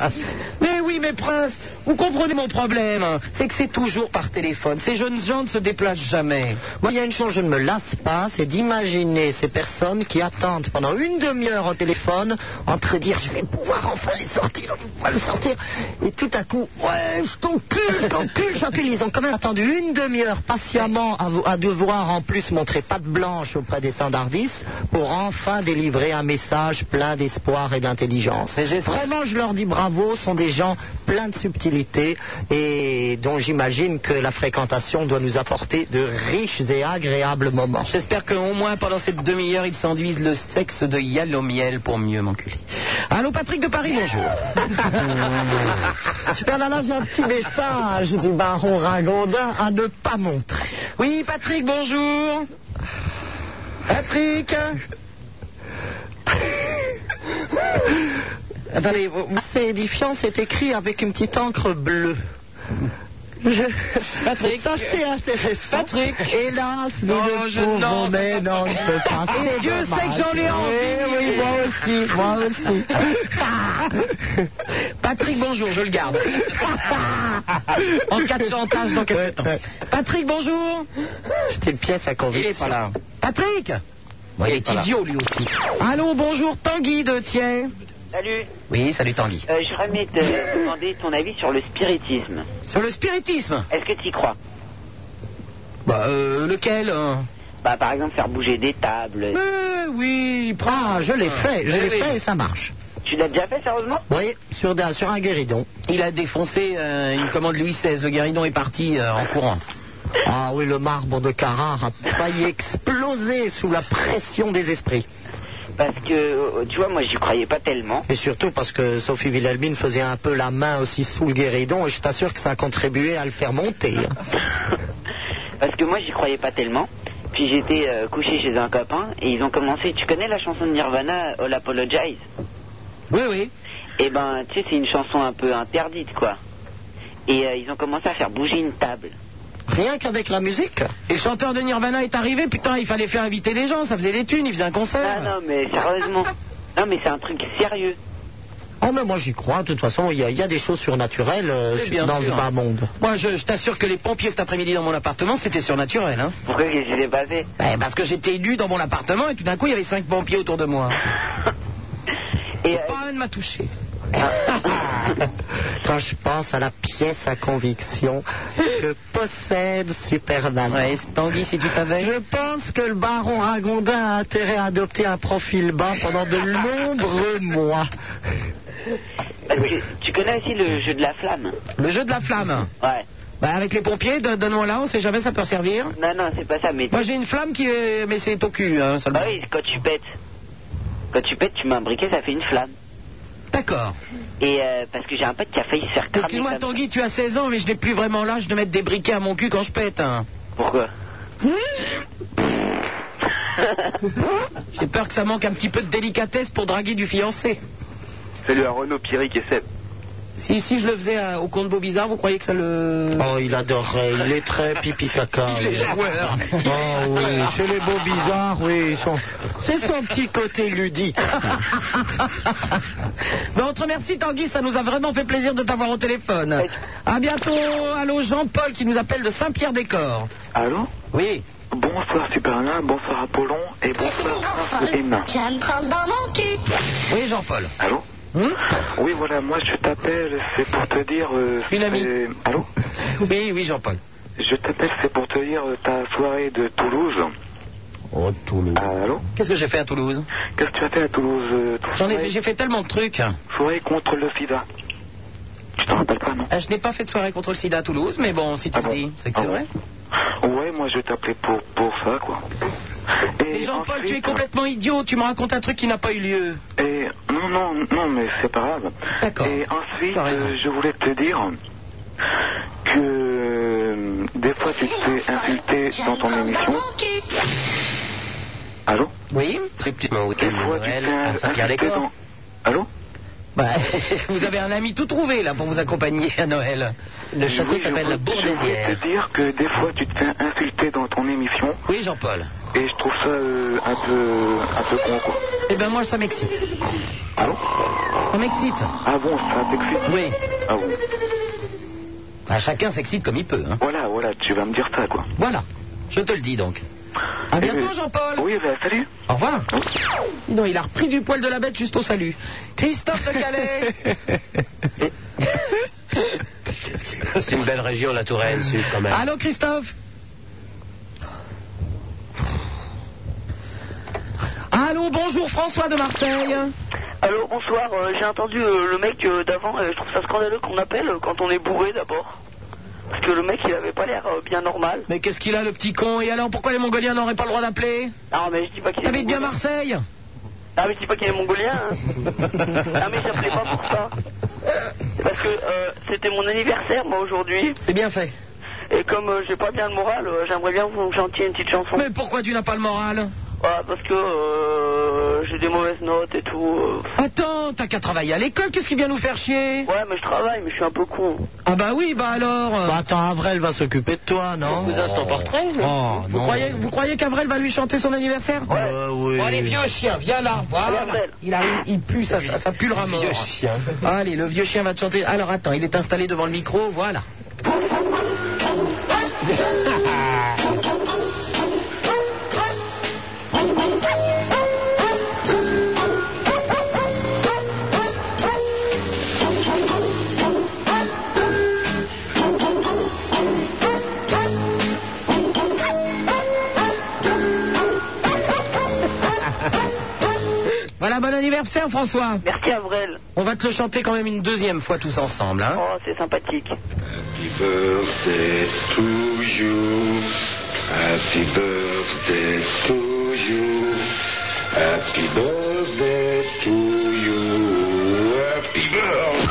Speaker 3: Mais oui, mais prince, vous comprenez mon problème. hein. C'est que c'est toujours par téléphone. Ces jeunes gens ne se déplacent jamais.
Speaker 4: Moi, il y a une chose, je ne me lasse pas, c'est d'imaginer ces personnes qui attendent pendant une demi-heure au téléphone, en train de dire je vais pouvoir enfin les sortir, je vais pouvoir les sortir, et tout à coup, ouais, je t'encule, je t'encule, je t'encule. Ils ont quand même attendu une demi-heure patiemment à, vo- à devoir en plus montrer patte blanche auprès des standardistes pour enfin délivrer un message plein d'espoir et d'intelligence. Vraiment, je leur dis bravo, ce sont des gens pleins de subtilité et dont j'imagine que la fréquentation doit nous apporter de riches et agréables moments.
Speaker 3: J'espère qu'au moins pendant cette demi-heure, ils s'enduisent le sexe de Yal au miel pour mieux m'enculer. Allô, Patrick de Paris, bonjour.
Speaker 4: Super Nana, j'ai un petit message du baron Ragondin à ne pas montrer.
Speaker 3: Oui, Patrick, bonjour. Patrick
Speaker 4: Attendez, vous- vous- c'est édifiant, c'est écrit avec une petite encre bleue. Je...
Speaker 23: Patrick.
Speaker 4: Ça, c'est intéressant.
Speaker 23: Patrick.
Speaker 4: Hélas, nous
Speaker 23: Oh,
Speaker 4: ne
Speaker 23: je-
Speaker 4: pouvons,
Speaker 23: non,
Speaker 4: mais
Speaker 23: c'est pas
Speaker 4: non, je
Speaker 23: possible.
Speaker 4: ne peux pas.
Speaker 23: Et
Speaker 4: c'est
Speaker 23: Dieu sait
Speaker 4: dommage.
Speaker 23: que j'en ai envie.
Speaker 4: Oui, Bah, eh oui, moi aussi, moi aussi.
Speaker 3: Patrick, bonjour, je le garde. en cas de chantage dans quelques temps. Patrick, bonjour.
Speaker 4: C'était une pièce à
Speaker 3: Il
Speaker 4: conviction.
Speaker 3: est pas là. Patrick
Speaker 4: il
Speaker 3: Il
Speaker 4: est
Speaker 3: est
Speaker 4: pas là.
Speaker 3: idiot, lui aussi. Allô, bonjour, Tanguy de Thiers.
Speaker 6: Salut,
Speaker 3: Oui, salut Tanguy.
Speaker 6: euh, je remets te demander ton avis sur le spiritisme.
Speaker 3: Sur le spiritisme
Speaker 6: Est-ce que tu y crois
Speaker 3: Bah, euh, lequel hein
Speaker 8: Bah, par exemple, faire bouger des tables.
Speaker 3: Euh,
Speaker 4: Mais oui, prends, je l'ai fait, je
Speaker 8: Mais
Speaker 4: l'ai
Speaker 8: oui.
Speaker 4: fait et ça marche.
Speaker 8: Tu l'as déjà fait, sérieusement
Speaker 4: Ah, eh Oui, sur, des- sur un guéridon. Il a défoncé euh, une commande Louis XVI. Le guéridon est parti euh, en courant.
Speaker 3: Ah oui, le marbre de Carrare a failli exploser sous la pression des esprits.
Speaker 8: Parce que, euh, tu vois, moi, j'y croyais pas tellement.
Speaker 3: Et surtout parce que Sophie Wilhelmine faisait un peu la main aussi sous le guéridon et je t'assure que ça a contribué à le faire monter. hein.
Speaker 8: Parce que moi, j'y croyais pas tellement. Puis j'étais euh, couché chez un copain et ils ont commencé. Tu connais la chanson de Nirvana, All Apologize
Speaker 4: Oui, oui.
Speaker 8: Eh ben, tu sais, c'est une chanson un peu interdite, quoi. Et euh, ils ont commencé à faire bouger une table.
Speaker 3: Rien qu'avec la musique
Speaker 4: Et le chanteur de Nirvana est arrivé, putain, il fallait faire inviter des gens, ça faisait des thunes, il faisait un concert.
Speaker 8: Ah non, mais sérieusement. non, mais c'est un truc sérieux.
Speaker 3: Oh mais moi j'y crois, de toute façon il y, a- il y a des choses surnaturelles euh,
Speaker 4: Eh bien
Speaker 3: dans
Speaker 4: sûr.
Speaker 3: ce bas monde.
Speaker 4: Moi, je, je t'assure que les pompiers cet après-midi dans mon appartement, c'était surnaturel. Hein.
Speaker 8: Pourquoi je les ai pas fait
Speaker 4: Ben, Parce que j'étais élu dans mon appartement et tout d'un coup, il y avait cinq pompiers autour de moi.
Speaker 3: euh,
Speaker 8: et
Speaker 4: pas un ne m'a touché.
Speaker 3: Quand je pense à la pièce à conviction que possède Superman.
Speaker 4: Tanguy, si tu savais.
Speaker 3: Je pense que le baron Ragondin a intérêt à adopter un profil bas pendant de nombreux mois.
Speaker 8: Parce que tu connais aussi le jeu de la flamme
Speaker 4: Le jeu de la flamme.
Speaker 8: Ouais.
Speaker 4: Ben, avec les pompiers, don- donne-moi là, on sait jamais, ça peut servir.
Speaker 8: Non, non, c'est pas ça, mais.
Speaker 4: Moi, j'ai une flamme qui est... Mais c'est au cul, hein, seulement.
Speaker 8: Bah oui, quand tu pètes. Quand tu pètes, tu mets un briquet, ça fait une flamme.
Speaker 4: D'accord.
Speaker 8: Et euh, parce que j'ai un pote qui a failli se faire cramer.
Speaker 4: Excuse-moi,
Speaker 8: comme-
Speaker 4: Tanguy, tu as 16 ans, mais je n'ai plus vraiment l'âge de mettre des briquets à mon cul quand je pète. hein.
Speaker 8: Pourquoi
Speaker 4: J'ai peur que ça manque un petit peu de délicatesse pour draguer du fiancé.
Speaker 24: Salut à Renaud, Pierrick et Seb.
Speaker 4: Si, si je le faisais à- au compte Beaubizarre, vous croyez que ça le...
Speaker 3: Oh, il adorait, il est très pipi caca.
Speaker 4: Il est joueur.
Speaker 3: Oh oui, chez les beaux bizarres, oui, ils sont- c'est son petit côté ludique.
Speaker 4: Ben, on te remercie, Tanguy, ça nous a vraiment fait plaisir de t'avoir au téléphone. À bientôt. Allô, Jean-Paul qui nous appelle de Saint-Pierre-des-Corps.
Speaker 6: Allô
Speaker 4: Oui.
Speaker 6: Bonsoir Superman, bonsoir Apollon et bonsoir Prince Hénin.
Speaker 1: Je me prends dans mon cul.
Speaker 4: Oui, Jean-Paul.
Speaker 6: Allô
Speaker 4: Hmm?
Speaker 6: Oui, voilà, moi je t'appelle, c'est pour te dire. euh,
Speaker 4: Une amie.
Speaker 6: c'est- Allô
Speaker 4: Oui, oui, Jean-Paul.
Speaker 6: Je t'appelle, c'est pour te dire euh, ta soirée de Toulouse. Ah,
Speaker 25: Oh, Toulouse.
Speaker 6: allô
Speaker 4: Qu'est-ce que j'ai fait à Toulouse
Speaker 6: Qu'est-ce que tu as fait à Toulouse euh, ton
Speaker 4: J'en ai
Speaker 6: soirée-
Speaker 4: j'ai fait tellement de trucs. Euh,
Speaker 6: Soirée contre le sida. Tu t'en rappelles pas, non Ah
Speaker 4: Euh, Je n'ai pas fait de soirée contre le sida à Toulouse, mais Ah bon, si tu le dis, c'est que c'est vrai.
Speaker 6: Ouais, moi je t'appelais pour, pour ça, quoi.
Speaker 4: Mais Jean-Paul, tu es
Speaker 6: ensuite-
Speaker 4: complètement idiot, tu me racontes un truc qui n'a pas eu lieu.
Speaker 6: Et non, non, non, mais c'est pas grave.
Speaker 4: D'accord.
Speaker 6: Et ensuite, euh, je voulais te dire que euh, des fois tu te fais insulter dans ton émission. Allô
Speaker 4: Oui
Speaker 6: Des fois tu te fais insulter dans... Allô
Speaker 4: Bah, vous avez un ami tout trouvé là pour vous accompagner à Noël. Le château
Speaker 6: Oui, je
Speaker 4: s'appelle la
Speaker 6: voulais- Je voulais
Speaker 4: Bourdésière.
Speaker 6: te dire que des fois tu te fais insulter dans ton émission
Speaker 4: Oui, Jean-Paul.
Speaker 6: et je trouve ça euh, un peu un peu con quoi.
Speaker 4: Eh ben moi, ça m'excite. Ah
Speaker 6: Allô
Speaker 4: Ça m'excite.
Speaker 6: Ah bon, ça t'excite
Speaker 4: Oui.
Speaker 6: Ah bon.
Speaker 4: Bah, chacun s'excite comme il peut. hein.
Speaker 6: Voilà, voilà, tu vas me dire ça quoi.
Speaker 4: Voilà. Je te le dis donc. À bientôt,
Speaker 6: Euh,
Speaker 4: Jean-Paul.
Speaker 6: Oui, bah, salut.
Speaker 4: Au revoir. Dis donc, il a repris du poil de la bête juste au salut. Christophe de Calais.
Speaker 7: C'est une belle région, la Touraine, c'est quand même.
Speaker 4: Allô, Christophe Allô, bonjour, François de Marseille.
Speaker 13: Allô, bonsoir. euh, J'ai entendu euh, le mec euh, d'avant. euh, je trouve ça scandaleux qu'on appelle euh, quand on est bourré d'abord. Parce que le mec, il avait pas l'air euh, bien normal.
Speaker 4: Mais qu'est-ce qu'il a, le petit con Et alors, pourquoi les Mongoliens n'auraient pas le droit d'appeler
Speaker 13: Non, Ah, mais je dis pas qu'il est.
Speaker 4: T'habites bien
Speaker 13: mongolien.
Speaker 4: Marseille
Speaker 13: Ah, mais je dis pas qu'il est mongolien. Hein. ah, mais j'appelais pas pour ça. C'est Parce que euh, c'était mon anniversaire, moi, aujourd'hui.
Speaker 4: C'est bien fait.
Speaker 13: Et comme euh, j'ai pas bien le moral, euh, j'aimerais bien que vous me chantiez une petite chanson.
Speaker 4: Mais pourquoi tu n'as pas le moral
Speaker 13: Voilà, parce que euh, j'ai des mauvaises notes et tout. euh.
Speaker 4: Attends, t'as qu'à travailler à l'école, qu'est-ce qui vient nous faire chier
Speaker 13: Ouais, mais je travaille, mais je suis un peu con.
Speaker 4: Ah bah oui, bah alors euh,
Speaker 3: Bah, attends, Avrel va s'occuper de toi, non
Speaker 7: cousin, c'est ton portrait,
Speaker 3: Oh, non.
Speaker 4: vous, croyez, vous croyez qu'Avrel va lui chanter son anniversaire
Speaker 3: Euh, oui.
Speaker 4: Allez, vieux chien, viens là, voilà.
Speaker 13: Allez, Avrel.
Speaker 4: Il arrive, il pue, ça, ça, ça pue le rameur.
Speaker 7: Vieux chien.
Speaker 4: Allez, le vieux chien va te chanter. Alors attends, il est installé devant le micro, voilà.
Speaker 1: Thank you.
Speaker 26: anniversaire, François.
Speaker 27: Merci, Avril.
Speaker 26: On va te le chanter quand même une deuxième fois tous ensemble. Hein.
Speaker 27: Oh, c'est sympathique.
Speaker 28: Happy birthday to you. Happy birthday to you. Happy birthday to you. Happy birthday.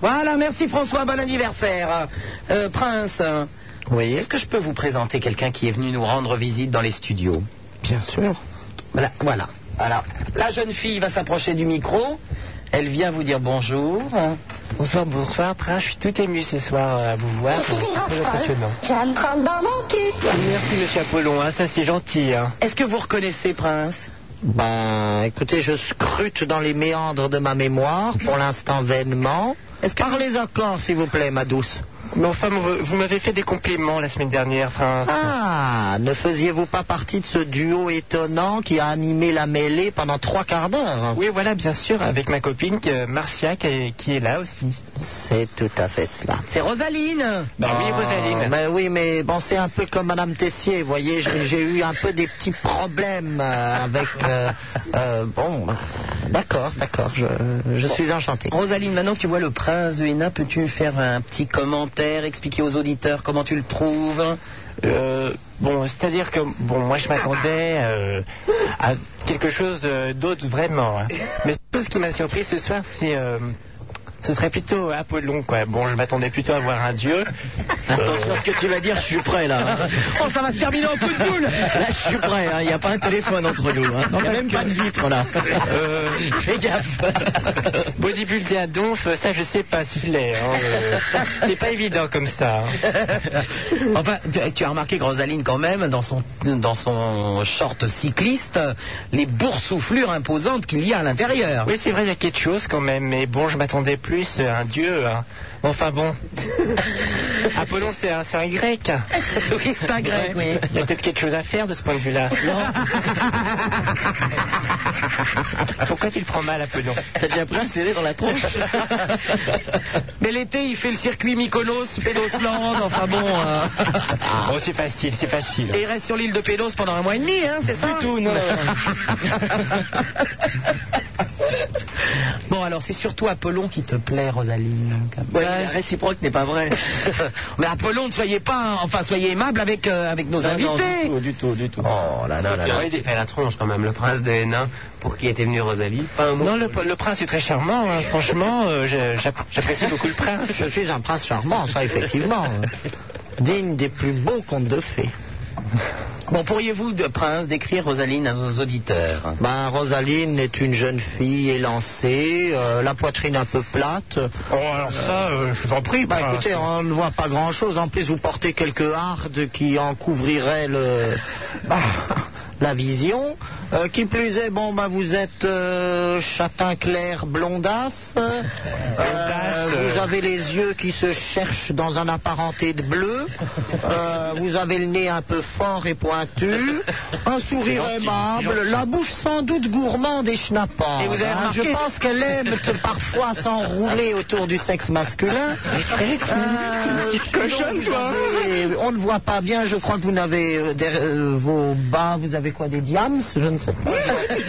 Speaker 26: Voilà, merci François, bon anniversaire. Euh, Prince, oui. est-ce que je peux vous présenter quelqu'un qui est venu nous rendre visite dans les studios Bien sûr. Voilà, voilà. Alors, la jeune fille va s'approcher du micro. Elle vient vous dire bonjour.
Speaker 7: Bonsoir, bonsoir, Prince. Je suis tout ému ce soir euh, à vous voir. C'est impressionnant.
Speaker 1: Tu vas me prendre dans mon cul.
Speaker 7: Merci, monsieur Apollon. hein, Ça, c'est gentil. hein.
Speaker 26: Est-ce que vous reconnaissez Prince
Speaker 4: Ben, écoutez, je scrute dans les méandres de ma mémoire, pour l'instant vainement. Parlez encore, s'il vous plaît, ma douce.
Speaker 7: Mais enfin, vous vous m'avez fait des compliments la semaine dernière, Prince.
Speaker 4: Ah, ne faisiez-vous pas partie de ce duo étonnant qui a animé la mêlée pendant trois quarts d'heure
Speaker 7: Oui, voilà, bien sûr, avec ma copine euh, Marcia qui est, qui est là aussi.
Speaker 4: C'est tout à fait cela.
Speaker 26: C'est Rosaline.
Speaker 7: Bah oui,
Speaker 4: Ah,
Speaker 7: Rosaline.
Speaker 4: Mais oui, mais bon, c'est un peu comme Madame Tessier, vous voyez, j'ai j'ai eu un peu des petits problèmes euh, avec... euh, euh, bon, d'accord, d'accord, je, je suis enchanté.
Speaker 26: Rosaline, maintenant que tu vois le prince de Hénin, peux-tu faire un petit commentaire, expliquer aux auditeurs comment tu le trouves
Speaker 7: Euh, bon, c'est-à-dire que bon, moi je m'attendais euh, à quelque chose de- d'autre vraiment. hein. Mais tout ce qui m'a surpris ce soir, c'est euh, ce serait plutôt Apollon, quoi. Bon, je m'attendais plutôt à voir un dieu.
Speaker 5: Attention à ce que tu vas dire, je suis prêt là. hein.
Speaker 26: Oh, ça va se terminer en coup de boule
Speaker 5: Là, je suis prêt, hein. il n'y a pas un téléphone entre nous. hein. Il n'y a même pas de vitre là.
Speaker 7: Euh,
Speaker 5: Fais gaffe.
Speaker 7: Bodybuildé à donf, ça je sais pas si je l'ai. hein, euh, c'est pas évident comme ça. hein.
Speaker 26: enfin, tu, tu as remarqué que Rosaline, quand même, dans son, dans son short cycliste, les boursouflures imposantes qu'il y a à l'intérieur.
Speaker 7: Oui, c'est vrai, il y a quelque chose quand même, mais bon, je m'attendais plus à un dieu. hein. Enfin bon. Apollon, c'est un, c'est un grec.
Speaker 26: Oui, c'est un grec, oui.
Speaker 7: Il y a peut-être quelque chose à faire de ce point de vue-là. Ah, Pourquoi tu le prends mal, Apollon
Speaker 5: T'as bien
Speaker 26: hein.
Speaker 5: pris un serré dans la tronche.
Speaker 26: Mais l'été, il fait le circuit Mykonos, Pédosland, enfin bon. euh,
Speaker 7: Oh, c'est facile, c'est facile.
Speaker 26: Et il reste sur l'île de Pédos pendant un mois et demi, hein, c'est ça
Speaker 7: tout, non.
Speaker 26: Bon, alors c'est surtout Apollon qui te plaît, Rosaline.
Speaker 5: Ouais, mais la réciproque n'est pas vraie.
Speaker 26: Mais Apollon, ne soyez pas, enfin, soyez aimable avec, euh, avec nos
Speaker 5: Non, non,
Speaker 26: invités.
Speaker 5: du tout, du tout. du tout.
Speaker 26: oh
Speaker 4: Ah
Speaker 26: là là là là.
Speaker 7: il fait la tronche quand même, le prince de Hénin, pour qui était venu Rosalie. Non, le, le prince est très charmant, hein. franchement, euh, je- j'app- j'apprécie beaucoup le prince.
Speaker 4: Je suis un prince charmant, ça effectivement. Digne des plus beaux contes de fées.
Speaker 26: Bon, pourriez-vous, de Prince, décrire Rosaline à nos auditeurs
Speaker 4: Ben, Rosaline est une jeune fille élancée, euh, la poitrine un peu plate.
Speaker 7: Oh, alors ça, euh, je vous en prie,
Speaker 4: Bah
Speaker 7: prince.
Speaker 4: écoutez, on ne voit pas grand chose. En plus, vous portez quelques hardes qui en couvriraient le... bah, la vision. Euh, qui plus est, bon, bah, vous êtes euh, châtain clair blondasse. Euh,
Speaker 7: Blondasse, euh.
Speaker 4: vous avez les yeux qui se cherchent dans un apparenté de bleu. Euh, vous avez le nez un peu fort et pointu. Un sourire
Speaker 7: C'est gentil,
Speaker 4: aimable.
Speaker 7: gentil.
Speaker 4: La bouche sans doute gourmande et schnappante.
Speaker 26: Et vous avez
Speaker 4: Hein, Je
Speaker 26: remarqué-
Speaker 4: pense qu'elle aime te- parfois s'enrouler autour du sexe masculin. Euh, sinon, vous avez- On ne voit pas bien, je crois que vous n'avez euh, des- euh, vos bas, vous avez quoi, des diams Je ne sais pas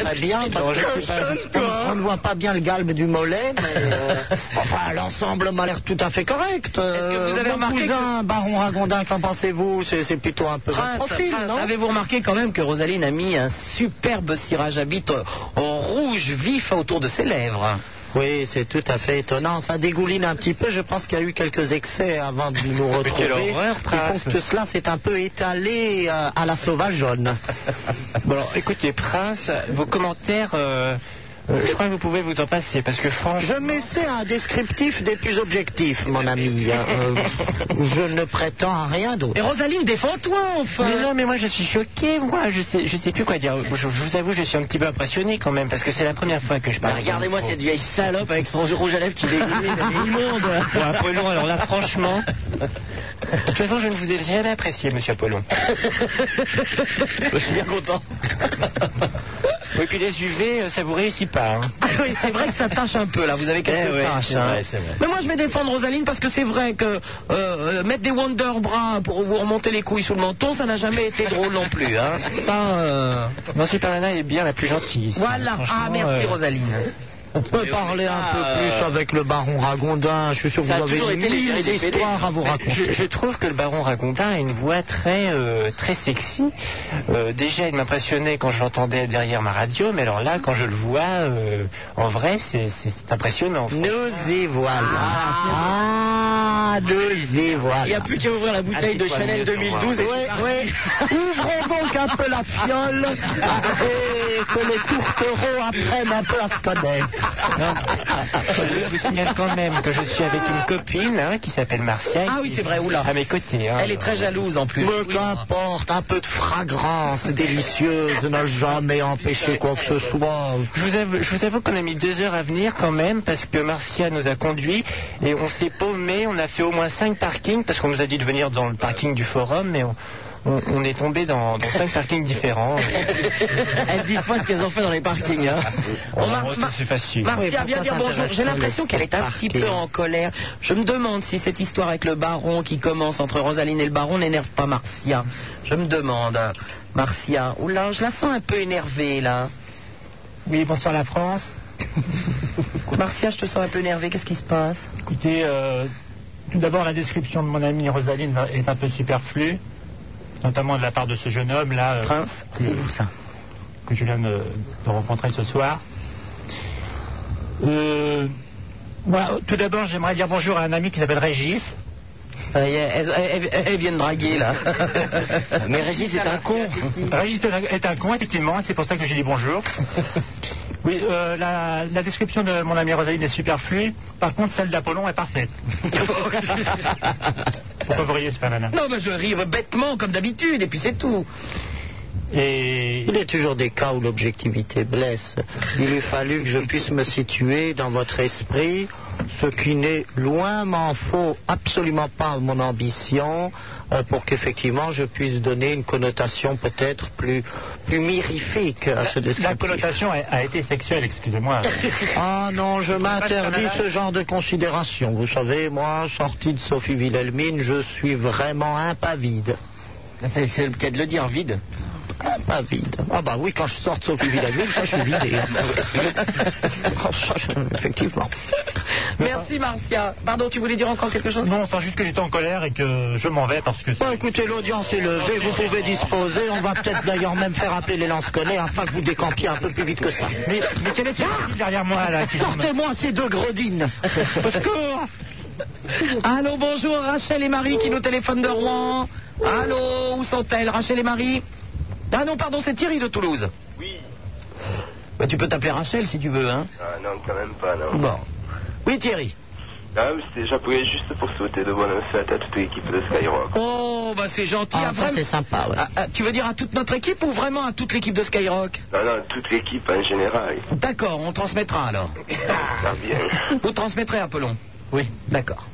Speaker 4: très bien, parce
Speaker 7: Non, je
Speaker 4: que
Speaker 7: sais pas.
Speaker 4: on- on ne voit pas bien le galbe du mollet, mais euh, enfin, l'ensemble m'a l'air tout à fait correct. Euh,
Speaker 26: Est-ce que vous avez
Speaker 4: mon
Speaker 26: remarqué
Speaker 4: cousin, Baron Ragondin, qu'en pensez-vous C'est c'est plutôt un peu votre
Speaker 26: Prince,
Speaker 4: profil,
Speaker 26: Prince,
Speaker 4: non
Speaker 26: avez-vous remarqué quand même que Rosaline a mis un superbe cirage à bite en rouge vif autour de ses lèvres
Speaker 4: Oui, c'est tout à fait étonnant. Ça dégouline un petit peu. Je pense qu'il y a eu quelques excès avant de nous retrouver.
Speaker 7: quelle horreur,
Speaker 4: qui
Speaker 7: Prince.
Speaker 4: font que tout cela s'est un peu étalé euh, à la sauvageonne.
Speaker 7: Bon, alors, écoutez, prince, vos commentaires, euh, euh, je crois que vous pouvez vous en passer, parce que
Speaker 4: Je
Speaker 7: franchement...
Speaker 4: m'essaie à un descriptif des plus objectifs, mon ami. Euh, je ne prétends à rien
Speaker 26: Mais
Speaker 4: d'autre.
Speaker 26: Rosaline, défends-toi enfin
Speaker 7: Mais non, mais moi je suis choqué, moi, je sais, je sais plus quoi dire. Je, je vous avoue, je suis un petit peu impressionné quand même, parce que c'est la première fois que je
Speaker 3: Bah,
Speaker 7: parle. Ah,
Speaker 5: Regardez-moi cette vieille salope avec son rouge à lèvres qui dégouline, elle est immonde.
Speaker 7: Bon, Apollon, alors là, franchement. De toute façon, je ne vous ai jamais apprécié, monsieur Apollon.
Speaker 5: Je suis bien content.
Speaker 7: Oui, puis les UV, euh, ça vous réussit
Speaker 29: pas. hein.
Speaker 3: Ah oui, c'est vrai que ça tâche un peu là, vous avez quelques
Speaker 29: Eh oui,
Speaker 3: tâches.
Speaker 29: c'est
Speaker 3: hein.
Speaker 29: vrai, c'est vrai.
Speaker 3: Mais moi je vais défendre Rosaline parce que c'est vrai que euh, euh, mettre des Wonder Bras pour vous remonter les couilles sous le menton, ça n'a jamais été drôle non plus. Hein. Ça, euh,
Speaker 29: Non, Super Nana est bien la plus gentille. ici.
Speaker 3: Voilà,
Speaker 29: Franchement,
Speaker 3: ah merci
Speaker 29: euh,
Speaker 3: Rosaline.
Speaker 4: On peut parler un peu
Speaker 3: euh,
Speaker 4: plus avec le baron Ragondin. Je suis sûr que
Speaker 29: Ça a
Speaker 4: vous
Speaker 29: toujours
Speaker 4: avez
Speaker 29: été les séries
Speaker 4: mille
Speaker 29: des
Speaker 4: histoires
Speaker 29: PD.
Speaker 4: à vous
Speaker 29: Mais
Speaker 4: raconter.
Speaker 29: Je, je trouve que le baron Ragondin a une voix très, euh, très sexy. Euh, déjà, il m'impressionnait quand je l'entendais derrière ma radio, mais alors là, quand je le vois euh, en vrai, c'est c'est- c'est impressionnant.
Speaker 4: Nous y voilà. Ah, nous y voilà.
Speaker 3: Il n'y a plus qu'à ouvrir la bouteille de Chanel 2012 et
Speaker 4: Ouais, ouais. Ouvrons donc un peu la fiole et que les tourtereaux apprennent un peu à se connaître.
Speaker 29: Je vous signale quand même que je suis avec une copine hein, qui s'appelle Marcia. Ah oui, c'est vrai, oula. À mes côtés. hein.
Speaker 3: Elle est très jalouse en plus.
Speaker 4: Mais qu'importe, un peu de fragrance délicieuse n'a jamais empêché quoi que ce soit.
Speaker 29: Je vous avoue, je vous avoue qu'on a mis deux heures à venir quand même parce que Marcia nous a conduits et on s'est paumé. On a fait au moins cinq parkings parce qu'on nous a dit de venir dans le parking du forum, mais on, on- on est tombé dans, dans cinq parkings différents.
Speaker 3: Elles disent pas ce qu'elles ont fait dans les parkings. Hein.
Speaker 29: Oh, Mar- c'est facile.
Speaker 3: Marcia,
Speaker 29: Oui,
Speaker 3: viens
Speaker 29: pourquoi
Speaker 3: dire bonjour.
Speaker 29: s'intéresser
Speaker 3: J'ai l'impression
Speaker 29: au
Speaker 3: qu'elle est un petit
Speaker 29: parking
Speaker 3: peu en colère. Je me demande si cette histoire avec le baron qui commence entre Rosaline et le baron n'énerve pas Marcia. Je me demande. Marcia, oula, je la sens un peu énervée là.
Speaker 7: Oui, bonsoir la France.
Speaker 3: Marcia, je te sens un peu énervée. Qu'est-ce qui se passe
Speaker 7: Écoutez, euh, tout d'abord, la description de mon amie Rosaline va- est un peu superflue, notamment de la part de ce jeune homme là. euh,
Speaker 3: Prince, c'est vous ça.
Speaker 7: Que je viens de, de rencontrer ce soir. Euh, voilà, tout d'abord, j'aimerais dire bonjour à un ami qui s'appelle Régis.
Speaker 3: Ça y est, elles, elles- elles- elles viennent draguer là.
Speaker 7: Mais Régis est un con. Régis est un- est un con, effectivement, et c'est pour ça que j'ai dit bonjour. Oui, euh, la, la description de mon ami Rosaline est superflue. Par contre, celle d'Apollon est parfaite. Pourquoi vous riez, Superman
Speaker 3: Non, mais je ris bêtement comme d'habitude et puis c'est tout.
Speaker 7: Et...
Speaker 4: Il y a toujours des cas où l'objectivité blesse. Il eût fallu que je puisse me situer dans votre esprit, ce qui n'est loin m'en faut absolument pas mon ambition, euh, pour qu'effectivement je puisse donner une connotation peut-être plus, plus mirifique à ce
Speaker 7: La
Speaker 4: descriptif.
Speaker 7: connotation a, a été sexuelle, excusez-moi.
Speaker 4: Ah non, je m'interdis ce genre de considération. Vous savez, moi, sorti de Sophie Wilhelmine, je suis vraiment impavide.
Speaker 3: C'est le cas de le dire, vide.
Speaker 4: Impavide. Ah bah oui, quand je sors de Sophie Wilhelmine, ça, je suis vidé. hein. Ah, ça, je- Effectivement.
Speaker 3: Merci Marcia. Pardon, tu voulais dire encore quelque chose
Speaker 7: Non, c'est juste que j'étais en colère et que je m'en vais parce que...
Speaker 4: Bon, écoutez, l'audience est levée, vous pouvez disposer. On va peut-être d'ailleurs même faire appeler les lance-collets afin que vous décampiez un peu plus vite que ça.
Speaker 7: Mais, mais
Speaker 3: Ah
Speaker 7: quel est ce type derrière moi, là qui...
Speaker 4: Sortez-moi ces deux gredines.
Speaker 3: Au secours Allô, bonjour, Rachel et Marie qui nous téléphonent de Rouen. Allô, où sont-elles, Rachel et Marie Ah non, pardon, c'est Thierry de Toulouse.
Speaker 8: Oui.
Speaker 3: Bah, tu peux t'appeler Rachel si tu veux, hein.
Speaker 8: Ah non, quand même pas, non.
Speaker 3: Bon. Oui, Thierry.
Speaker 8: Ah, mais c'était- j'appuyais juste pour souhaiter de bonnes fêtes à toute l'équipe de Skyrock.
Speaker 3: Oh, bah c'est gentil.
Speaker 8: Ah,
Speaker 3: à
Speaker 8: ça, c'est
Speaker 4: sympa,
Speaker 3: Ah, ah, tu veux dire à toute notre équipe ou vraiment à toute l'équipe de Skyrock
Speaker 8: Non, non, toute l'équipe en général.
Speaker 3: D'accord, on transmettra alors.
Speaker 8: Ça bien.
Speaker 3: Vous transmettrez, Apollon Oui. D'accord.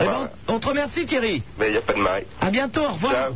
Speaker 3: Eh ben, on te remercie, Thierry.
Speaker 8: Mais il n'y a pas de mal.
Speaker 3: À bientôt, au revoir.